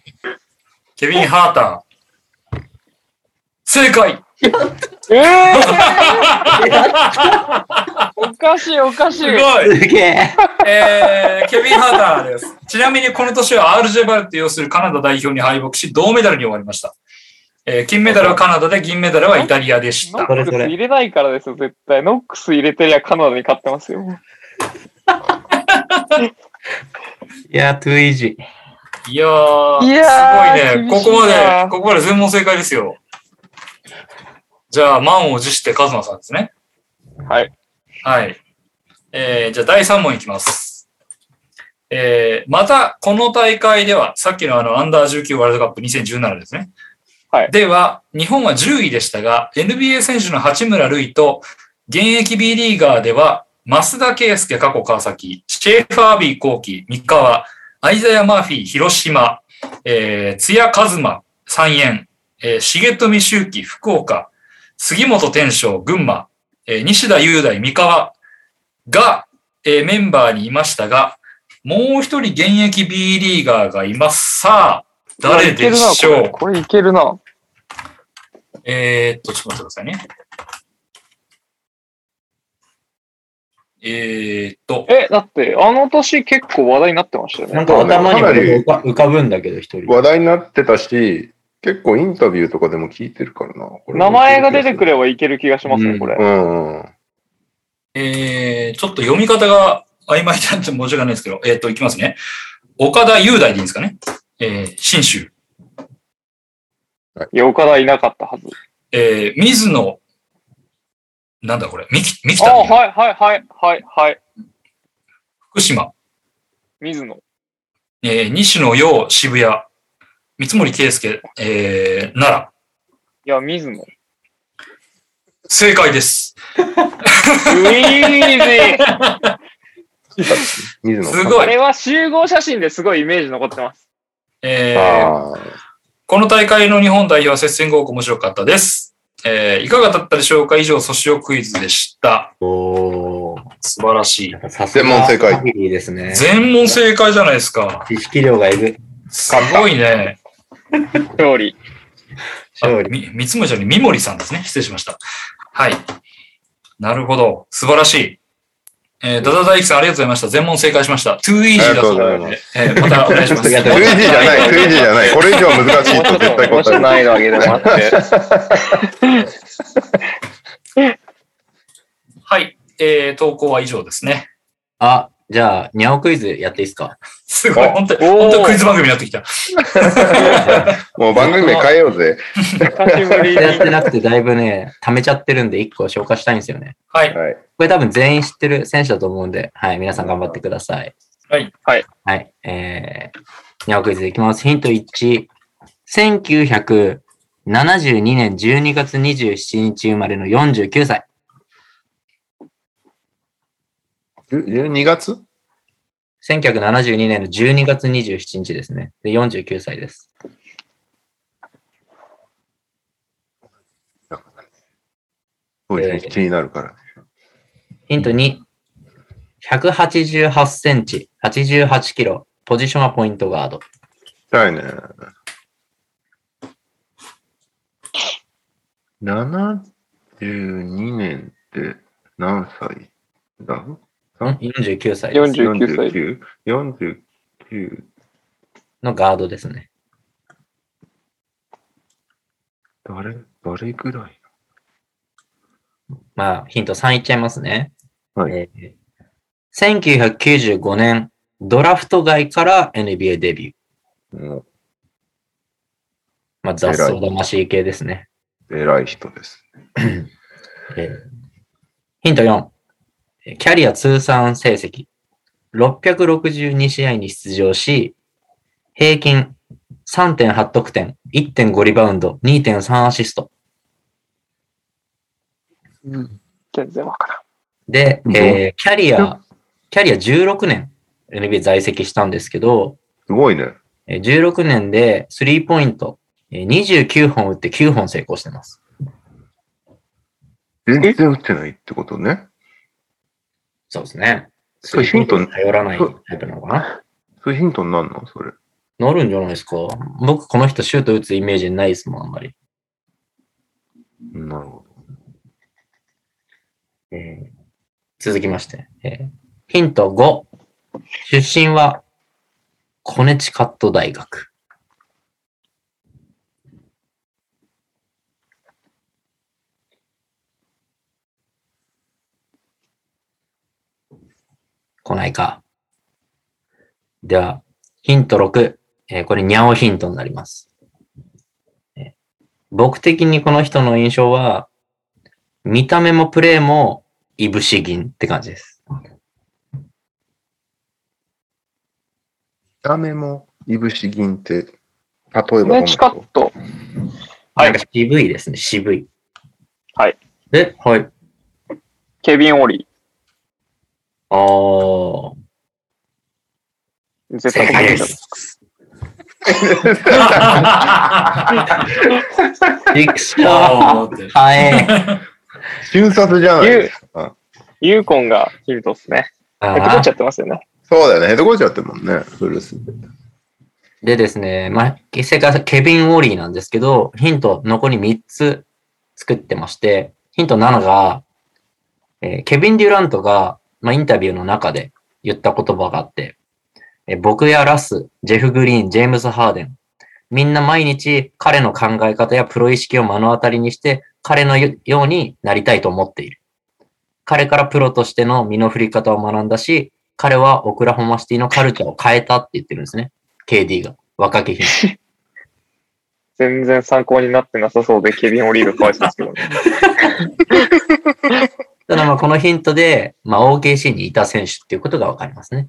Speaker 2: ケビン・ハーター。正解
Speaker 4: ええおかしい、おかしい
Speaker 2: す。ごい
Speaker 1: ー。すげえ。
Speaker 2: えー、ケビン・ハーターです。ちなみにこの年は RJ バルって要するカナダ代表に敗北し、銅メダルに終わりました。えー金メダルはカナダで、銀メダルはイタリアでし
Speaker 4: ノッ
Speaker 2: た。
Speaker 1: これ
Speaker 4: ク
Speaker 1: そ
Speaker 4: ス
Speaker 1: れ
Speaker 4: 入れないからですよ、絶対。ノックス入れてりゃカナダに勝ってますよ。
Speaker 1: いや、トゥイージー。
Speaker 2: いやー、
Speaker 4: いや
Speaker 2: す
Speaker 4: ー
Speaker 2: ごいね。
Speaker 4: 厳
Speaker 2: こ
Speaker 4: しいな
Speaker 2: こまで、ここまで全問正解ですよ。じゃあ、満を持してカズマさんですね。
Speaker 4: はい。
Speaker 2: はい。えー、じゃあ第3問いきます。えー、また、この大会では、さっきのあの、アンダー19ワールドカップ2017ですね。
Speaker 4: はい
Speaker 2: では、日本は10位でしたが、NBA 選手の八村塁と、現役 B リーガーでは、増田圭介過去川崎、シェーファービー後期、三河、アイザヤ・マーフィー、広島、えー、津谷和馬、三円、えー、重富周樹、福岡、杉本天章、群馬、えー西田雄大、三河が、えーメンバーにいましたが、もう一人現役 B リーガーがいます。さあ、誰でしょ
Speaker 4: いや
Speaker 2: う
Speaker 4: いけるなこれこれいけるな。
Speaker 2: えー、っと、ちょっと待ってくださいね。えー、っと、
Speaker 4: え、だって、あの年結構話題になってましたよ
Speaker 1: なん
Speaker 4: ね。
Speaker 1: か頭にも
Speaker 3: かなり
Speaker 1: 浮か浮かぶんだけど、一人。
Speaker 3: 話題になってたし、結構インタビューとかでも聞いてるからな。これ
Speaker 4: 名前が出てくればいける気がします
Speaker 1: うん
Speaker 4: ね、これ。
Speaker 3: うんうん。
Speaker 2: えー、ちょっと読み方が曖昧なんて申し訳ないですけど、えー、っと、いきますね。岡田雄大でいいんですかね。えー、新州。
Speaker 4: いや、岡田いなかったはず。
Speaker 2: えー、水野、なんだこれ、三木、三木
Speaker 4: あ、
Speaker 2: 田、
Speaker 4: はい、はい、はい、はい、はい。
Speaker 2: 福島、
Speaker 4: 水野。
Speaker 2: えー、西野陽、渋谷、三森圭介、えー、奈良。
Speaker 4: いや、水野。ウ
Speaker 2: 正解です。
Speaker 4: ィーズ
Speaker 3: 水野
Speaker 2: す
Speaker 3: さん。
Speaker 2: ご
Speaker 4: こ
Speaker 2: い。
Speaker 4: れは集合写真ですごいイメージ残ってます。
Speaker 2: えー、
Speaker 3: あー
Speaker 2: この大会の日本代表は接戦が多く面白かったです。えーいかがだったでしょうか以上、ソシオクイズでした。
Speaker 1: おー。
Speaker 2: 素晴らしい
Speaker 1: や。っぱさすが
Speaker 3: 全問正解
Speaker 1: ファミリーですね。
Speaker 2: 全問正解じゃないですか。
Speaker 1: 知識量がいる。
Speaker 2: すごいね。
Speaker 4: 勝利。
Speaker 2: あ
Speaker 1: 勝利。
Speaker 2: み、三つ森に三森さんですね。失礼しました。はい。なるほど。素晴らしい。えー、ダダダイキさんありがとうございました。全問正解しました。2 e だそうなので、えーまたお願いします。
Speaker 1: ありがとう
Speaker 3: クイ
Speaker 1: ござ
Speaker 3: ー
Speaker 1: い
Speaker 3: ジーじゃない、クイージーじゃない。これ以上難しいと絶対
Speaker 4: もうち
Speaker 3: 答
Speaker 4: ょっ
Speaker 3: えな
Speaker 4: と
Speaker 3: い。
Speaker 4: 難易度上げてもらって。
Speaker 2: はい。えー、投稿は以上ですね。
Speaker 1: あ、じゃあ、ニャオクイズやっていいですか
Speaker 2: すごい。
Speaker 4: お
Speaker 2: 本当に
Speaker 4: おー
Speaker 2: 本当にクイズ番組になってきた。
Speaker 3: もう番組名変えようぜ。
Speaker 4: 久しぶり
Speaker 1: やっ
Speaker 4: に。
Speaker 1: てなくてだいぶね、溜めちゃってるんで1個消化したいんですよね。
Speaker 2: はい。
Speaker 3: はい。
Speaker 1: これ多分全員知ってる選手だと思うんで、はい、皆さん頑張ってください。
Speaker 2: はい。
Speaker 4: はい。
Speaker 1: はい、えー、ニャオクイズいきます。ヒント1。1972年12月27日生まれの49歳。
Speaker 3: 12月
Speaker 1: 1972年の12月27日ですね。で、49歳です。
Speaker 3: そうですね気になるから。
Speaker 1: ヒント2。188センチ、88キロ、ポジションはポイントガード。
Speaker 3: だいね。72年って何歳だ
Speaker 1: ん ?49 歳です
Speaker 4: 49歳。
Speaker 3: 49?49? 49
Speaker 1: のガードですね。
Speaker 3: 誰、誰ぐらい
Speaker 1: まあ、ヒント3いっちゃいますね。
Speaker 3: はい
Speaker 1: えー1995年、ドラフト外から NBA デビュー。
Speaker 3: も
Speaker 1: まあ、雑草魂系ですね。
Speaker 3: う偉い人です。
Speaker 1: えーヒント4。えーキャリア通算成績。662試合に出場し、平均3.8得点、1.5リバウンド、2.3アシスト。
Speaker 4: 全然わからん。
Speaker 1: で、えーキャリア、キャリア16年 NBA 在籍したんですけど、
Speaker 3: すごいね。
Speaker 1: えー16年でスリーポイント、えー29本打って9本成功してます。
Speaker 3: 全然打ってないってことね。
Speaker 1: そうですね。ス
Speaker 3: それ
Speaker 1: リーポイント
Speaker 3: ヒン
Speaker 1: に
Speaker 3: ト
Speaker 1: 頼らないタイプなのかな
Speaker 3: そういうヒントになるのそれ。
Speaker 1: なるんじゃないですか。僕、この人シュート打つイメージないですもん、あんまり。
Speaker 3: なるほ
Speaker 1: えー続きまして、えーヒント5。出身は、コネチカット大学。来ないか。では、ヒント6。えーこれ、ニャオヒントになります。えー僕的にこの人の印象は、見た目もプレーも、いぶし銀って感じです。
Speaker 3: ど。ダメも、いぶし銀って、例えばこ
Speaker 4: コネ
Speaker 3: の
Speaker 4: チカ
Speaker 3: 人
Speaker 4: ッ、ト。は
Speaker 1: はいい。渋いですね、渋い。
Speaker 4: はい。
Speaker 1: で、はい。
Speaker 4: ケビン・オリ
Speaker 1: あー。
Speaker 4: ー。絶対答えちゃう
Speaker 1: びっくりし
Speaker 2: あ
Speaker 1: た。
Speaker 2: ーって
Speaker 1: はい。
Speaker 3: 瞬殺じゃない
Speaker 4: ユーユーコンがヒントですね。
Speaker 1: あ
Speaker 4: ヘッドコーチ
Speaker 1: ー
Speaker 4: やってますよね。
Speaker 3: そうだよね。ヘッドコーチやってるもんね。ブルースで。
Speaker 1: でですね、まあ、正解はケビン・オーリーなんですけど、ヒント残り3つ作ってまして、ヒント7が、えーケビン・デュラントが、まあ、インタビューの中で言った言葉があって、えー僕やラス、ジェフ・グリーン、ジェームス・ハーデン、みんな毎日彼の考え方やプロ意識を目の当たりにして、彼のよようになりたいと思っている。彼からプロとしての身の振り方を学んだし、彼はオクラホマシティのカルチャーを変えたって言ってるんですね。KD が。若き日に。
Speaker 4: 全然参考になってなさそうで、ケビン・オリーがかわいそうですけどね。
Speaker 1: ただまあこのヒントで、まあ、OKC にいた選手っていうことがわかりますね。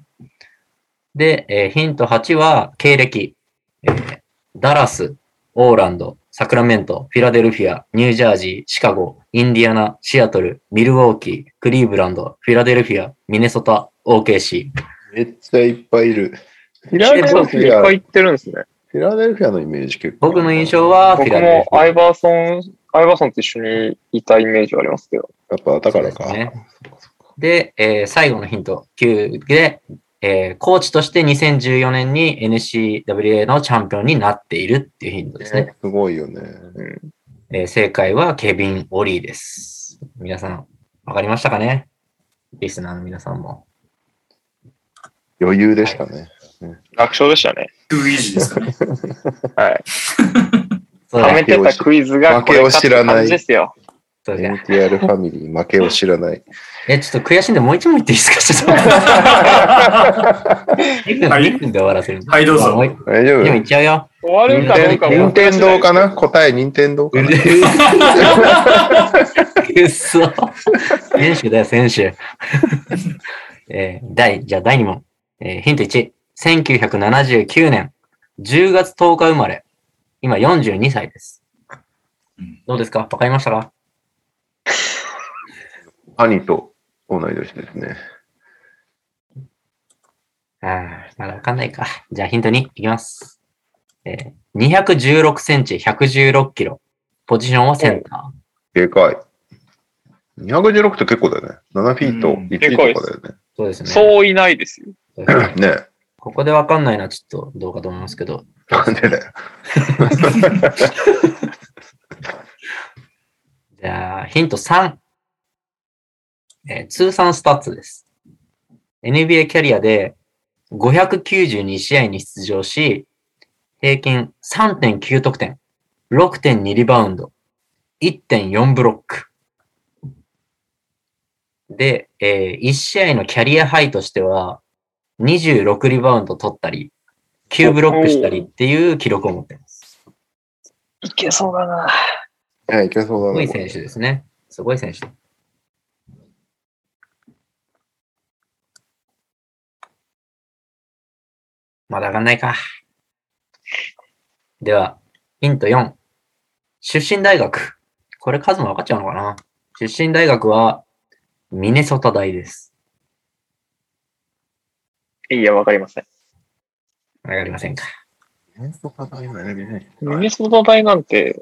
Speaker 1: で、えーヒント8は経歴、えーダラス、オーランド、サクラメント、フィラデルフィア、ニュージャージー、シカゴ、インディアナ、シアトル、ミルウォーキー、クリーブランド、フィラデルフィア、ミネソタ、OKC。
Speaker 3: めっちゃいっぱいいる。フィ
Speaker 4: い
Speaker 3: ラデルフ
Speaker 4: っ
Speaker 3: ィア、
Speaker 4: ぱい行ってるんですね。
Speaker 3: フィラデルフィアのイメージ結構。
Speaker 1: 僕の印象はフィ
Speaker 4: 僕
Speaker 1: ラデル
Speaker 4: も
Speaker 1: フィア。
Speaker 4: アイバーソン、アイバーソンと一緒にいたイメージはありますけど。
Speaker 3: やっぱだからか。
Speaker 1: そうですで、えー最後のヒント9で、えーコーチとして2014年に NCWA のチャンピオンになっているっていうヒントですね。
Speaker 3: すごいよね。
Speaker 1: えー正解はケビン・オリーです。皆さん、わかりましたかねリスナーの皆さんも。
Speaker 3: 余裕でしたね。
Speaker 4: 楽勝でしたね。
Speaker 2: トゥーイージーですかね。
Speaker 4: はい。
Speaker 1: そ
Speaker 4: 溜
Speaker 1: うだ
Speaker 4: め
Speaker 1: ね。
Speaker 4: てたクイズがこれかって感じですよ。
Speaker 1: そうだね
Speaker 3: NTR ファミリー負けを知らない。
Speaker 1: え、ちょっと悔しいんでもう一問言っていいですかちょっと。2分
Speaker 2: はい
Speaker 1: 2分で終わらせる。
Speaker 2: はいどうぞ
Speaker 1: まあも一
Speaker 3: 大丈夫
Speaker 1: でもいっちゃうよ。
Speaker 4: 終わるかどうか
Speaker 3: 任天堂かな答え任天堂かな
Speaker 1: くっそ。選手だよ、選手。 えー第、じゃあ第2問。えーヒント1。1979年10月10日生まれ。今42歳です
Speaker 2: うん。
Speaker 1: どうですかわかりましたか
Speaker 3: 兄と同い年ですね。
Speaker 1: あーまだわかんないか。じゃあヒント2いきます。えー216センチ、116キロ。ポジションはセンター。
Speaker 3: でかい。216って結構だよね。7フィート
Speaker 2: うん
Speaker 3: 1とかだよね。
Speaker 1: そうですね。
Speaker 4: そういないですよ。
Speaker 1: そうですね
Speaker 3: ね
Speaker 1: ここでわかんないのはちょっとどうかと思いますけど。
Speaker 3: え。なんでだよ。
Speaker 1: じゃあ、ヒント3。えー通算スタッツです。NBA キャリアで592試合に出場し、平均3.9得点、6.2リバウンド、1.4ブロック。で、え1試合のキャリアハイとしては、26リバウンド取ったり、9ブロックしたりっていう記録を持っています。
Speaker 4: いけそうだな。
Speaker 3: はい、いけそ
Speaker 1: す
Speaker 3: う
Speaker 1: ご
Speaker 3: だ
Speaker 1: い
Speaker 3: な。
Speaker 1: 選手ですね。すごい選手。まだ上がんないか。では、ヒント4。出身大学。これ数も分かっちゃうのかな出身大学は、ミネソタ大です。
Speaker 4: いや、わかりません。
Speaker 1: わかりませんか。
Speaker 4: ミネソタ大なんて、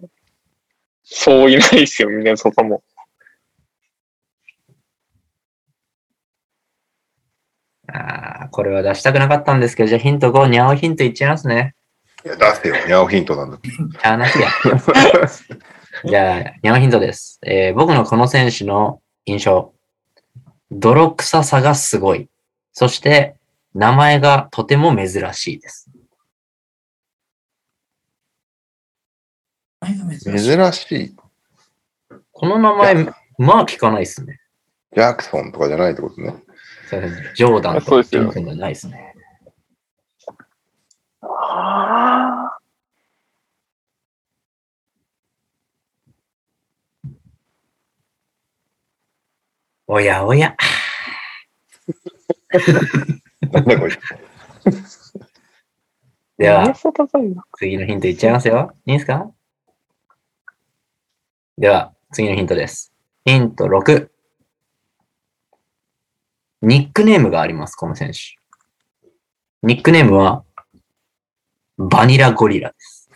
Speaker 4: そういないですよ、ミネソタも。
Speaker 1: あーこれは出したくなかったんですけど、じゃあヒント5、にゃおヒントいっちゃいますね。
Speaker 3: いや、出せよ。ニャオヒントなんだ。
Speaker 1: あー、なしや。じゃあ、山ヒントです、えー僕のこの選手の印象。泥臭さがすごい。そして、名前がとても珍しいです。
Speaker 3: 珍
Speaker 2: 珍
Speaker 3: し
Speaker 2: しい
Speaker 3: い。
Speaker 1: この名前、まあ聞かないですね。
Speaker 3: ジャクソンとかじゃないってことね。
Speaker 1: すいませんジョーダンと
Speaker 4: そう
Speaker 1: か
Speaker 4: ですよ
Speaker 1: ジョーダンじゃないですね。
Speaker 4: あ
Speaker 1: おやおや。
Speaker 3: なんだこれ。
Speaker 1: で
Speaker 4: ミ
Speaker 1: は
Speaker 4: ネ、ソタ大学。
Speaker 1: 次のヒントいっちゃいますよ。いいですかでは、次のヒントです。ヒント6。ニックネームがあります、この選手。ニックネームは、バニラゴリラです。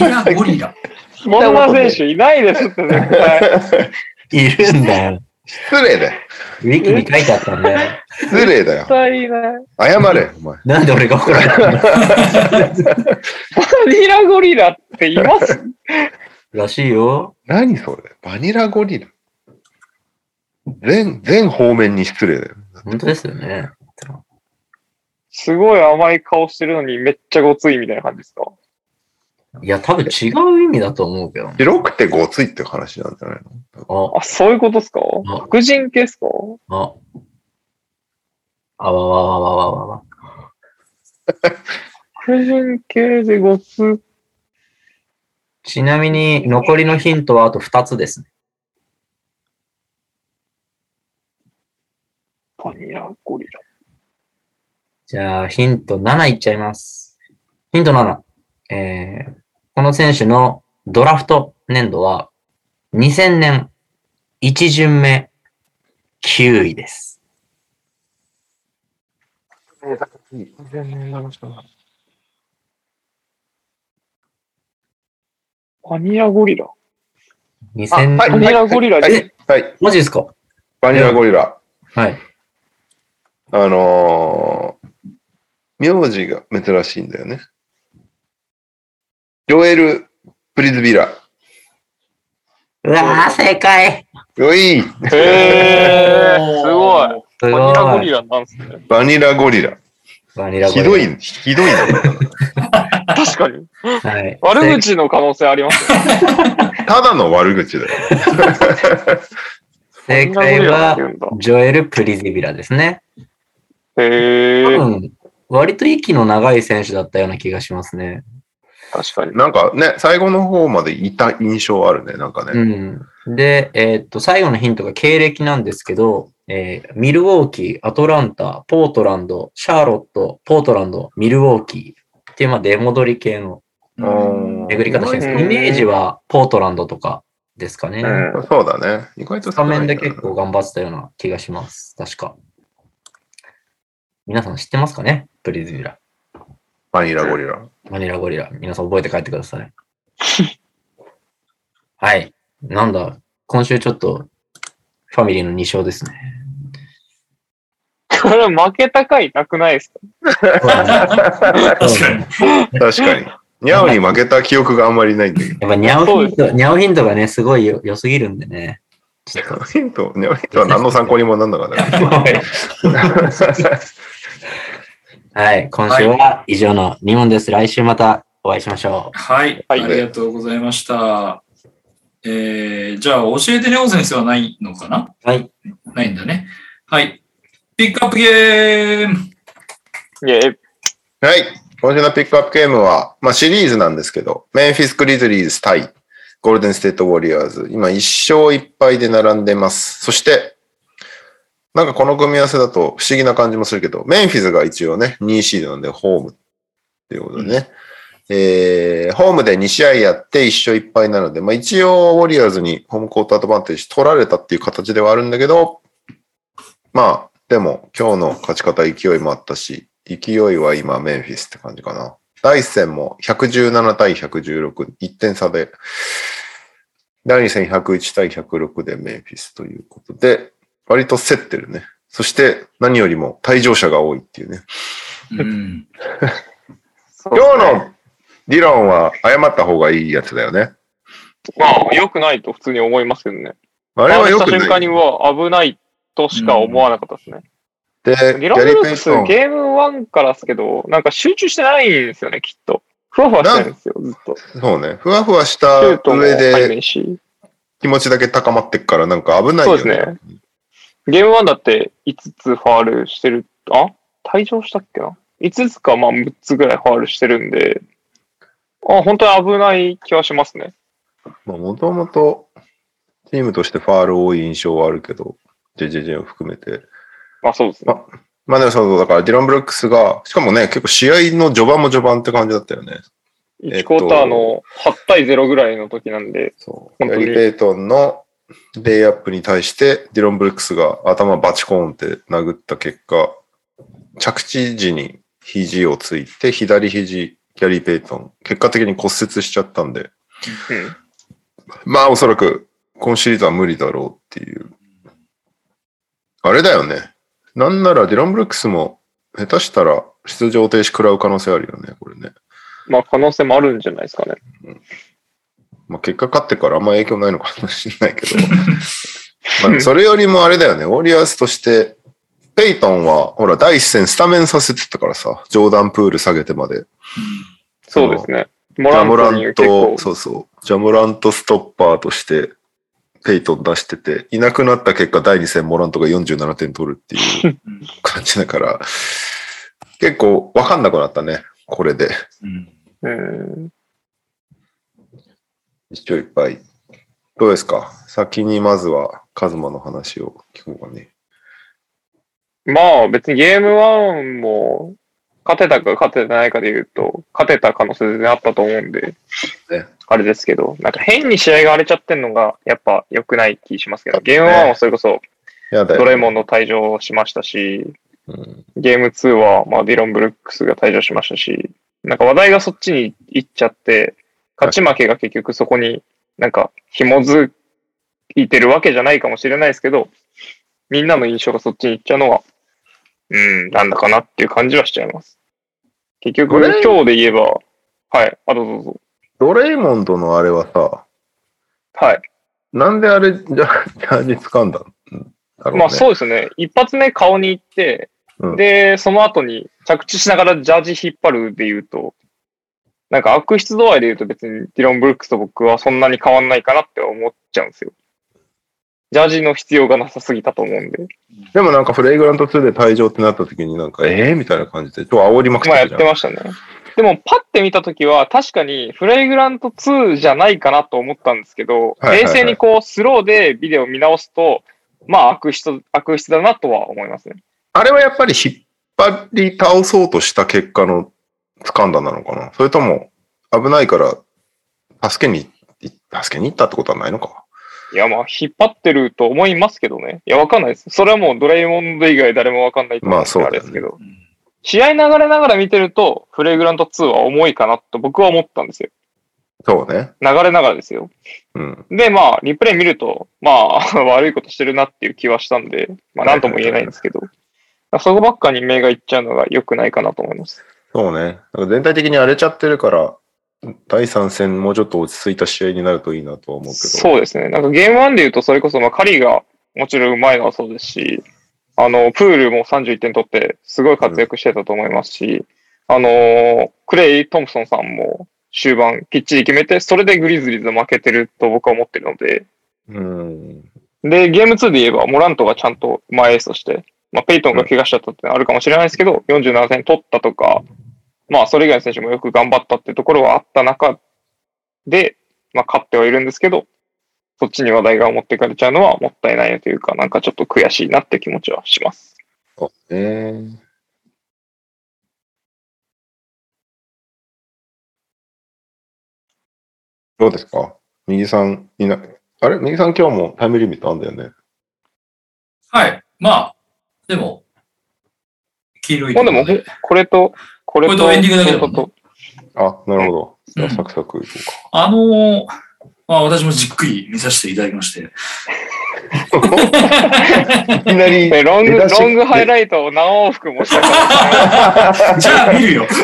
Speaker 2: ミラゴリラ。
Speaker 4: そんな選手いないですって、絶対。
Speaker 1: いるんだよ。
Speaker 3: 失礼だよ。
Speaker 1: ウィキに書いてあったんだよ。
Speaker 3: 失礼だよ
Speaker 4: 絶。対いない。
Speaker 3: 謝れ、お前。
Speaker 1: なんで俺が怒られたの
Speaker 4: バニラゴリラっています
Speaker 1: らしいよ。
Speaker 3: 何それバニラゴリラ全、全方面に失礼だよ。
Speaker 1: 本当ですよね。
Speaker 4: すごい甘い顔してるのにめっちゃごついみたいな感じですか
Speaker 1: いや、多分違う意味だと思うけど。
Speaker 3: 白くてごついっていう話なんじゃないの
Speaker 1: あ、
Speaker 4: あ、そういうことですか
Speaker 1: あ
Speaker 4: 白人系ですか
Speaker 1: あ。あわわわわわわわ。
Speaker 4: 白人系でごつ。
Speaker 1: ちなみに、残りのヒントはあと2つですね。
Speaker 4: バニラゴリラ。
Speaker 1: じゃあ、ヒント7いっちゃいます。ヒント7。えー、この選手のドラフト年度は、2000年1巡目9位です。
Speaker 4: 全然だろしな。バニラゴリラ。
Speaker 1: 2000
Speaker 3: あ
Speaker 1: 年、
Speaker 3: は
Speaker 4: バニラゴリラ
Speaker 3: は
Speaker 4: で
Speaker 3: い。はい。
Speaker 1: マジですか
Speaker 3: バニラゴリラ。
Speaker 1: はい。
Speaker 3: あのー、名字が珍しいんだよね。ジョエル・プリズビラ。
Speaker 1: うわー、正解
Speaker 3: よい
Speaker 4: へえ、すごい。
Speaker 1: すごい
Speaker 4: バニラゴリラなんですね。
Speaker 3: バニラゴリラ。
Speaker 1: バニラゴリ
Speaker 3: ひ
Speaker 1: ラ
Speaker 3: どい、ひどいな。
Speaker 4: 確かに。
Speaker 1: はい。
Speaker 4: 悪口の可能性ありますね。
Speaker 3: ただの悪口だよ。
Speaker 1: 正
Speaker 4: バニラゴリ
Speaker 1: 解
Speaker 4: ラっ
Speaker 1: は
Speaker 4: て、言うんだ
Speaker 1: ジョエル・プリズビラですね。
Speaker 4: へ
Speaker 1: 多
Speaker 4: え、
Speaker 1: 分、割と息の長い選手だったような気がしますね。
Speaker 4: 確かに。
Speaker 3: なんかね、最後の方までいた印象あるね、なんかね。
Speaker 1: うん。で、えーっと、最後のヒントが経歴なんですけど、えーミルウォーキー、アトランタ、ポートランド、シャーロット、ポートランド、ミルウォーキーっていう、まあ、出戻り系の
Speaker 3: うん
Speaker 1: 巡り方してるんですけ
Speaker 4: う
Speaker 1: ど、イ
Speaker 4: ん
Speaker 1: メージはポートランドとかですかね。
Speaker 4: うん
Speaker 3: そうだね。意外と
Speaker 1: スタ
Speaker 3: 少な
Speaker 1: メ
Speaker 3: い
Speaker 1: ン
Speaker 3: な
Speaker 1: で結構頑張ってたような気がします。確か。皆さん知ってますかねプリズビラ。
Speaker 3: バニラゴリラ。
Speaker 1: マニラゴリラ。皆さん覚えて帰ってください。 はい。なんだ、今週ちょっと、ファミリーの2勝ですね。
Speaker 4: これ負けた回なくないですか
Speaker 2: 確かに。
Speaker 3: 確かに。ニャオに負けた記憶があんまりないんだけど。
Speaker 1: やっぱニャオヒント、ニャオヒントがね、すごいよ良すぎるんでね。ちょっと。
Speaker 3: ヒント、ニャオヒントは何の参考にもなんなかった から。
Speaker 1: はい。今週は以上の2問です。来週またお会いしましょ
Speaker 2: はい、
Speaker 4: はい
Speaker 2: ありがとうございました。えー、じゃあ、教えてねお先生はないのかな
Speaker 1: う。はい。
Speaker 2: ないんだね。はい。ピックアップゲーム
Speaker 4: いや、え
Speaker 3: はい。今週のピックアップゲームは、まあシリーズなんですけど、メンフィス・グリズリーズ対ゴールデン・ステート・ウォリアーズ。今1勝1敗で並んでます。そして、なんかこの組み合わせだと不思議な感じもするけど、メンフィスが一応ね、2位シードなんでホームっていうことでね。えー、ホームで2試合やって1勝1敗なので、まあ一応ウォリアーズにホームコートアドバンテージ取られたっていう形ではあるんだけど、まあ、でも今日の勝ち方勢いもあったし、勢いは今メンフィスって感じかな。第1戦も117対116、1点差で、第2戦101対106でメンフィスということで、割と競ってるね。そして何よりも退場者が多いっていうね。
Speaker 2: うん。
Speaker 4: そうですね
Speaker 3: 今日の理論は謝った方がいいやつだよね。
Speaker 4: まあ、良くないと普通に思いますけどね。
Speaker 3: あれはよく
Speaker 4: 回
Speaker 3: な
Speaker 4: した瞬間
Speaker 3: い。
Speaker 4: には危ないとしか思わなかったですね。
Speaker 3: で、
Speaker 4: リロン・ブルース、ゲーム1からですけど、なんか集中してないんですよね、きっと。ふわふわしてるんですよ、ずっと。
Speaker 3: そうね、ふわふわした
Speaker 4: シュートも
Speaker 3: 上
Speaker 4: 入
Speaker 3: で
Speaker 4: れんし。
Speaker 3: 気持ちだけ高まってっからなんか危ないよね。
Speaker 4: そうですねゲーム1だって5つファールしてる。あ退場したっけな ?5 つか、まあ6つぐらいファールしてるんで、あ、本当に危ない気はしますね。
Speaker 3: もともとチームとしてファール多い印象はあるけど、JJJ を含めて。
Speaker 4: まあそうですね。
Speaker 3: まあでもそうだから、ディラン・ブルックスが、しかもね、結構試合の序盤も序盤って感じだったよね。えっ
Speaker 4: 1
Speaker 3: と
Speaker 4: クォーターの8対0ぐらいの時なんで、
Speaker 3: そう。
Speaker 4: 本
Speaker 3: ギ
Speaker 4: 当
Speaker 3: ャ
Speaker 4: に
Speaker 3: リー・ペイトンのレイアップに対して、ディロン・ブルックスが頭バチコーンって殴った結果、着地時に肘をついて、左肘、ギャリー・ペイトン、結果的に骨折しちゃったんで、
Speaker 4: うん。
Speaker 3: まあおそらく今シリーズは無理だろうっていう。あれだよね。なんならディラン・ブルックスも下手したら出場停止食らう可能性あるよね、これね。
Speaker 4: まあ可能性もあるんじゃないですかね。
Speaker 3: まあ、結果勝ってからあんま影響ないのかもしれないけど。まあそれよりもあれだよね、ウォリアーズとして、ペイトンは、ほら、第一戦スタメンさせてたからさ、ジョーダンプール下げてまで。
Speaker 4: そうですね。モ
Speaker 3: ジ
Speaker 4: ラ
Speaker 3: ャ
Speaker 4: ン
Speaker 3: モラ
Speaker 4: トに
Speaker 3: ン
Speaker 4: 結構
Speaker 3: ト、そうそう、ジャモラントストッパーとして、ペイトン出してて、いなくなった結果、第2戦モラントが47点取るっていう感じだから、結構わかんなくなったね、これで。
Speaker 2: うん
Speaker 4: うん。
Speaker 3: 一勝いっぱい。どうですか先にまずは、カズマの話を聞こうかね。
Speaker 4: まあ別にゲーム1も勝てたか勝ててないかで言うと、勝てた可能性全然あったと思うんで、
Speaker 3: ね
Speaker 4: あれですけど、なんか変に試合が荒れちゃってんのがやっぱ良くない気しますけど、ゲーム1はそれこそ
Speaker 3: やだよ。
Speaker 4: ドレモンの退場しましたし、
Speaker 3: うん
Speaker 4: ゲーム2はまあディロン・ブルックスが退場しましたし、なんか話題がそっちに行っちゃって、勝ち負けが結局そこになんか紐づいてるわけじゃないかもしれないですけど、みんなの印象がそっちに行っちゃうのは、うん、なんだかなっていう感じはしちゃいます。結
Speaker 3: こ
Speaker 4: 局、
Speaker 3: れ
Speaker 4: 今日で言えば、はい、あ、どうぞどうぞ。
Speaker 3: ドレイモンドのあれはさ、
Speaker 4: はい。
Speaker 3: なんであれ、じゃあ、ジャージ掴んだんだろうね。
Speaker 4: まあそうですね。一発目顔に行って、
Speaker 3: うん
Speaker 4: で、その後に着地しながらジャージ引っ張るで言うと、なんか悪質度合いで言うと別にディロン・ブルックスと僕はそんなに変わんないかなって思っちゃうんですよ。ジャージの必要がなさすぎたと思うんで。
Speaker 3: でもなんかフレイグラント2で退場ってなった時になんか、ええー、みたいな感じで、ちょっと煽りまくって
Speaker 4: まあや
Speaker 3: たじ
Speaker 4: っ
Speaker 3: ゃ
Speaker 4: て
Speaker 3: ん。
Speaker 4: ましたね。でもパッて見たときは確かにフレイグラント2じゃないかなと思ったんですけど、
Speaker 3: いはいはい
Speaker 4: 冷静にこうスローでビデオ見直すと、まあ悪質、悪質だなとは思いますね。
Speaker 3: あれはやっぱり引っ張り倒そうとした結果の掴んだなのかなそれとも、危ないから、助けに、い助けに行ったってことはないのか。
Speaker 4: いや、まあ、引っ張ってると思いますけどね。いや、わかんないです。それはもうドラえもん以外誰もわかんないと思
Speaker 3: ま
Speaker 4: うんで
Speaker 3: あ
Speaker 4: あ
Speaker 3: そうだ
Speaker 4: れ
Speaker 3: よね
Speaker 4: ですけど。
Speaker 2: うん
Speaker 4: 試合流れながら見てると、フレイグラント2は重いかなと僕は思ったんですよ。
Speaker 3: そうね。
Speaker 4: 流れながらですよ。
Speaker 3: うん。
Speaker 4: で、まあ、リプレイ見ると、まあ、 悪いことしてるなっていう気はしたんで、まあ、なんとも言えないんですけど。そこばっかに目がいっちゃうのが良くないかなと思います。
Speaker 3: そうね。なんか全体的に荒れちゃってるから、第3戦もうちょっと落ち着いた試合になるといいなとは思うけど。
Speaker 4: そうですね。なんかゲーム1で言うと、それこそ、まあ、カリーがもちろん上手いのはそうですし、あの、プールも31点取って、すごい活躍してたと思いますし、あの、クレイ・トンプソンさんも終盤きっちり決めて、それでグリズリーズ負けてると僕は思ってるので、
Speaker 3: うん。
Speaker 4: で、ゲーム2で言えば、モラントがちゃんと前エースとして、まあ、ペイトンが怪我しちゃったってのはあるかもしれないですけど、47点取ったとか、まあ、それ以外の選手もよく頑張ったってところはあった中で、まあ、勝ってはいるんですけど、そっちに話題が持ってかれちゃうのはもったいないというか、なんかちょっと悔しいなって気持ちはします。
Speaker 3: そうね。どうですか右さんいない。あれ右さん今日もタイムリミットあんだよね。
Speaker 2: はい。まあ、でも、黄色い
Speaker 4: ま
Speaker 2: と
Speaker 4: あ
Speaker 2: こ
Speaker 4: で
Speaker 2: ろで。
Speaker 4: も、これと、これ
Speaker 2: これとエンディングだけ
Speaker 4: そ
Speaker 2: だ
Speaker 4: れ
Speaker 2: もん
Speaker 4: と
Speaker 2: ね
Speaker 4: と、
Speaker 3: あ、なるほど。じゃあ
Speaker 2: うん
Speaker 3: サクサクいこう
Speaker 2: あのーまあ私もじっくり見させていただきま して。
Speaker 3: か。いきなり。
Speaker 4: えロング、
Speaker 3: 出だし
Speaker 4: ロングハイライトを何往復もし たから、
Speaker 2: じゃあ見る よ。だっ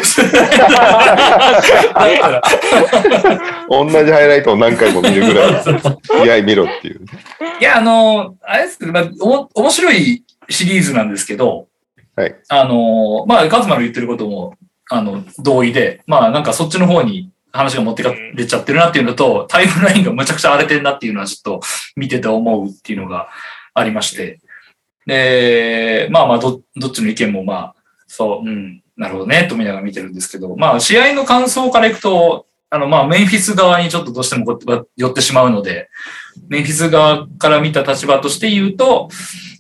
Speaker 2: たら
Speaker 3: 同じハイライトを何回も見るぐら い、いや、見ろっていう。
Speaker 2: いや、あの、あれですけど、まあ、おも面白いシリーズなんですけど、
Speaker 3: はい。
Speaker 2: あの、まあ、カズマの言ってることも、あの、同意で、まあ、なんかそっちの方に話が持ってかれちゃってるなっていうのと、タイムラインがむちゃくちゃ荒れてるなっていうのはちょっと見てて思うっていうのがありまして。で、まあまあ、ど、どっちの意見もまあ、そう、うん、なるほどね、と見ながら見てるんですけど、まあ、試合の感想からいくと、あの、まあ、メンフィス側にちょっとどうしてもこ寄ってしまうので、メンフィス側から見た立場として言うと、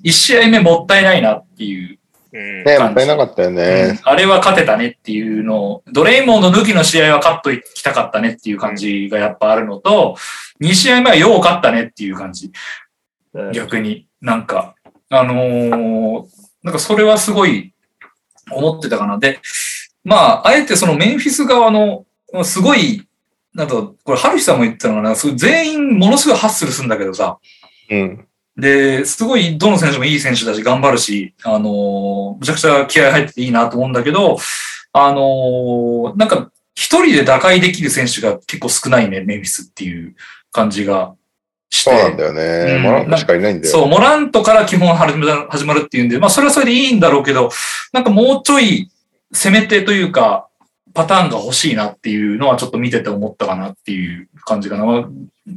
Speaker 2: 1試合目もったいないなっていう、
Speaker 4: うん
Speaker 3: ねもったいなかったよね。
Speaker 2: あれは勝てたねっていうのを、ドレイモンド抜きの試合は勝っときたかったねっていう感じがやっぱあるのと、2試合目はよう勝ったねっていう感じ。逆に、なんか、あのーなんかそれはすごい思ってたかな。で、まあ、あえてそのメンフィス側の、すごい、なんか、これ、ハルヒさんも言ってたのかな、すごい全員ものすごいハッスルするんだけどさ、
Speaker 3: うん。
Speaker 2: で、すごい、どの選手もいい選手だし、頑張るし、あのーむちゃくちゃ気合入ってていいなと思うんだけど、あのーなんか、一人で打開できる選手が結構少ないね、メンフィスっていう感じがして。
Speaker 3: そうなんだよね。
Speaker 2: うん
Speaker 3: マランコしかいないんだよ。
Speaker 2: そう、モラントから基本始まる始まるっていうんで、まあそれはそれでいいんだろうけど、なんかもうちょい攻め手というか、パターンが欲しいなっていうのはちょっと見てて思ったかなっていう感じかな。まあ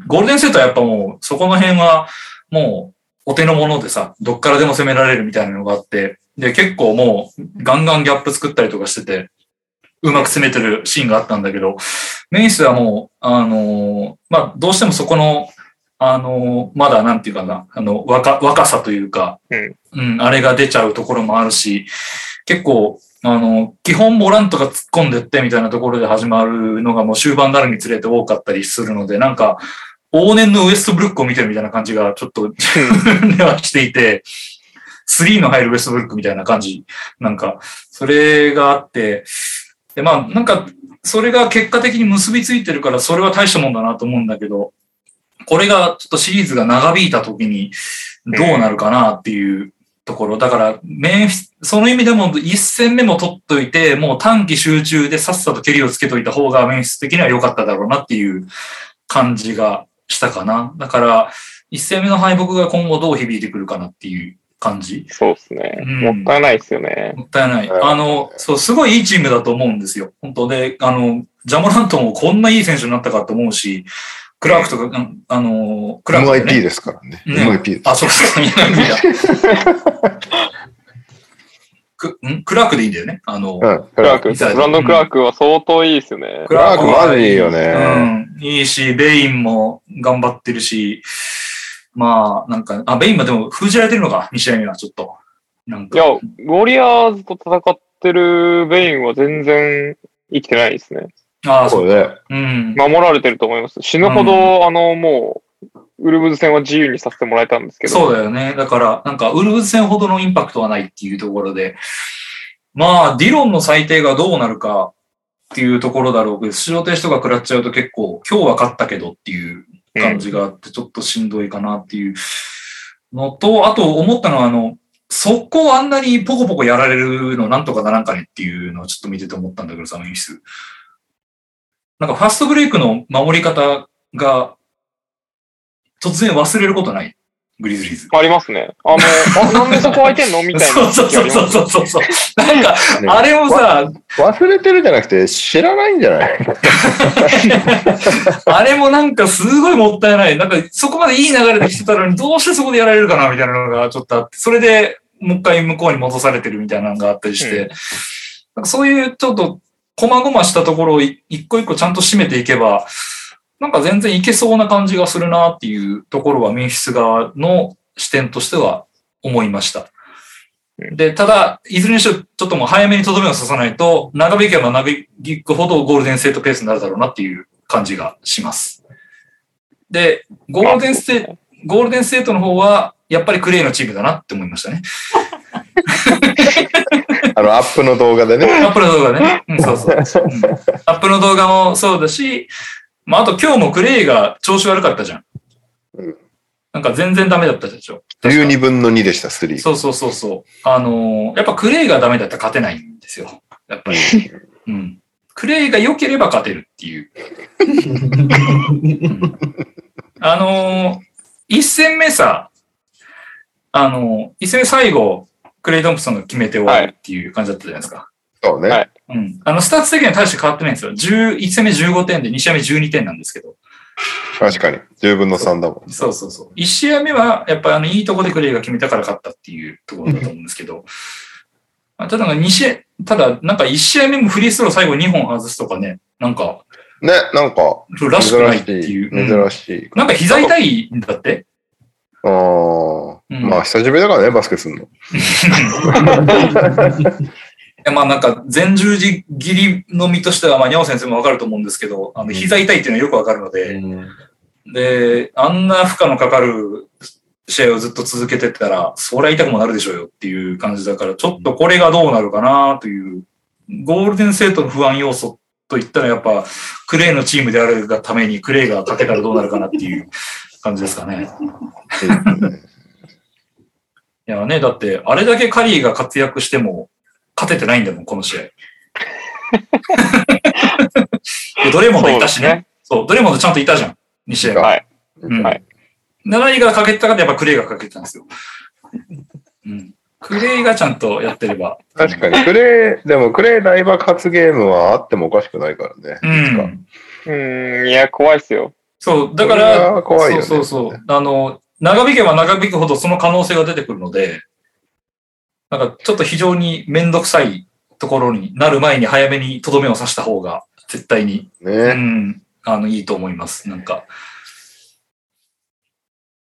Speaker 2: ゴールデンセットはやっぱもうそこの辺はもうお手の物でさ、どっからでも攻められるみたいなのがあって、で結構もうガンガンギャップ作ったりとかしてて、うまく攻めてるシーンがあったんだけど、メイスはもう、あのーまあどうしてもそこのあの、まだなんていうかな、あの、若、若さというか、
Speaker 4: うん
Speaker 2: うんあれが出ちゃうところもあるし、結構、あの、基本モラントが突っ込んでってみたいなところで始まるのがもう終盤になるにつれて多かったりするので、なんか、往年のウエストブルックを見てるみたいな感じがちょっと ではしていて、3の入るウエストブルックみたいな感じ、なんか、それがあって、で、まあ、なんか、それが結果的に結びついてるから、それは大したもんだなと思うんだけど、これがちょっとシリーズが長引いた時にどうなるかなっていうところ。だから、メンフィスその意味でも1戦目も取っといて、もう短期集中でさっさと蹴りをつけといた方がメンフィス的には良かっただろうなっていう感じがしたかな。だから、一戦目の敗北が今後どう響いてくるかなっていう感じ。
Speaker 4: そうですね。
Speaker 2: うん
Speaker 4: もったいないですよね。
Speaker 2: もったいない。
Speaker 3: うん
Speaker 2: あの、そう、すごいいいチームだと思うんですよ。本当で、あの、ジャモラントもこんないい選手になったかと思うし、クラークとか、うんあの、クラーク、
Speaker 3: MIP ですからね。
Speaker 2: ね
Speaker 3: MIP
Speaker 2: あ、そうそう、MIP だ。 くんクラークでいいんだよね。あの、
Speaker 3: うん。ク
Speaker 4: クラーク、
Speaker 2: みたいな
Speaker 4: ブランドンクラークは相当いいですよね。
Speaker 2: ク
Speaker 3: ラークマジいいよね。
Speaker 2: うん、いいし、ベインも頑張ってるし、まあ、なんか、あ、ベインもでも封じられてるのか、2試合目はちょっと。なん
Speaker 4: いや、
Speaker 2: か、
Speaker 4: ウォリアーズと戦ってるベインは全然生きてないですね。
Speaker 2: ああ、
Speaker 3: そ
Speaker 2: そうう。
Speaker 3: ね。
Speaker 2: うん。
Speaker 4: 守られてると思います。死ぬほど、あの、もう、ウルブズ戦は自由にさせてもらえたんですけど。
Speaker 2: そうだよね。だから、なんか、ウルブズ戦ほどのインパクトはないっていうところで、まあ、ディロンの最低がどうなるかっていうところだろうけど、出場停止とか食らっちゃうと結構、今日は勝ったけどっていう感じがあって、ちょっとしんどいかなっていうのと、あと思ったのは、あの、速攻あんなにポコポコやられるのなんとかならんかねっていうのをちょっと見てて思ったんだけどさ、メフィス。なんかファストブレイクの守り方が突然忘れることないグリズリーズ。
Speaker 4: ありますね。あの、 あ、なんでそこ空いてんのみたい
Speaker 2: そ
Speaker 4: な
Speaker 2: うそう
Speaker 4: 時あ
Speaker 2: そ
Speaker 4: り
Speaker 2: う
Speaker 4: ます。
Speaker 2: そうそうそう。なん か、
Speaker 3: ね
Speaker 2: あれもさ、
Speaker 3: 忘れてるじゃなくて、知らないんじゃない
Speaker 2: あれもなんかすごいもったいない。なんかそこまでいい流れで来てたのにどうしてそこでやられるかなみたいなのがちょっとあって、それでもう一回向こうに戻されてるみたいなのがあったりして、
Speaker 4: うん
Speaker 2: なんかそういうちょっと細々したところをい一個一個ちゃんと締めていけば、なんか全然いけそうな感じがするなっていうところは民室側の視点としては思いました。で、ただ、いずれにしろ、ちょっともう早めにとどめを刺さないと、長引けば長引くほどゴールデンステートペースになるだろうなっていう感じがします。で、ゴールデンステート、ゴールデンステートの方は、やっぱりクレイのチームだなって思いま したね。
Speaker 3: あの、アップの動画でね。
Speaker 2: アップの動画 ね。うん、そうそう。うんアップの動画もそうだし、まあ、あと今日もクレイが調子悪かったじゃん。
Speaker 3: うん
Speaker 2: なんか全然ダメだったでしょ。
Speaker 3: 12分の2でした、3。
Speaker 2: そうそうそうそう。あのーやっぱクレイがダメだったら勝てないんですよ。やっぱ り。うん。クレイが良ければ勝てるって いう。うんあのー一戦目さ、あのー一戦目最後、クレイ・ドンプソンが決めて終わるっていう感じだったじゃないですか。
Speaker 3: そうね。
Speaker 4: はい
Speaker 2: うん。あの、スタッツ的には大して変わってないんですよ。10 1戦目15点で2試合目12点なんですけど。
Speaker 3: 確かに。10分の3だもん。
Speaker 2: そうそうそう。1試合目は、やっぱりあの、いいとこでクレイが決めたから勝ったっていうところだと思うんですけ ど、あただなんか2試合、ただなんか1試合目もフリースロー最後2本外すとかね、なんか、
Speaker 3: ね、なんか、
Speaker 2: らしくない
Speaker 3: 珍
Speaker 2: って
Speaker 3: し
Speaker 2: い
Speaker 3: い。
Speaker 2: う。うん
Speaker 3: 珍しい。
Speaker 2: なんか膝痛いんだって
Speaker 3: あー
Speaker 2: うん
Speaker 3: まあ、久しぶりだからね、バスケすん の。
Speaker 2: いやまあなんか前十字切りの身としては、まあ、にゃお先生もわかると思うんですけど、あの、膝痛いっていうのはよくわかるので、で、あんな負荷のかかる試合をずっと続けてたら、そりゃ痛くもなるでしょうよっていう感じだから、ちょっとこれがどうなるかなという、ゴールデンセートの不安要素といったらやっぱ、クレイのチームであるがために、クレイがかけたらどうなるかなっていう感じですかね。いやね、だって、あれだけカリーが活躍しても、勝ててないんだもん、この 試合。でドレモンドいたし
Speaker 4: そうです
Speaker 2: ね。そうドレモンドちゃんといたじゃん、2試合は。
Speaker 4: はい。
Speaker 2: うん
Speaker 4: はい
Speaker 2: 7位がかけてたからやっぱクレイがかけてたんですよ。うん。クレイがちゃんとやってれば。
Speaker 3: 確かに。クレイ、でもクレイ大爆発ゲームはあってもおかしくないからね。
Speaker 2: う
Speaker 3: いつか
Speaker 2: ん。
Speaker 4: うーん、いや、怖いですよ。
Speaker 2: そう、だか
Speaker 3: それ
Speaker 2: ら、
Speaker 3: が怖いよね
Speaker 2: そうそうそう。あの、長引けば長引くほどその可能性が出てくるので、なんかちょっと非常にめんどくさいところになる前に早めにとどめを刺した方が絶対に、う
Speaker 3: ね。
Speaker 2: ん、あの、いいと思います。なんか。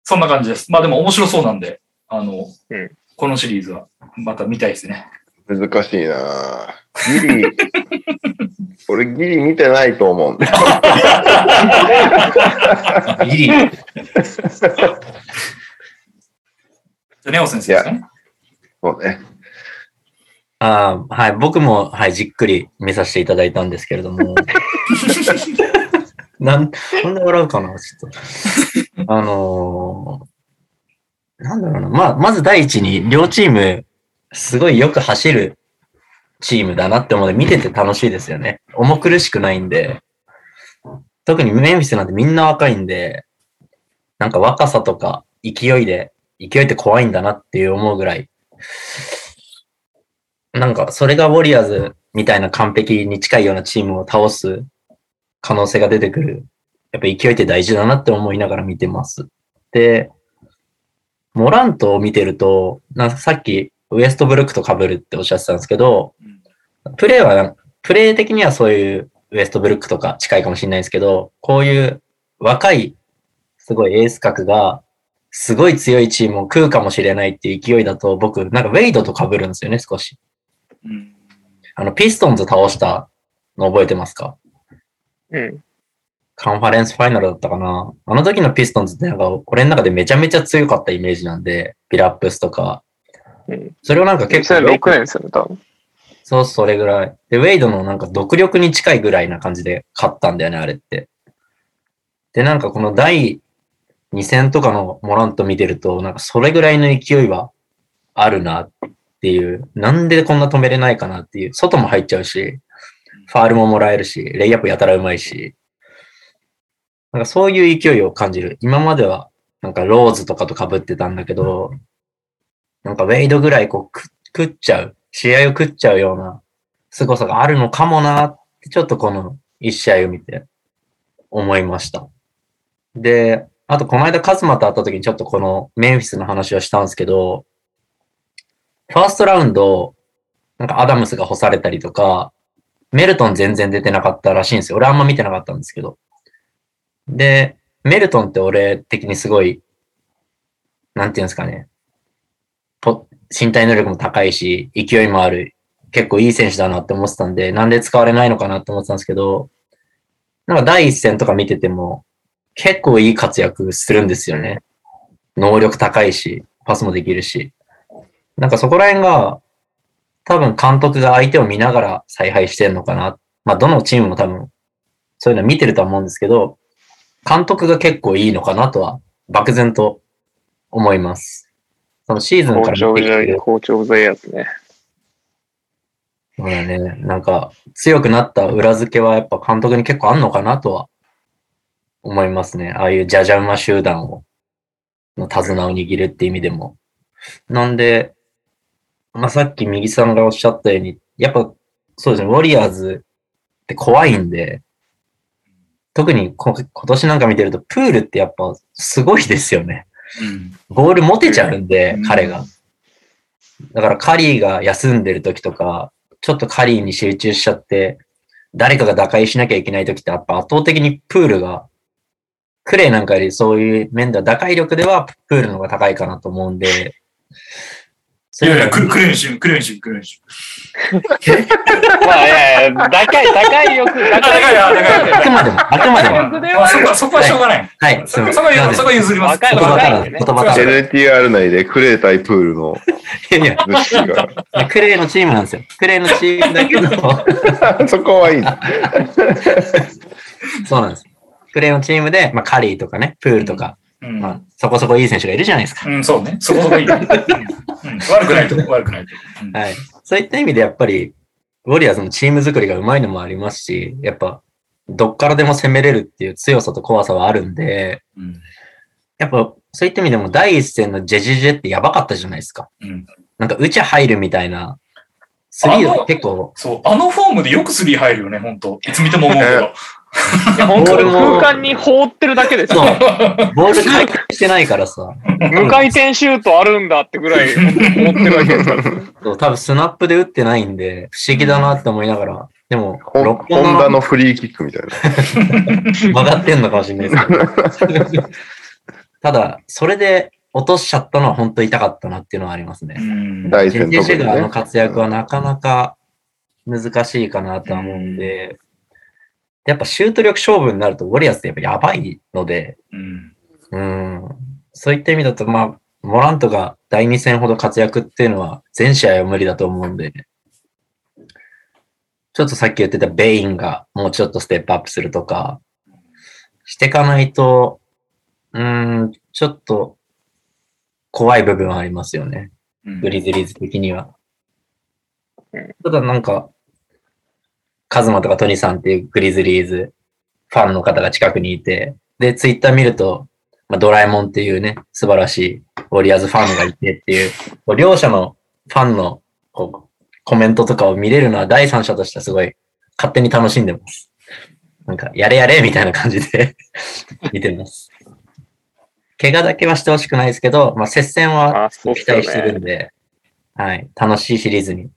Speaker 2: そんな感じです。まあでも面白そうなんで、あの、
Speaker 4: うん
Speaker 2: このシリーズはまた見たいですね。
Speaker 3: 難しいなぁギリ、俺ギリ見てないと思うんだよ。
Speaker 1: ギリ。
Speaker 2: じゃあネオ先生ですかね。
Speaker 3: そうね。
Speaker 1: あーはい、僕も、はい、じっくり見させていただいたんですけれども。なん、なんで笑うかな、ちょっと。あのーなんだろうな。まあ、まず第一に、両チーム、すごいよく走るチームだなって思うので、見てて楽しいですよね。重苦しくないんで。特にメンフィスなんてみんな若いんで、なんか若さとか勢いで、勢いって怖いんだなっていう思うぐらい、なんかそれがウォリアーズみたいな完璧に近いようなチームを倒す可能性が出てくる。やっぱ勢いって大事だなって思いながら見てます。で、モラントを見てると、なんかさっきウエストブルックと被るっておっしゃってたんですけど、プレーは、プレー的にはそういうウエストブルックとか近いかもしれないですけど、こういう若い、すごいエース格が、すごい強いチームを食うかもしれないっていう勢いだと、僕、なんかウェイドと被るんですよね、少し。
Speaker 2: うん。
Speaker 1: あの、ピストンズ倒したの覚えてますか
Speaker 4: うん。
Speaker 1: カンファレンスファイナルだったかな。あの時のピストンズってなんか、俺の中でめちゃめちゃ強かったイメージなんで、ビラップスとか
Speaker 4: うん。
Speaker 1: それをなんか
Speaker 4: 結
Speaker 1: 結
Speaker 4: 構
Speaker 1: 構、
Speaker 4: 6年ですよね、多分。
Speaker 1: そう、それぐらい。で、ウェイドのなんか独力に近いぐらいな感じで勝ったんだよね、あれって。で、なんかこの第2戦とかのモラント見てると、なんかそれぐらいの勢いはあるなっていう。なんでこんな止めれないかなっていう。外も入っちゃうし、ファールももらえるし、レイアップやたらうまいし。なんかそういう勢いを感じる。今までは、なんかローズとかと被ってたんだけど、なんかウェイドぐらいこうく食っちゃう、試合を食っちゃうような凄さがあるのかもなって、ちょっとこの一試合を見て思いました。で、あとこの間カズマと会った時にちょっとこのメンフィスの話をしたんですけど、ファーストラウンド、なんかアダムスが干されたりとか、メルトン全然出てなかったらしいんですよ。俺あんま見てなかったんですけど。で、メルトンって俺的にすごい、なんていうんですかね、ポ身体能力も高いし、勢いもある、結構いい選手だなって思ってたんで、なんで使われないのかなって思ってたんですけど、なんか第一戦とか見てても、結構いい活躍するんですよね。能力高いし、パスもできるし。なんかそこら辺が、多分監督が相手を見ながら采配してんのかな。まあどのチームも多分、そういうの見てるとは思うんですけど、監督が結構いいのかなとは、漠然と思います。そのシーズンか
Speaker 4: 校
Speaker 1: ら
Speaker 4: 長
Speaker 1: 見て
Speaker 4: じ
Speaker 1: き
Speaker 4: ゃ
Speaker 1: て
Speaker 4: 校長じゃいやつね。
Speaker 1: そうだね。なんか、強くなった裏付けはやっぱ監督に結構あんのかなとは思いますね。ああいうジャジャ馬集団を、の手綱を握るって意味でも。なんで、まあ、さっき右さんがおっしゃったように、やっぱ、そうですね、ウォリアーズって怖いんで、特にこ今年なんか見てると、プールってやっぱすごいですよね。
Speaker 2: うん。
Speaker 1: ボール持てちゃうんで、
Speaker 2: うん
Speaker 1: 彼が。だからカリーが休んでる時とか、ちょっとカリーに集中しちゃって、誰かが打開しなきゃいけない時ってやっぱ圧倒的にプールが、クレイなんかよりそういう面では打開力ではプールの方が高いかなと思うんで、
Speaker 2: いやいや、ククレンシン、クレンシン、クレンシン。
Speaker 4: まあ、いやいや、高い、高い欲、高い欲。
Speaker 2: 高いな高い
Speaker 1: あくまで も、あくまでも。
Speaker 2: まあ、そこは、そこはしょうがない。
Speaker 1: はい、す
Speaker 2: そ
Speaker 1: み
Speaker 2: こそこ
Speaker 1: ま
Speaker 2: は
Speaker 1: せ
Speaker 2: 譲
Speaker 1: ん。なので
Speaker 2: そこは譲ります。
Speaker 4: 若い
Speaker 1: 言
Speaker 4: 若い
Speaker 1: 葉足らず、言葉足らず。
Speaker 3: NTR 内でクレー対プールの
Speaker 1: いやい
Speaker 3: 主が、
Speaker 1: や、クレイのチームなんですよ。クレイのチームだけど、
Speaker 3: そこはいいな。
Speaker 1: そうなんです。クレイのチームで、まあカリーとかね、プールとか、
Speaker 2: うん
Speaker 1: まあ、そこそこいい選手がいるじゃないですか。
Speaker 2: うん、そうね。そこそこいい。うんうん悪くないと思う、悪くないと思う。
Speaker 1: はい。そういった意味でやっぱり、ウォリアーズのチーム作りがうまいのもありますし、やっぱ、どっからでも攻めれるっていう強さと怖さはあるんで、
Speaker 2: うん
Speaker 1: やっぱ、そういった意味でも第一戦のジェジェジェってやばかったじゃないですか。
Speaker 2: うん
Speaker 1: なんか、うち入るみたいな、スリー
Speaker 2: あ
Speaker 1: が
Speaker 2: の
Speaker 1: 結構、
Speaker 2: そう、あのフォームでよくスリー入るよね、本当いつ見ても思うけど。
Speaker 4: いや、本当に
Speaker 1: ボールも
Speaker 4: 空間に放ってるだけです
Speaker 1: そう
Speaker 4: よ。、
Speaker 1: ボール回転してないからさ、
Speaker 4: 無回転シュートあるんだってぐらい思ってるわけですから。
Speaker 1: そう多分スナップで打ってないんで、不思議だなって思いながら、でも、
Speaker 3: ホン
Speaker 1: 6
Speaker 3: ホ
Speaker 1: 本
Speaker 3: ンダ
Speaker 1: の
Speaker 3: のフリーキックみたいな。
Speaker 1: 曲がってんのかもしれないですけど。ただ、それで落としちゃったのは本当痛かったなっていうのはあります
Speaker 2: う
Speaker 1: ね。
Speaker 2: ん
Speaker 3: 第一
Speaker 1: ジ
Speaker 3: 戦
Speaker 1: ェンジェ
Speaker 3: 特
Speaker 1: シ
Speaker 3: に
Speaker 1: ュガーの
Speaker 3: ね。
Speaker 1: 活躍はなかなか難しいかなとは思うんで、やっぱシュート力勝負になると、ウォリアーズってやっぱやばいので、
Speaker 2: うん
Speaker 1: うん、そういった意味だと、まあ、モラントが第2戦ほど活躍っていうのは全試合は無理だと思うんで、ちょっとさっき言ってたベインがもうちょっとステップアップするとか、してかないと、うーん、ちょっと怖い部分はありますよね。
Speaker 2: うん
Speaker 1: グリズリーズ的には
Speaker 4: うん。
Speaker 1: ただなんか、カズマとかトニさんっていうグリズリーズファンの方が近くにいて、で、ツイッター見ると、まあ、ドラえもんっていうね、素晴らしいウォリアーズファンがいてっていう、こう両者のファンのこうコメントとかを見れるのは第三者としてはすごい勝手に楽しんでます。なんか、やれやれみたいな感じで 見てます。怪我だけはしてほしくないですけど、まあ、接戦は
Speaker 4: あ、 そうっ
Speaker 1: 期
Speaker 4: すよ
Speaker 1: 待して
Speaker 4: ね
Speaker 1: る。んで、はい、楽しいシリーズに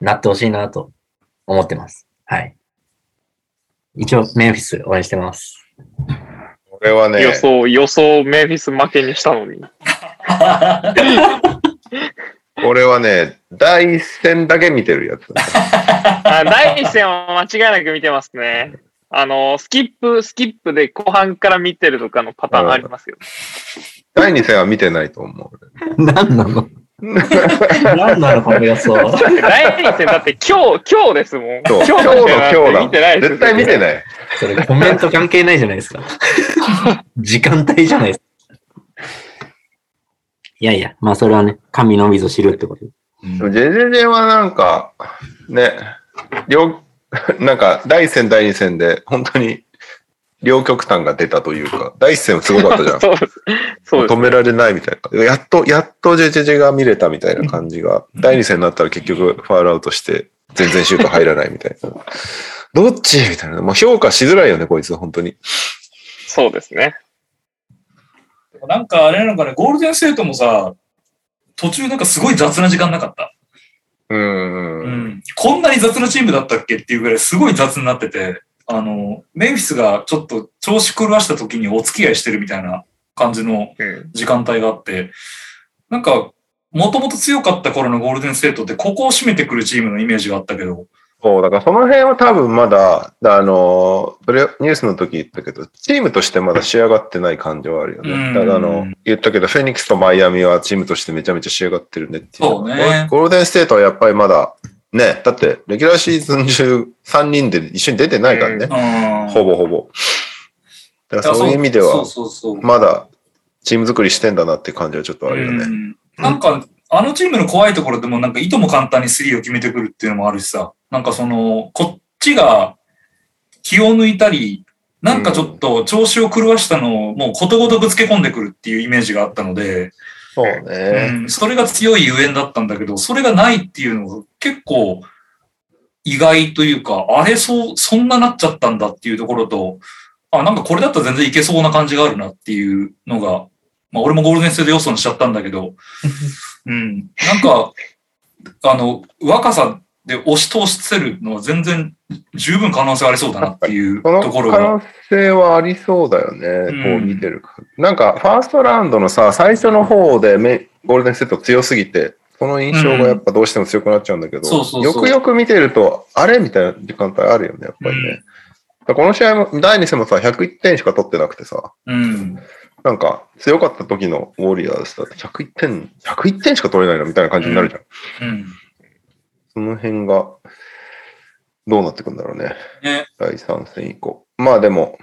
Speaker 1: なってほしいなと思ってます。はい。一応、メンフィス応援してます。
Speaker 3: これはね
Speaker 4: 予、想、予想、メンフィス負けにしたのに。
Speaker 3: これはね、第一戦だけ見てるやつ。
Speaker 4: あ第一戦は間違いなく見てますね。あの、スキップ、スキップで後半から見てるとかのパターンありますよ。
Speaker 3: 第二戦は見てないと思う。
Speaker 1: 何な の何なのこの予想。
Speaker 4: だって第一戦、だって今日、今日ですもん。
Speaker 3: そう、今日の
Speaker 4: の試合
Speaker 3: 今日だも。
Speaker 4: 見てなんいですよ
Speaker 3: 絶対見てない。
Speaker 1: それコメント関係ないじゃない ですか。時間帯じゃないですか。いやいや、まあそれはね、神のみぞ知るってこと。
Speaker 3: でもジェジェジェはなんか、ね、両、 なんか、第一戦、第二戦で、本当に、両極端が出たというか、第一戦はすごかったじゃん。
Speaker 4: そうです。そうです
Speaker 3: 止。められないみたいな。やっと、やっとジェジェジェが見れたみたいな感じが、第2戦になったら結局ファールアウトして、全然シュート入らないみたいな。どっちみたいな。まあ、評価しづらいよね、こいつ、本当に。
Speaker 4: そうですね。
Speaker 2: なんかあれなのかね、ゴールデンセイトもさ、途中なんかすごい雑な時間なかった。う
Speaker 3: う。
Speaker 2: んん。こんなに雑なチームだったっけっていうぐらいすごい雑になってて、あの、メンフィスがちょっと調子狂わした時にお付き合いしてるみたいな感じの
Speaker 4: うん。
Speaker 2: 時間帯があって、なんか、もともと強かった頃のゴールデンセイトってここを締めてくるチームのイメージがあったけど、
Speaker 3: そう、だからその辺は多分まだ、あの、それニュースの時言ったけど、チームとしてまだ仕上がってない感じはあるよ
Speaker 2: うん
Speaker 3: ね。ただあの、言ったけど、フェニックスとマイアミはチームとしてめちゃめちゃ仕上がってるねっていう。
Speaker 2: そうね
Speaker 3: ゴールデンステートはやっぱりまだ、ね、だって、レギュラーシーズン中3人で一緒に出てないからね。
Speaker 2: うん。
Speaker 3: ほぼほぼ。だからそういう意味で
Speaker 2: そう
Speaker 3: は、
Speaker 2: そうそう。
Speaker 3: まだチーム作りしてんだなって感じはちょっとあるよ
Speaker 2: う
Speaker 3: ね。
Speaker 2: んなんか、あのチームの怖いところでも、なんか、いとも簡単にスリーを決めてくるっていうのもあるしさ、なんかその、こっちが気を抜いたり、なんかちょっと調子を狂わしたのをもうことごとくつけ込んでくるっていうイメージがあったので、
Speaker 3: そう
Speaker 2: う
Speaker 3: ね。
Speaker 2: ん、それが強いゆえんだったんだけど、それがないっていうのが結構意外というか、あれ、そう、そんななっちゃったんだっていうところと、あ、なんかこれだったら全然いけそうな感じがあるなっていうのが、まあ俺もゴールデンステート予想にしちゃったんだけど、うん、なんか、あの、若さで押し通せるのは全然十分可能性ありそうだなっていう
Speaker 3: その
Speaker 2: ところ
Speaker 3: 可
Speaker 2: が。
Speaker 3: 能性はありそうだよね。こう見てるか、なんか、ファーストラウンドのさ、最初の方でメゴールデンセット強すぎて、その印象がやっぱどうしても強くなっちゃうんだけど、
Speaker 2: そうそうそう
Speaker 3: よくよく見てると、あれみたいな時間帯あるよね、やっぱりね。だからこの試合も、第2戦もさ、101点しか取ってなくてさ、
Speaker 2: うん。
Speaker 3: なんか、強かった時のウォリアーズだと101点、101点しか取れないなみたいな感じになるじゃん。
Speaker 2: うん。
Speaker 3: その辺が、どうなってくんだろうね。
Speaker 2: ね。
Speaker 3: 第3戦以降。まあでも、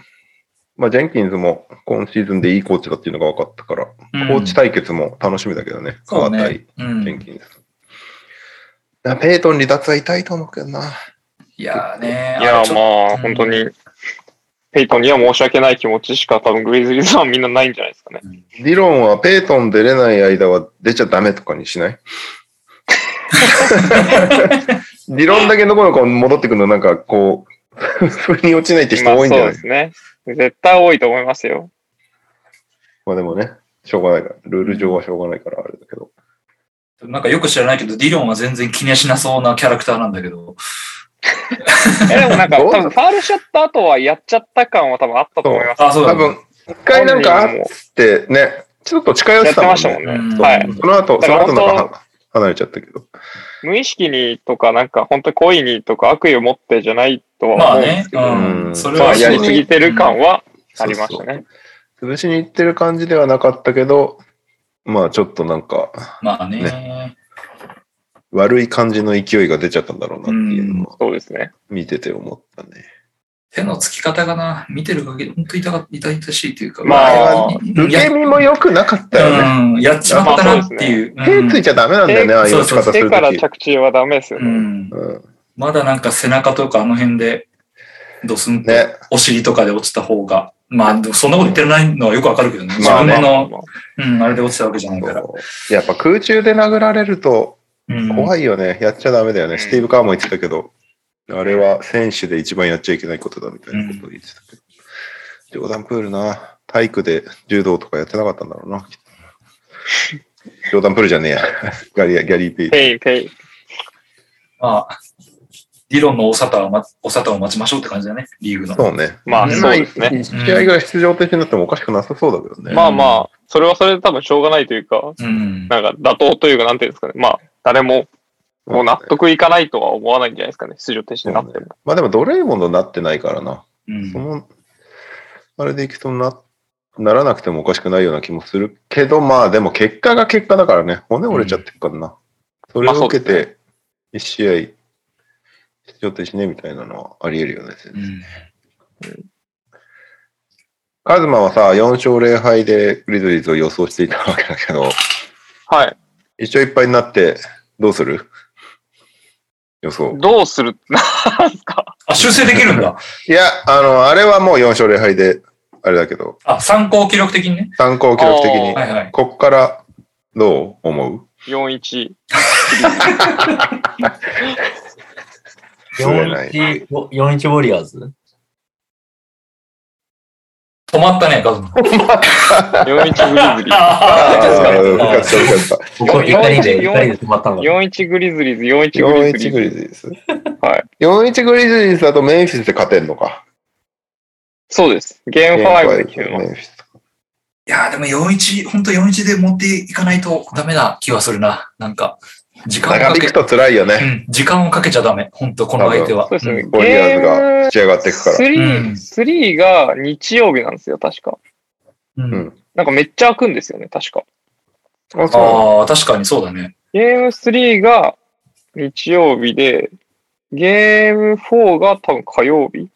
Speaker 3: まあジェンキンズも今シーズンでいいコーチだっていうのが分かったから、
Speaker 2: うん
Speaker 3: コーチ対決も楽しみだけどね。
Speaker 2: そう
Speaker 3: カー
Speaker 2: ね。う
Speaker 3: 対ジェン
Speaker 2: ん。
Speaker 3: キンズ。なペイトン離脱は痛いと思うけどな。
Speaker 2: いやーね。
Speaker 4: いや
Speaker 2: あれちょっとう
Speaker 4: まあ、
Speaker 2: ん
Speaker 4: 本当に、ペイトンには申し訳ない気持ちしか多分グリズリーズはみんなないんじゃないですかね。
Speaker 3: 理論はペイトン出れない間は出ちゃダメとかにしない 理論だけのこのこ戻ってくるのなんかこう、腑に落ちないって人
Speaker 4: まあ
Speaker 3: 多いんじゃない、
Speaker 4: そうですね。絶対多いと思いますよ。
Speaker 3: まあでもね、しょうがないから、ルール上はしょうがないからあれだけど。
Speaker 2: なんかよく知らないけど、ディロンは全然気にしなそうなキャラクターなんだけど。
Speaker 4: えでもなんか、
Speaker 3: ど
Speaker 4: 多
Speaker 3: うな
Speaker 4: 分
Speaker 3: の
Speaker 4: ファールしちゃった後はやっちゃった感は多分あったと思います。
Speaker 2: あ、そうだ、
Speaker 3: 多
Speaker 2: ね。
Speaker 3: 分、一回なんかあ
Speaker 4: 本
Speaker 3: っ
Speaker 4: 人も
Speaker 3: てね、ちょっと近寄っ
Speaker 4: や
Speaker 3: て
Speaker 4: って
Speaker 3: たもん
Speaker 4: ましたも
Speaker 3: ね。
Speaker 4: ん
Speaker 2: うん
Speaker 4: ね。はい。
Speaker 3: その後、そ
Speaker 4: だか
Speaker 3: の
Speaker 4: ら
Speaker 3: 後なんか
Speaker 4: 本
Speaker 3: は離れちゃったけど。
Speaker 4: 無意識にとか、なんか本当に恋にとか悪意を持ってじゃないと
Speaker 2: ま
Speaker 4: は
Speaker 2: あ
Speaker 4: 思うんで
Speaker 2: ね
Speaker 4: す。けど、
Speaker 2: う。
Speaker 3: うんん
Speaker 2: それ
Speaker 4: ま
Speaker 2: は
Speaker 4: あ
Speaker 2: そう
Speaker 4: やりすぎてる感はあり
Speaker 3: そう
Speaker 4: ま
Speaker 3: そ
Speaker 4: し
Speaker 3: う
Speaker 4: たね。
Speaker 3: 潰しに行ってる感じではなかったけど、まあちょっとなんか、
Speaker 2: まあね
Speaker 3: 悪い感じの勢いが出ちゃったんだろうなっていうのは
Speaker 4: そうですね。
Speaker 3: 見てて思ったね。
Speaker 2: 手のつき方がな、見てる限り、本当痛か痛々しいというか。
Speaker 4: まあ
Speaker 2: うん
Speaker 3: 受け身も良くなかったよね。
Speaker 2: うん、やっちまったなっていう。
Speaker 3: 手ついちゃダメなんだよね、
Speaker 4: うん
Speaker 3: ああいう打ち
Speaker 2: そう
Speaker 3: 方
Speaker 2: そ
Speaker 3: す
Speaker 4: 手
Speaker 3: る
Speaker 4: から
Speaker 3: とき。
Speaker 4: 着地はダメですよ
Speaker 2: う
Speaker 4: ね。
Speaker 2: ん。
Speaker 3: うん
Speaker 2: まだなんか背中とかあの辺で、ドスンと
Speaker 3: ね、
Speaker 2: お尻とかで落ちた方がまあ、でもそんなこと言ってないのはよくわかるけどね。自
Speaker 3: まあ
Speaker 2: 分
Speaker 3: ね
Speaker 2: の、うん、あれで落ちたわけじゃないから。
Speaker 3: やっぱ空中で殴られると
Speaker 2: うん、
Speaker 3: 怖いよね。やっちゃダメだよね。
Speaker 2: ん
Speaker 3: スティーブ・カーも言ってたけど、あれは選手で一番やっちゃいけないことだみたいなことを言ってたけど。冗談プールな。体育で柔道とかやってなかったんだろうな。冗談プールじゃねえや。 ガリギャリー・ペイ
Speaker 4: フ。ェイ、フェイ。
Speaker 2: まあ、理論のお沙汰はま、お沙汰を待ちましょうって感じだね、リーグの。
Speaker 3: そうね。
Speaker 4: まあ、そうですね。
Speaker 3: 1試合ぐらい出場停止になってもおかしくなさそうだけどね。
Speaker 4: まあまあ、それはそれで多分しょうがないというか、
Speaker 2: うん。
Speaker 4: なんか妥当というか、なんていうんですかね。まあ、誰も、もう納得いかないとは思わないんじゃないですかね。出場停止になっても。
Speaker 3: まあでもドレイモンドになってないからな。
Speaker 2: うん
Speaker 3: その、あれでいくとな、ならなくてもおかしくないような気もするけど、まあでも結果が結果だからね、骨折れちゃってるからな。それ
Speaker 4: まあ
Speaker 3: を
Speaker 4: そう
Speaker 3: 受
Speaker 4: で
Speaker 3: け
Speaker 4: すね
Speaker 3: て、一試合、出場停止ねみたいなのはあり得るよね。全
Speaker 2: う
Speaker 3: 然
Speaker 2: ん
Speaker 3: カズマはさ、4勝0敗でグリズリーズを予想していたわけだけど、
Speaker 4: はい。
Speaker 3: 一勝いっぱいになって、どうする予想。
Speaker 4: どうするなんすか
Speaker 2: あ、修正できるんだ。
Speaker 3: いや、あの、あれはもう4勝0敗で、あれだけど、
Speaker 2: あ、参考記録的にね。
Speaker 3: 参考記録的に
Speaker 4: あー、
Speaker 2: はいはい。
Speaker 3: こっからどう思う
Speaker 4: ?4-1。
Speaker 3: そうやない
Speaker 1: 41ウォリアーズ
Speaker 2: 止まったね、カズ マ。
Speaker 4: 4-1グリズリ ー
Speaker 2: あ
Speaker 3: あ
Speaker 2: ー確
Speaker 3: ー復
Speaker 2: かに
Speaker 3: 活した復活した。
Speaker 1: 僕は怒りで、怒りで止まったんだ。
Speaker 4: 4-1グリズリーズ、4-1グリズ
Speaker 3: 41グ
Speaker 4: リー
Speaker 3: リ
Speaker 4: ズ。
Speaker 3: ズリーズ。
Speaker 4: はい。
Speaker 3: 41グリズリーズだとメンフィスで勝てんのか。
Speaker 4: そうです。ゲーム5で決め
Speaker 3: メ
Speaker 4: ます。
Speaker 3: ンフィス。
Speaker 2: いやーでも41、本当41で持っていかないとダメな気はするな。なんか、時間を
Speaker 3: 長
Speaker 2: か
Speaker 3: 引く
Speaker 2: け、
Speaker 3: と辛いよ
Speaker 2: う
Speaker 3: ね。
Speaker 2: ん、時間をかけちゃダメ。本当この相手は。
Speaker 4: そうですね。
Speaker 3: ウォリアーズが
Speaker 4: ゲ
Speaker 3: 勝ち上がっていくから。
Speaker 4: ー
Speaker 2: うん
Speaker 4: ム3、3が日曜日なんですよ、確か。
Speaker 2: うん
Speaker 3: うん
Speaker 4: なんかめっちゃ開くんですよね、確か。
Speaker 3: あ、そう
Speaker 2: ああ、確かにそうだね。
Speaker 4: ゲーム3が日曜日で、ゲーム4が多分火曜日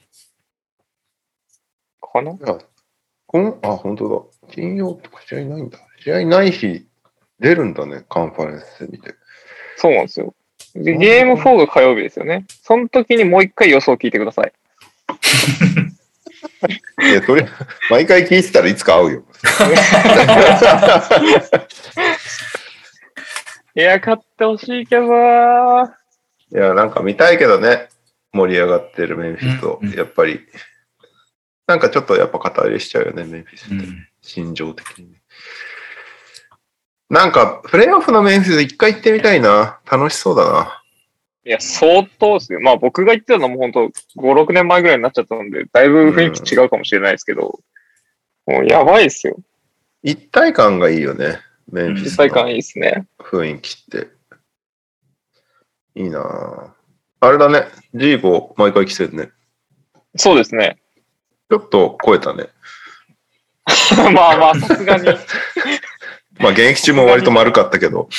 Speaker 4: かな
Speaker 3: なのこんあ、本当だ。金曜とか試合ないんだ。試合ない日、出るんだね、カンファレンス見て。
Speaker 4: そうなんですよ。で、ゲーム4が火曜日ですよね。その時にもう一回予想を聞いてください。
Speaker 3: いや、それ、毎回聞いてたらいつか会 うよ。
Speaker 4: いや、勝ってほしいけどなぁ
Speaker 3: いや、なんか見たいけどね、盛り上がってるメンフィスを
Speaker 2: うんうん、
Speaker 3: やっぱり、なんかちょっとやっぱ肩入れしちゃうよね、メンフィス
Speaker 2: う
Speaker 3: って。
Speaker 2: ん。
Speaker 3: 心情的にね。なんか、プレイオフの面接一回行ってみたいな。楽しそうだな。
Speaker 4: いや、相当ですよ。まあ僕が言ってたのも本当5、6年前ぐらいになっちゃったので、だいぶ雰囲気違うかもしれないですけど、もうやばいですよ。
Speaker 3: 一体感がいいよね。メンフィ
Speaker 4: 実
Speaker 3: ス
Speaker 4: 際感い
Speaker 3: の
Speaker 4: いですね。
Speaker 3: 雰囲気って。いいなぁあれだね。G5 毎回来てるね。
Speaker 4: そうですね。
Speaker 3: ちょっと超えたね。
Speaker 4: まあまあ、さすがに。
Speaker 3: まあ現役中も割と丸かったけど。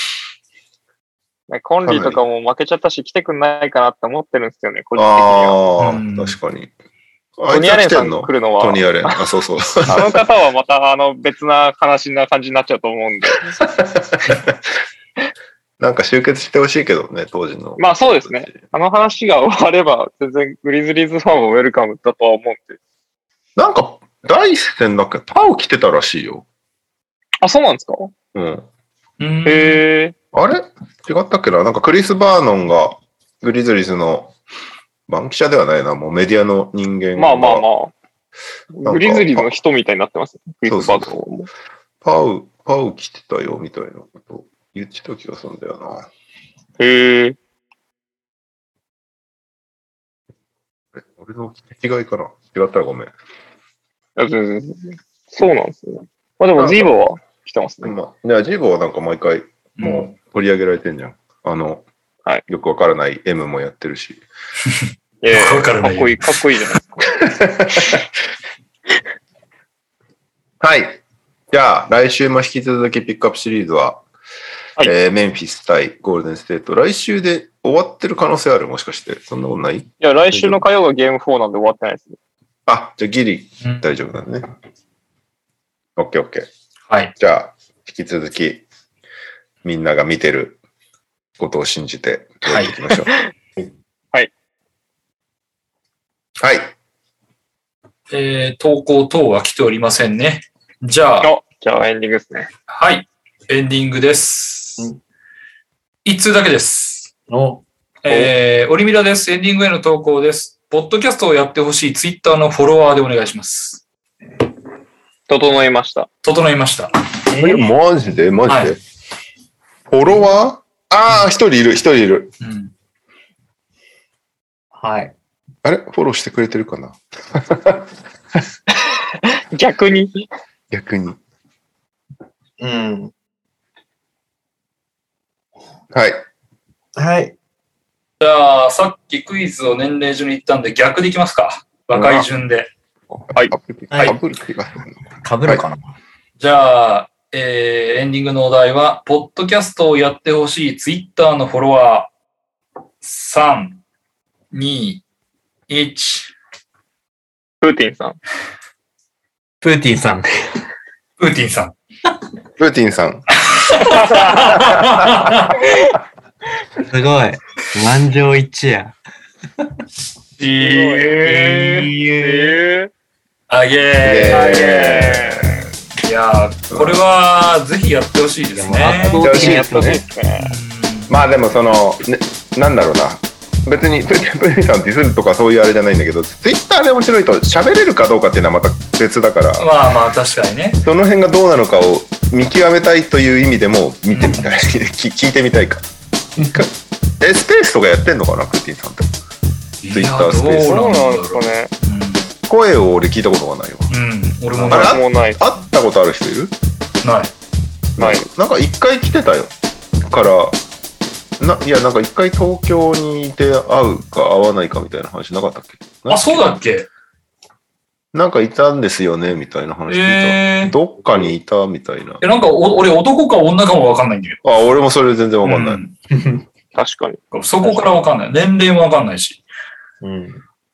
Speaker 4: コンリーとかも負けちゃったし、来てくんないかなって思ってるんですよね、個人的には。
Speaker 3: ああ
Speaker 2: うん
Speaker 3: ー、確かに。
Speaker 4: ト
Speaker 3: あいつ
Speaker 4: ニア
Speaker 3: は
Speaker 4: レ
Speaker 3: 来
Speaker 4: ン
Speaker 3: て
Speaker 4: さん
Speaker 3: んの
Speaker 4: 来るのは、
Speaker 3: ト
Speaker 4: そ
Speaker 3: ニーアレン。あ、そうそう。
Speaker 4: の方はまたあの別な話な感じになっちゃうと思 うんで。
Speaker 3: なんか集結してほしいけどね、当時の。
Speaker 4: まあそうですね。あの話が終われば、全然グリズリーズファンもウェルカムだとは思うんで。
Speaker 3: なんか、第一戦だっけパオ来てたらしいよ。
Speaker 4: あ、そうなんですか
Speaker 3: うん。
Speaker 2: うん
Speaker 4: へえ。
Speaker 3: あれ違ったっけななんかクリス・バーノンがグリズリーズの番記者ではないな、もうメディアの人間が
Speaker 4: まあまあま
Speaker 3: か
Speaker 4: あ。グリズリーズの人みたいになってますね。グリ
Speaker 3: そう
Speaker 4: ズバ
Speaker 3: そう
Speaker 4: ー
Speaker 3: そう
Speaker 4: グも。
Speaker 3: パウ、パウ来てたよみたいなことを言ってた気がするんだよな。
Speaker 4: へえ。
Speaker 3: え俺の違いかな違ったらごめん。
Speaker 4: あ全然全然そうなんですね。まあでも、ジーボは来てますね。
Speaker 3: まあ、いや、ジーボはなんか毎回もう取り上げられてんじゃん。あの、
Speaker 4: はい
Speaker 3: よくわからない M もやってるし。
Speaker 4: いやいや
Speaker 2: わから
Speaker 4: か
Speaker 2: ない
Speaker 4: っこいい、かっこいいじゃないですか。
Speaker 3: はい。じゃあ、来週も引き続きピックアップシリーズは、
Speaker 4: はい
Speaker 3: えーメンフィス対ゴールデンステート。来週で終わってる可能性あるもしかして。そんなことない
Speaker 4: いや、来週の火曜がゲーム4なんで終わってないですね。
Speaker 3: あ、じゃあギリ
Speaker 2: うん
Speaker 3: 大丈夫だね。オッケーオッケー。
Speaker 2: はい。
Speaker 3: じゃあ、引き続き、みんなが見てることを信じて、やっていきましょう。
Speaker 4: はい。
Speaker 3: はい。
Speaker 2: えー投稿等は来ておりませんね。じゃあ、
Speaker 4: おじゃあエンディングですね。
Speaker 2: はい、エンディングです
Speaker 1: う。
Speaker 2: 一通だけです。
Speaker 1: お、
Speaker 2: えー、オリミラです。エンディングへの投稿です。ポッドキャストをやってほしいツイッターのフォロワーでお願いします。
Speaker 4: 整いました。
Speaker 2: 整いました。
Speaker 3: え、マジでマジで、
Speaker 2: はい
Speaker 3: フォロワーああ、一人いる、一人いる。
Speaker 2: うん。
Speaker 1: はい。
Speaker 3: あれフォローしてくれてるかな
Speaker 4: 逆に。
Speaker 3: 逆に。
Speaker 1: うん。
Speaker 3: はい。
Speaker 1: はい。
Speaker 2: じゃあ、さっきクイズを年齢順に言ったんで逆でいきますか。若い順で。
Speaker 4: はい
Speaker 3: アプリ。
Speaker 1: はい
Speaker 3: アプリがあるの
Speaker 1: かぶるかな、
Speaker 2: じゃあ、えー、エンディングのお題は、ポッドキャストをやってほしいツイッターのフォロワー。3、2、1、
Speaker 4: プーティンさん。
Speaker 1: プーティンさん。
Speaker 2: プーティンさん。
Speaker 3: プーティンさん。
Speaker 1: すごい。満場一致や。
Speaker 4: ええ
Speaker 2: あげ
Speaker 3: え
Speaker 4: ー。
Speaker 3: ー
Speaker 4: イ
Speaker 2: ー。いやー、これはぜひやってほしいですね。
Speaker 1: 圧倒的にやってほしい。
Speaker 3: まあでもその、ね、なんだろうな。別にプーティンプーティンさんディスるとかそういうあれじゃないんだけど、ツイッターで面白いと喋れるかどうかっていうのはまた別だから、
Speaker 2: まあまあ確かにね。
Speaker 3: その辺がどうなのかを見極めたいという意味でも見てみたい。 き聞いてみたいか。かえ、スペースとかやってんのかな、プーティンさんって。
Speaker 2: い
Speaker 3: Twitter
Speaker 2: やどう
Speaker 3: スペース
Speaker 4: そう
Speaker 2: な
Speaker 4: なんん
Speaker 2: だ
Speaker 4: です
Speaker 2: ろ
Speaker 4: かね。
Speaker 3: 声を俺聞いたことがないわ。
Speaker 2: う。うん、俺もな
Speaker 3: あ
Speaker 2: い
Speaker 3: れ。
Speaker 4: もうない。
Speaker 3: 会ったことある人いる
Speaker 2: ない
Speaker 4: ない。
Speaker 3: なんか一回来てたよ。から、ないや、なんか一回東京にいて会うか会わないかみたいな話なかったっけ
Speaker 2: あ、そうだっけ
Speaker 3: なんかいたんですよねみたいな話聞いた。
Speaker 2: えー。
Speaker 3: どっかにいたみたいな
Speaker 2: え、。なんかお俺男か女かもわかんないんだけ
Speaker 3: あ、俺もそれ全然
Speaker 2: ど。
Speaker 3: わかんない。
Speaker 4: 確かに。
Speaker 2: うんそこからわかんない。年齢もわかんないし。
Speaker 1: うん。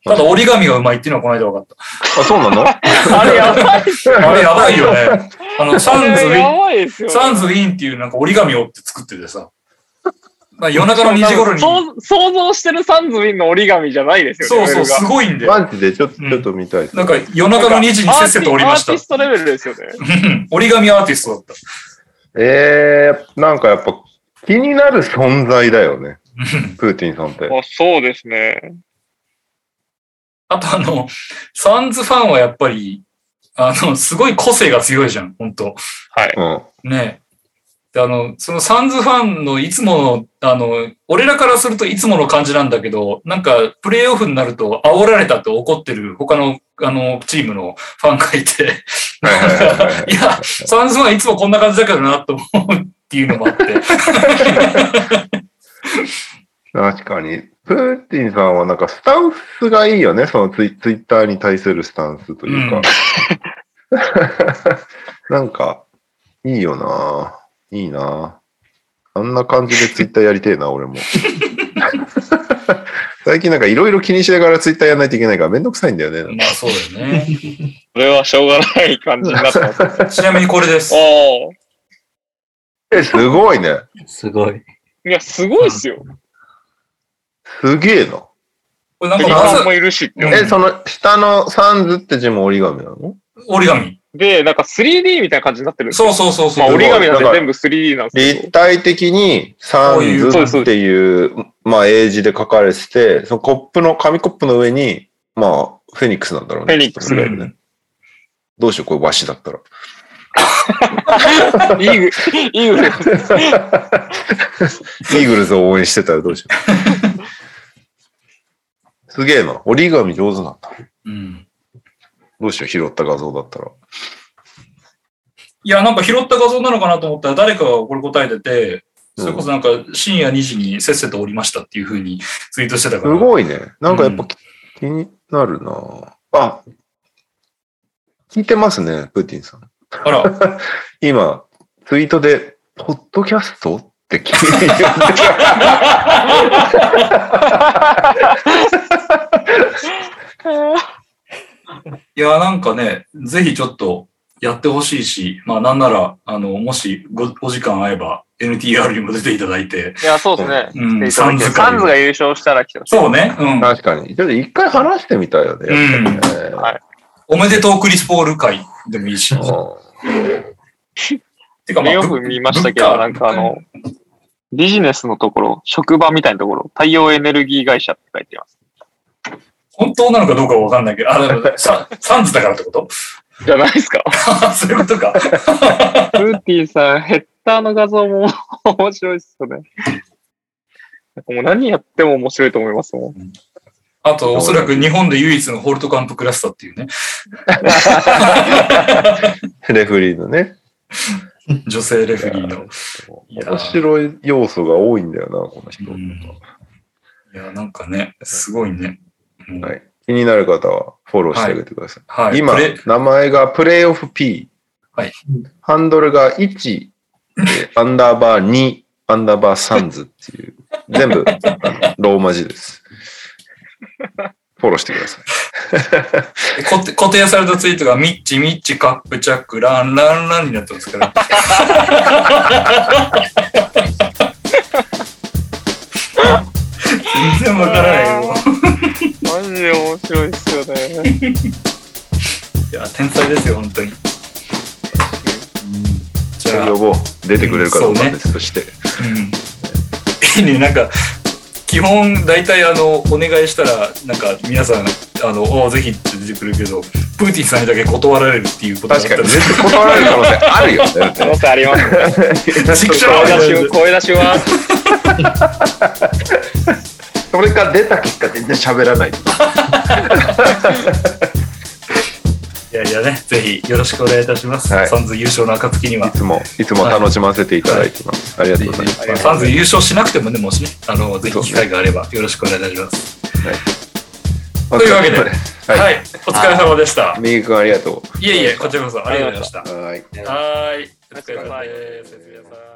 Speaker 2: ただ折り紙がうまいっていうのはこの間わかっ
Speaker 3: あ、そうなの
Speaker 4: あれやばいっすよね。
Speaker 2: た。あれやばいよね。あ の、サ
Speaker 4: あ
Speaker 2: ンズ
Speaker 4: れ
Speaker 2: ウィ
Speaker 4: やばいです
Speaker 2: ン、
Speaker 4: よね。
Speaker 2: サンズウィンっていうなんか折り紙をって作っててさ。まあ夜中の2時頃に。そ
Speaker 4: そう想像してるサンズウィンの折り紙じゃないですよね。
Speaker 2: うそう、すごいんだよ。
Speaker 3: マジでちょっと、
Speaker 2: うん
Speaker 3: ちょっと見たい。
Speaker 2: なんか夜中の2時にせっせと折りました
Speaker 4: アーティ。ストレベルですよね。
Speaker 2: うん折り紙アーティストだった。
Speaker 3: えー、なんかやっぱ気になる存在だよね。プーティンさんって。
Speaker 4: あそうですね。
Speaker 2: あとあの、サンズファンはやっぱり、あの、すごい個性が強いじゃん、本当
Speaker 4: はい。
Speaker 3: うん。
Speaker 2: ねであの、そのサンズファンのいつもの、あの、俺らからするといつもの感じなんだけど、なんか、プレイオフになると煽られたって怒ってる他の、あの、チームのファンがいて、
Speaker 3: はいはいはいはい
Speaker 2: いや、サンズファンはいつもこんな感じだからなと思うっていうのもあ って、
Speaker 3: 確かに。プーティンさんはなんかスタンスがいいよね。そのツイツイッターに対するスタンスというか。 なんか、いいよなぁいいなぁあんな感じでツイッターやりてえな、俺も。最近なんかいろいろ気にしながらツイッターやらないといけないからめんどくさいんだよね。
Speaker 2: まあそうだよね。
Speaker 4: それはしょうがない感じになって ます。
Speaker 2: ちなみにこれです。
Speaker 4: おー
Speaker 3: え、すごいね。
Speaker 1: すごい。
Speaker 4: いや、すごいっすよ。
Speaker 3: すげえな。
Speaker 2: これなん
Speaker 4: 時
Speaker 2: かま
Speaker 4: 間
Speaker 2: ず
Speaker 4: もいるしって
Speaker 2: うん
Speaker 3: え、その下のサンズって字も折り紙なの
Speaker 2: 折り紙。
Speaker 4: で、なんか 3D みたいな感じになってるんですよ。
Speaker 2: そうそうそうそう。
Speaker 4: まあ、折り紙なん
Speaker 3: すご
Speaker 4: で
Speaker 3: い
Speaker 4: 全部 3D なんですけど
Speaker 3: 立。体的にサンズっていう、まあ、英字で書かれてて、そのコップの、紙コップの上に、まあ、フェニックスなんだろうね。
Speaker 4: フェニックス
Speaker 2: だ
Speaker 3: だ
Speaker 2: よ
Speaker 3: よ
Speaker 2: ね
Speaker 3: ね。どうしよう、これ和紙だったら。
Speaker 4: イーグル、イーグ ル。
Speaker 3: イーグルズを応援してたらどうしよう。 すげえな。折り紙上手なんだ。
Speaker 2: うん
Speaker 3: どうしよう、拾った画像だったら。
Speaker 2: いや、なんか拾った画像なのかなと思ったら、誰かがこれ答えてて、
Speaker 3: うん
Speaker 2: それこそなんか深夜2時にせっせと降りましたっていうふうにツイートしてた
Speaker 3: す
Speaker 2: から。
Speaker 3: ごいね。なんかやっぱき気になるな、あ、聞いてますね、プーティンさん。
Speaker 2: あら、
Speaker 3: 今、ツイートで、ポッドキャストって聞いて
Speaker 2: いや、なんかね、ぜひちょっとやってほしいし、まあなんなら、あの、もしごお時間合えば NTR にも出ていただいて。
Speaker 4: いや、そうですね。
Speaker 2: う
Speaker 4: 来て
Speaker 2: ん、
Speaker 4: いた
Speaker 2: サンズ
Speaker 4: だきたいサンズ
Speaker 2: 会。
Speaker 4: が優勝したら来てほしい。
Speaker 2: そうね、うん。
Speaker 3: 確かに。ちょっと一回話してみたいよね。
Speaker 2: うん
Speaker 3: やっぱりね
Speaker 4: はい
Speaker 2: おめでとうクリスポール会でもいいし。てか、
Speaker 4: プレイオフ見ましたけど、なんかあの、、ビジネスのところ、職場みたいなところ、太陽エネルギー会社って書いてます。
Speaker 2: 本当なのかどうかはわかんないけど、あ、でも ササンズだからってこと
Speaker 4: じゃないですか。
Speaker 2: そういうことか。
Speaker 4: フーティーさん、ヘッダーの画像も面白いっすよね。なんかもう何やっても面白いと思いますもん。
Speaker 2: あと、おそらく日本で唯一のホルトカンプクラスターっていうね、
Speaker 3: レフェリーのね。
Speaker 2: 女性レフェリーの。いや
Speaker 3: 面白い要素が多いんだよな、この人。
Speaker 2: うんいや、なんかね、すごいね。うん
Speaker 3: はい気になる方はフォローしてあげてください。
Speaker 2: はい。
Speaker 3: 今
Speaker 2: プレ、
Speaker 3: 名前がプレイオフ P。
Speaker 2: はい
Speaker 3: ハンドルが1、えーアンダーバー2、アンダーバーサンズっていう、全部、あのローマ字 です。フォローしてください。
Speaker 2: 固定固定されたツイートが、ミッチ、ミッチ、カップ、チャック、ラン、ラン、ランになってますから。全然わからないよ。
Speaker 4: マジで面白いっすよ ね。
Speaker 2: いや、天才ですよ、本当に。じゃあ、う
Speaker 3: 呼ぼう。出てくれるかどうか
Speaker 2: そうね
Speaker 3: です。そして。
Speaker 2: ん。いいね、なんか、基本、大体、あの、お願いしたら、なんか、皆さん、あの、おぜひって出てくるけど、プーティンさんにだけ断られるっていうこと
Speaker 3: 確かに、
Speaker 2: ね。
Speaker 3: 絶対断られる可能性ある よね。だって
Speaker 4: 可能性ありますね。
Speaker 2: ちくしょう
Speaker 4: 声出しを、声出しは。
Speaker 3: それか出た結果全然喋らない。
Speaker 2: いやいやね、ぜひよろしくお願いいたします。
Speaker 3: はい。
Speaker 2: サンズ優勝の暁にはい
Speaker 3: つも、いつも楽しませていただいてます。ありがとうございます。
Speaker 4: りがとうございます
Speaker 2: サンズ優勝しなくてもね、もしね、あの、ぜひ
Speaker 3: そうです
Speaker 2: 機
Speaker 3: ね
Speaker 2: 会があればよろしくお願いいたします。
Speaker 3: と
Speaker 2: というわけではい、
Speaker 3: はい。
Speaker 2: お疲れ様でした。
Speaker 3: 右君ありがとう。
Speaker 2: いえいえ、こちらこそありがとうございました。
Speaker 3: はい。
Speaker 2: はーい、お疲れ様です。おやすみ
Speaker 4: お疲れ様
Speaker 2: なさい。